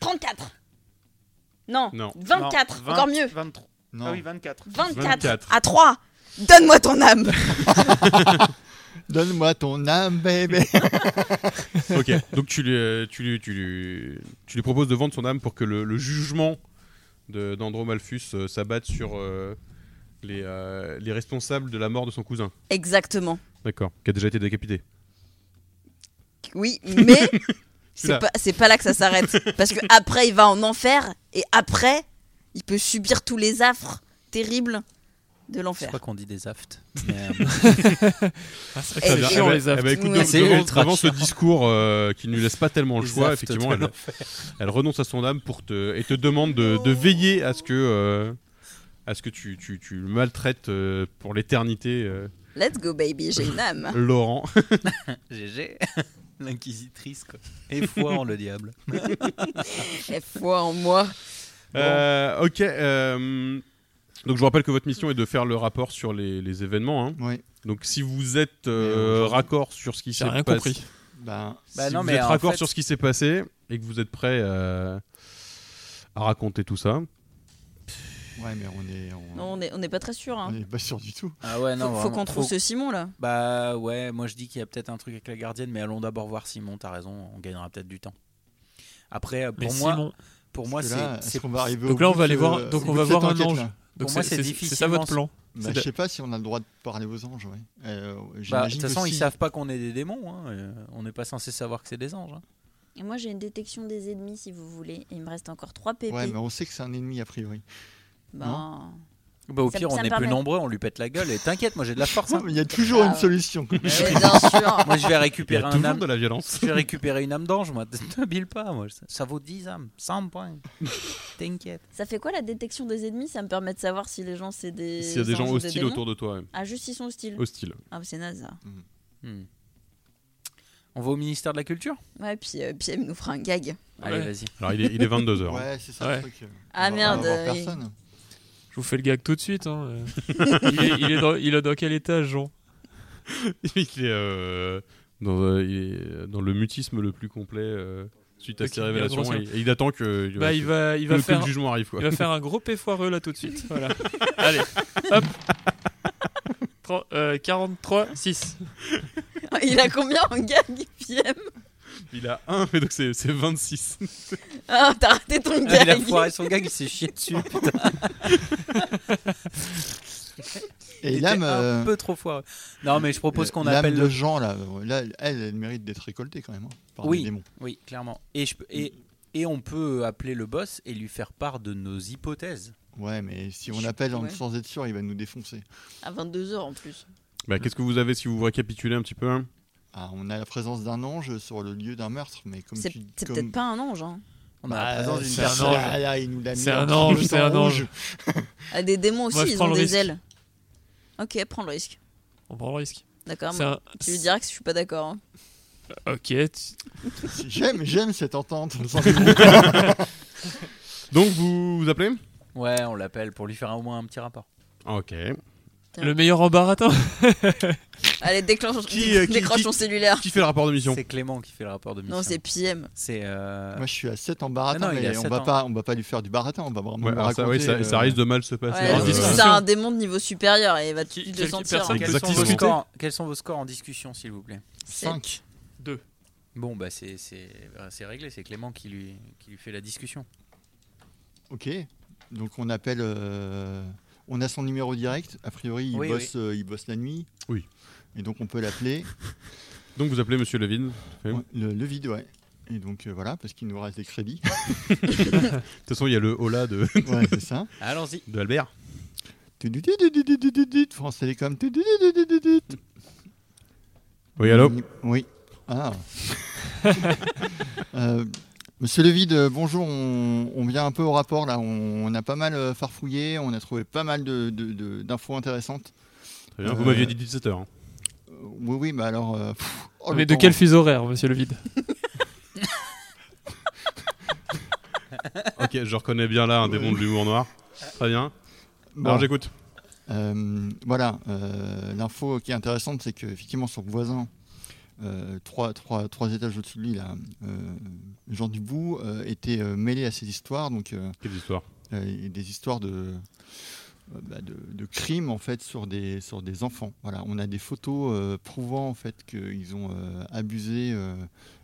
Speaker 4: 34. Non,
Speaker 2: Non.
Speaker 4: 24,
Speaker 3: Non,
Speaker 4: encore
Speaker 3: 20,
Speaker 4: mieux.
Speaker 3: 23.
Speaker 1: Non.
Speaker 3: Ah oui, 24.
Speaker 4: 24,
Speaker 2: 24.
Speaker 4: à 3. Donne-moi ton âme.
Speaker 1: Donne-moi ton âme, bébé.
Speaker 2: ok, donc tu lui, euh, tu, lui, tu, lui, tu lui proposes de vendre son âme pour que le, le jugement de- d'Andro Malfus euh, s'abatte sur euh, les, euh, les responsables de la mort de son cousin.
Speaker 4: Exactement.
Speaker 2: D'accord, qui a déjà été décapité.
Speaker 4: Oui, mais
Speaker 2: Là.
Speaker 4: c'est pas, c'est pas là que ça s'arrête. Parce que après, il va en enfer. Et après, il peut subir tous les affres terribles de
Speaker 3: Je
Speaker 4: l'enfer.
Speaker 3: crois qu'on dit des aftes.
Speaker 5: Ah, c'est vrai que
Speaker 4: Eh,
Speaker 5: ça
Speaker 4: bien,
Speaker 5: vient
Speaker 4: eh,
Speaker 5: les
Speaker 2: Eh ben, écoute,
Speaker 4: Ouais.
Speaker 2: de-
Speaker 3: C'est
Speaker 2: devant,
Speaker 3: ultra
Speaker 2: devant ce
Speaker 3: chiant.
Speaker 2: discours euh, qui ne lui laisse pas tellement le
Speaker 3: Les
Speaker 2: choix,
Speaker 3: aftes
Speaker 2: effectivement,
Speaker 3: de
Speaker 2: elle, elle renonce à son âme pour te, et te demande de, de veiller à ce que, euh, à ce que tu, tu, tu le maltraites euh, pour l'éternité, euh,
Speaker 4: Let's go, baby, j'ai une
Speaker 3: Ah.
Speaker 4: âme.
Speaker 2: Laurent.
Speaker 3: GG. L'inquisitrice, quoi. Et foi en le diable.
Speaker 4: Et foi en moi.
Speaker 2: Euh, ok. euh, donc je vous rappelle que votre mission est de faire le rapport sur les, les événements. hein.
Speaker 1: ouais.
Speaker 2: Donc si vous êtes euh, raccord sur ce qui s'est
Speaker 5: J'ai rien
Speaker 2: passé,
Speaker 5: compris.
Speaker 1: Bah,
Speaker 3: Bah
Speaker 2: si
Speaker 3: non,
Speaker 2: vous
Speaker 3: mais
Speaker 2: êtes
Speaker 3: en
Speaker 2: raccord
Speaker 3: fait-
Speaker 2: sur ce qui s'est passé et que vous êtes prêt euh, à raconter tout ça,
Speaker 1: ouais, mais on est, on,
Speaker 4: Non, on n'est on est pas très sûr.
Speaker 1: on
Speaker 4: Hein.
Speaker 1: est pas sûr du tout.
Speaker 3: Ah ouais,
Speaker 4: Faut,
Speaker 3: non.
Speaker 4: faut
Speaker 3: vraiment,
Speaker 4: qu'on trouve
Speaker 3: faut-
Speaker 4: ce Simon là.
Speaker 3: Bah ouais, moi je dis qu'il y a peut-être un truc avec la gardienne, mais allons d'abord voir Simon, t'as raison, on gagnera peut-être du temps. Après, euh,
Speaker 5: Mais
Speaker 3: pour moi,
Speaker 5: Simon,
Speaker 3: pour moi
Speaker 1: Parce
Speaker 3: c'est
Speaker 1: que là, est-ce
Speaker 3: c'est- bah,
Speaker 1: qu'on va arriver
Speaker 5: Donc
Speaker 1: au
Speaker 5: là, on
Speaker 1: bout
Speaker 5: va
Speaker 1: de
Speaker 5: aller
Speaker 1: ce-
Speaker 5: voir- donc
Speaker 1: au
Speaker 5: on
Speaker 1: bout
Speaker 5: va
Speaker 1: de
Speaker 5: voir
Speaker 1: cette
Speaker 5: un
Speaker 1: enquête,
Speaker 5: ange.
Speaker 1: là
Speaker 5: donc
Speaker 3: moi, c'est
Speaker 5: c'est- c'est c'est ça
Speaker 3: difficilement-
Speaker 5: votre plan.
Speaker 1: Bah,
Speaker 5: C'est
Speaker 1: je
Speaker 5: de-
Speaker 1: sais pas si on a le droit de parler aux anges. Ouais. Euh,
Speaker 3: bah, de
Speaker 1: j'imagine
Speaker 3: toute
Speaker 1: que
Speaker 3: façon, ils
Speaker 1: si.
Speaker 3: savent pas qu'on est des démons, hein, euh, on n'est pas censé savoir que c'est des anges. hein.
Speaker 4: Et moi j'ai une détection des ennemis si vous voulez. Il me reste encore 3 PP.
Speaker 1: Ouais, mais on sait que c'est un ennemi a priori.
Speaker 4: Ben,
Speaker 3: Bah, au
Speaker 4: Ça-
Speaker 3: pire,
Speaker 4: ça
Speaker 3: on
Speaker 4: me
Speaker 3: est plus
Speaker 4: permet.
Speaker 3: nombreux, on lui pète la gueule, et t'inquiète, moi j'ai de la force. hein.
Speaker 1: Il y a toujours
Speaker 4: Ah
Speaker 1: une
Speaker 4: ouais.
Speaker 1: solution. quoi.
Speaker 4: Mais bien sûr.
Speaker 3: Moi je vais
Speaker 2: il y a
Speaker 3: récupérer un
Speaker 2: toujours
Speaker 3: âme.
Speaker 2: de la violence.
Speaker 3: Je vais récupérer une âme d'ange, moi. Ne bile pas, moi. Ça, ça vaut 10 âmes, 100 points. T'inquiète.
Speaker 4: Ça fait quoi la détection des ennemis Ça me permet de savoir si les gens c'est des.
Speaker 2: S'il y a des gens
Speaker 4: anges ou
Speaker 2: hostiles
Speaker 4: démons.
Speaker 2: autour de toi, ouais.
Speaker 4: Ah, juste ils sont hostiles.
Speaker 2: hostiles.
Speaker 4: Ah, bah, c'est naze ça.
Speaker 3: Hmm. On va au ministère de la Culture
Speaker 4: Ouais, puis euh, PM nous fera un gag.
Speaker 3: Allez,
Speaker 5: Ouais.
Speaker 3: vas-y.
Speaker 2: Alors il est, hein. il est 22 h
Speaker 1: Ouais, c'est ça
Speaker 5: Ouais.
Speaker 1: le truc.
Speaker 4: Ah,
Speaker 1: On va
Speaker 4: merde,
Speaker 1: avoir
Speaker 4: euh,
Speaker 1: Personne.
Speaker 5: Je vous fais le gag tout de suite. hein, euh. il, est, il est dans, il est dans quel étage, Jean
Speaker 2: il est, euh, dans, euh, il est dans le mutisme le plus complet euh, suite à
Speaker 5: Ok,
Speaker 2: ces
Speaker 5: il est
Speaker 2: révélations.
Speaker 5: ancien.
Speaker 2: Et, et il attend que,
Speaker 5: Bah, il va, il
Speaker 2: que
Speaker 5: va
Speaker 2: le- que
Speaker 5: faire,
Speaker 2: le jugement arrive. Quoi.
Speaker 5: il va faire un gros péfoireux là tout de suite. Voilà. Allez, hop. Tro- euh, 43, 6.
Speaker 4: Il a combien en gag, PM
Speaker 2: Il a 1, mais donc c'est c'est 26.
Speaker 4: Ah, t'as raté ton
Speaker 3: Ah,
Speaker 4: gag.
Speaker 3: il a foiré son gag, il s'est chié dessus. Putain,
Speaker 1: Et
Speaker 3: il
Speaker 1: l'âme,
Speaker 3: était
Speaker 1: euh,
Speaker 3: un peu trop foireux. Non, mais je propose
Speaker 1: euh,
Speaker 3: qu'on
Speaker 1: l'âme
Speaker 3: appelle
Speaker 1: de
Speaker 3: le.
Speaker 1: Jean là. euh, Là, elle, elle mérite d'être récoltée quand même. hein, par
Speaker 3: Oui.
Speaker 1: les démons.
Speaker 3: Oui, clairement. Et, je peux- et, et on peut appeler le boss et lui faire part de nos hypothèses.
Speaker 1: Ouais, mais si on appelle en-
Speaker 4: Ouais.
Speaker 1: sans être sûr, il va nous défoncer.
Speaker 4: À 22h en plus.
Speaker 2: Bah, Qu'est-ce que vous avez si vous récapitulez un petit peu hein
Speaker 1: Ah, on a la présence d'un ange sur le lieu d'un meurtre, mais comme
Speaker 4: C'est
Speaker 1: tu
Speaker 4: c'est
Speaker 1: comme-
Speaker 4: peut-être pas un ange. Hein.
Speaker 3: On a la
Speaker 1: Bah,
Speaker 3: présence d'une
Speaker 1: c'est
Speaker 3: personne.
Speaker 1: Ah, là, il nous l'a mis
Speaker 5: C'est
Speaker 1: en
Speaker 5: un ange,
Speaker 1: plus
Speaker 5: c'est un
Speaker 1: en
Speaker 5: ange.
Speaker 1: rouge.
Speaker 4: Ah, des démons aussi,
Speaker 5: Moi, je
Speaker 4: ils
Speaker 5: prends
Speaker 4: ont
Speaker 5: le
Speaker 4: des
Speaker 5: risque.
Speaker 4: ailes. Ok, prends le risque.
Speaker 5: On prend le risque.
Speaker 4: D'accord.
Speaker 5: C'est
Speaker 4: moi,
Speaker 5: un-
Speaker 4: Tu lui diras que je suis pas d'accord. hein.
Speaker 5: Ok. tu-
Speaker 1: J'aime, j'aime cette entente.
Speaker 2: Donc vous vous appelez
Speaker 3: Ouais, on l'appelle pour lui faire au moins un petit rapport.
Speaker 2: Ok.
Speaker 5: Le meilleur embaratin.
Speaker 4: Allez, déclenche,
Speaker 2: Qui, euh, qui-
Speaker 4: décroche
Speaker 2: qui-
Speaker 4: ton cellulaire.
Speaker 2: Qui fait le rapport de mission
Speaker 3: C'est Clément qui fait le rapport de mission.
Speaker 4: Non, c'est PM.
Speaker 3: C'est. euh,
Speaker 1: Moi, je suis à 7 en
Speaker 3: Ah
Speaker 1: baratin,
Speaker 3: non, il est à
Speaker 1: mais on
Speaker 3: 7
Speaker 1: va
Speaker 3: ans.
Speaker 1: pas, on va pas lui faire du baratin, on va vraiment
Speaker 2: Ouais,
Speaker 1: lui
Speaker 2: alors ça,
Speaker 1: raconter.
Speaker 2: ouais, ça, ça
Speaker 1: euh,
Speaker 2: risque de mal se passer.
Speaker 4: Ouais,
Speaker 5: en
Speaker 4: c'est-
Speaker 5: discussion.
Speaker 4: c'est un démon de niveau supérieur et va
Speaker 5: Qui-
Speaker 4: tu
Speaker 5: quel-
Speaker 4: le
Speaker 5: qui-
Speaker 4: sentir.
Speaker 5: personne, quels sont
Speaker 2: Exactement.
Speaker 5: vos
Speaker 3: Vos
Speaker 2: Discuter.
Speaker 5: scores
Speaker 3: scores- quels sont vos scores en discussion, s'il vous plaît
Speaker 1: cinq.
Speaker 5: Deux.
Speaker 3: Bon, bah c'est c'est- bah, c'est réglé, c'est Clément qui lui, qui lui fait la discussion.
Speaker 1: Ok. Donc on appelle. euh, on a son numéro direct. A priori, il,
Speaker 3: Oui,
Speaker 1: bosse, euh, il bosse la nuit.
Speaker 2: Oui.
Speaker 1: Et donc on peut l'appeler.
Speaker 2: Donc vous appelez Monsieur Levin. Oui.
Speaker 1: Ouais, le, le vide, ouais. Et donc euh, voilà, parce qu'il nous reste des crédits.
Speaker 2: De toute façon, il y a le hola de,
Speaker 1: ouais, c'est ça.
Speaker 3: Allons-y.
Speaker 2: de Albert.
Speaker 1: Tudududududududududud, France Télécom. Tudududududududud.
Speaker 2: Oui, allô
Speaker 1: Oui. Ah. Euh, Monsieur Levide, euh, bonjour. On, on vient un peu au rapport là. On, on a pas mal euh, farfouillé. On a trouvé pas mal de- de- de- d'infos intéressantes.
Speaker 2: Très bien. Vous
Speaker 1: Euh,
Speaker 2: m'aviez dit hein. 17h.
Speaker 1: Euh, oui, oui, bah alors. euh, pff, oh,
Speaker 5: Mais
Speaker 1: le
Speaker 5: de
Speaker 1: temps.
Speaker 5: quel fuseau horaire, monsieur le vide
Speaker 2: Ok, je reconnais bien là un démon de l'humour noir. Très bien.
Speaker 1: Bon.
Speaker 2: Alors j'écoute.
Speaker 1: Euh, voilà, euh, l'info qui est intéressante, c'est qu'effectivement, son voisin, euh, trois, trois- trois étages au-dessus de lui, là, euh, Jean Dubout, euh, était euh, mêlé à ces histoires, donc euh,
Speaker 2: Quelle histoire
Speaker 1: euh, des histoires de, euh, bah, de, de crimes en fait sur des, sur des enfants. Voilà, on a des photos euh, prouvant en fait qu'ils ont euh, abusé euh,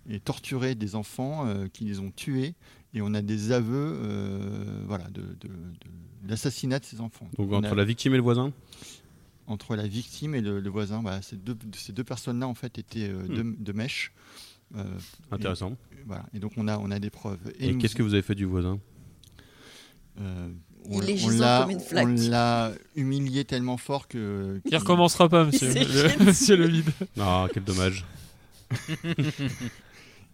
Speaker 1: et torturé des enfants, euh, qu'ils les ont tués, et on a des aveux, euh, voilà, de, de- de l'assassinat de ces enfants.
Speaker 2: Donc
Speaker 1: On a-
Speaker 2: entre la victime et le voisin
Speaker 1: entre la victime et le, le voisin. Voilà, ces deux, ces deux personnes-là, en fait, étaient euh,
Speaker 2: Hmm.
Speaker 1: de, de mèche. Euh,
Speaker 2: Intéressant.
Speaker 1: voilà. Et donc, on a, on a des preuves.
Speaker 2: Et,
Speaker 1: nous-
Speaker 2: qu'est-ce que vous avez fait du voisin
Speaker 1: euh, on,
Speaker 4: Il est
Speaker 1: on
Speaker 4: gisant
Speaker 1: l'a,
Speaker 4: comme une flaque.
Speaker 1: on l'a humilié tellement fort que.
Speaker 5: Il
Speaker 1: qu'il-
Speaker 5: recommencera pas, monsieur,
Speaker 4: s'est
Speaker 5: le,
Speaker 4: jeté
Speaker 5: monsieur le vide.
Speaker 2: Ah, quel dommage.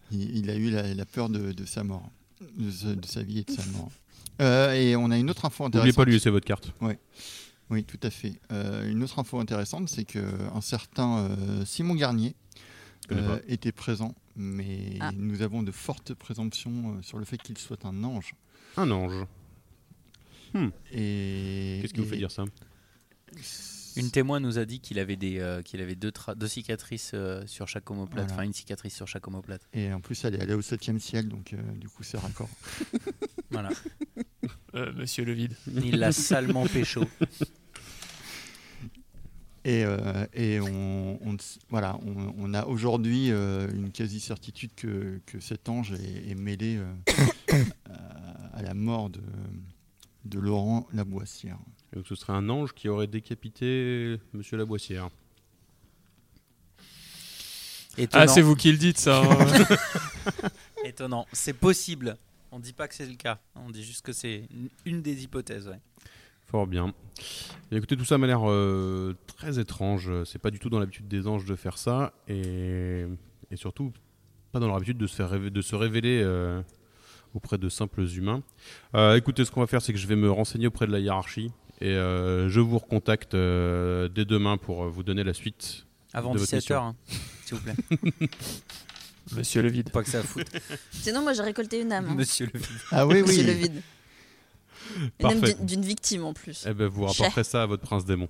Speaker 1: Il, il a eu la, la peur de, de sa mort, de, sa- de sa vie et de sa mort. Euh, et on a une autre info
Speaker 2: N'oubliez
Speaker 1: intéressante.
Speaker 2: pas de lui laisser votre carte.
Speaker 1: Oui, tout à fait. Euh, une autre info intéressante, c'est que un certain euh, Simon Garnier
Speaker 2: connais
Speaker 1: euh, était présent, mais
Speaker 4: Ah.
Speaker 1: nous avons de fortes présomptions euh, sur le fait qu'il soit un ange.
Speaker 2: Un ange.
Speaker 1: Et
Speaker 2: Qu'est-ce qui vous
Speaker 1: et-
Speaker 2: fait dire ça
Speaker 3: Une témoin nous a dit qu'il avait, des, euh, qu'il avait deux, tra- deux cicatrices euh, sur chaque omoplate,
Speaker 1: Voilà.
Speaker 3: enfin une cicatrice sur chaque omoplate.
Speaker 1: Et en plus, elle est allée au 7 ciel, donc euh, du coup, c'est raccord.
Speaker 3: Voilà.
Speaker 5: Euh, monsieur le vide.
Speaker 3: Il l'a salement pécho.
Speaker 1: Et, euh, et on, on ne s- voilà, on, on a aujourd'hui euh, une quasi-certitude que, que cet ange est, est mêlé euh, à, à la mort de, de Laurent Laboissière.
Speaker 2: Et Donc ce serait un ange qui aurait décapité Monsieur Laboissière.
Speaker 3: Étonnant.
Speaker 5: Ah, c'est vous qui le dites, ça. hein.
Speaker 3: Étonnant. C'est possible. On dit pas que c'est le cas. On dit juste que c'est une- une des hypothèses. ouais.
Speaker 2: Fort bien. Et écoutez, tout ça m'a l'air euh, très étrange. C'est pas du tout dans l'habitude des anges de faire ça. Et, et surtout, pas dans leur habitude de se, faire révé- de se révéler euh, auprès de simples humains. Euh, écoutez, ce qu'on va faire, c'est que je vais me renseigner auprès de la hiérarchie. Et euh, je vous recontacte euh, dès demain pour euh, vous donner la suite.
Speaker 3: Avant
Speaker 2: De votre
Speaker 3: 17h, s'il vous plaît.
Speaker 5: monsieur le vide.
Speaker 3: Pas que ça foute.
Speaker 4: Sinon, moi, j'ai récolté une âme. hein.
Speaker 3: Monsieur le vide.
Speaker 1: Ah oui,
Speaker 4: C'est
Speaker 1: oui.
Speaker 4: le vide. Une âme
Speaker 2: Parfait.
Speaker 4: d'une- d'une victime en plus.
Speaker 2: Eh ben, vous rapporterez ça à votre prince démon.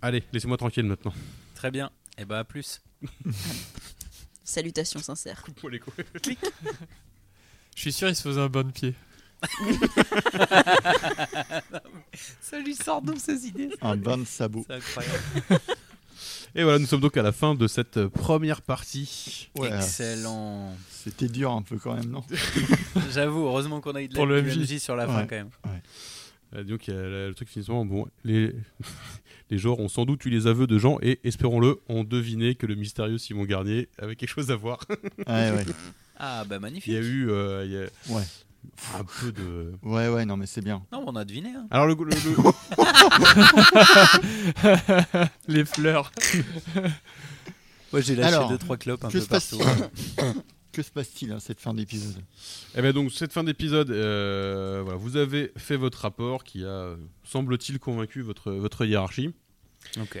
Speaker 2: Allez, laissez-moi tranquille maintenant.
Speaker 3: Très bien. Et bah, à plus.
Speaker 4: Salutations sincères.
Speaker 5: Je suis sûr, il se faisait un bon pied.
Speaker 3: Ça lui sort d'où ces idées
Speaker 1: Un bain de sabots.
Speaker 3: C'est incroyable.
Speaker 2: Et voilà, nous sommes donc à la fin de cette euh, première partie.
Speaker 1: Ouais, euh,
Speaker 3: Excellent.
Speaker 1: C'était dur un peu quand même, non
Speaker 3: J'avoue, heureusement qu'on a eu de la
Speaker 5: Pour le
Speaker 3: du
Speaker 5: MJ.
Speaker 3: MJ sur la fin
Speaker 1: Ouais.
Speaker 3: quand même.
Speaker 2: Euh, donc il y a le le truc finalement, bon, les, les genres ont sans doute eu les aveux de gens et, espérons-le, ont deviné que le mystérieux Simon Garnier avait quelque chose à voir.
Speaker 1: ouais, ouais.
Speaker 3: Ah bah
Speaker 2: il y
Speaker 3: magnifique.
Speaker 2: a eu euh, il y a
Speaker 1: Ouais.
Speaker 2: un peu de...
Speaker 1: ouais, ouais, non, mais c'est bien.
Speaker 3: Non, on a deviné. hein.
Speaker 2: Alors le, le- le-
Speaker 5: Les fleurs.
Speaker 3: Moi, j'ai lâché
Speaker 1: Alors,
Speaker 3: deux, trois clopes un
Speaker 1: que
Speaker 3: peu
Speaker 1: se passe-t-il
Speaker 3: partout.
Speaker 1: Que se passe-t-il à cette fin d'épisode
Speaker 2: Eh bien donc cette fin d'épisode, euh, voilà, vous avez fait votre rapport qui a, euh, semble-t-il, convaincu votre, votre hiérarchie.
Speaker 3: Ok.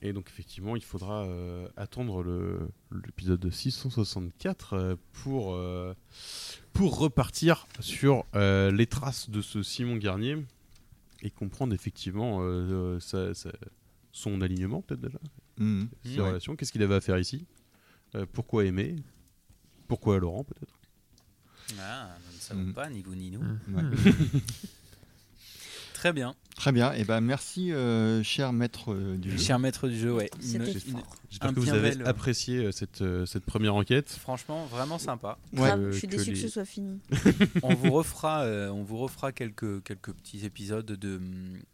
Speaker 2: Et donc effectivement, il faudra euh, attendre le- l'épisode 664 euh, pour, euh, pour repartir sur euh, les traces de ce Simon Garnier et comprendre effectivement euh, euh, sa- sa- son alignement peut-être déjà,
Speaker 3: Hmm.
Speaker 1: Mhm.
Speaker 2: ses
Speaker 1: Mhm. Ouais.
Speaker 2: relations, qu'est-ce qu'il avait à faire ici, Euh, pourquoi aimer, pourquoi Laurent peut-être.
Speaker 3: Ah, nous ne savons
Speaker 1: Mm.
Speaker 3: pas, ni vous ni nous.
Speaker 1: Ouais.
Speaker 3: Hmm. Très bien.
Speaker 1: Très bien, et ben merci euh, cher maître euh, du jeu.
Speaker 3: Cher maître du jeu, ouais. Une-
Speaker 4: C'était
Speaker 3: une-
Speaker 4: fort.
Speaker 2: J'espère
Speaker 3: un
Speaker 2: que vous
Speaker 3: bien
Speaker 2: avez
Speaker 3: bel-
Speaker 2: apprécié euh, cette, euh, cette première enquête.
Speaker 3: Franchement, vraiment sympa.
Speaker 1: Ouais.
Speaker 4: Grave, je suis
Speaker 2: que
Speaker 4: déçue que
Speaker 2: les-
Speaker 4: ce soit fini.
Speaker 3: on vous refera, euh, on vous refera quelques, quelques petits épisodes de,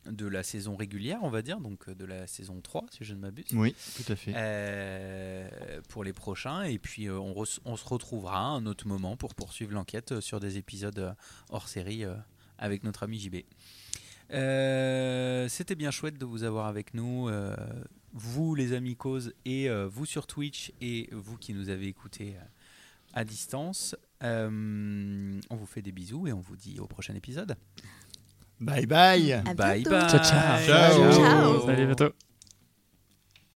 Speaker 3: de la saison régulière, on va dire, donc euh, de la saison 3, si je ne m'abuse.
Speaker 1: Oui, tout à fait.
Speaker 3: Euh, pour les prochains. Et puis, euh, on, re- on se retrouvera à un autre moment pour poursuivre l'enquête euh, sur des épisodes euh, hors série euh, avec notre ami JB. Euh, C'était bien chouette de vous avoir avec nous, euh, vous les amis cause et euh, vous sur Twitch et vous qui nous avez écoutés euh, à distance. Euh, on vous fait des bisous et on vous dit au prochain épisode.
Speaker 1: Bye bye
Speaker 4: À
Speaker 3: bye
Speaker 4: bientôt.
Speaker 3: bye.
Speaker 4: Ciao.
Speaker 5: Salut, à bientôt.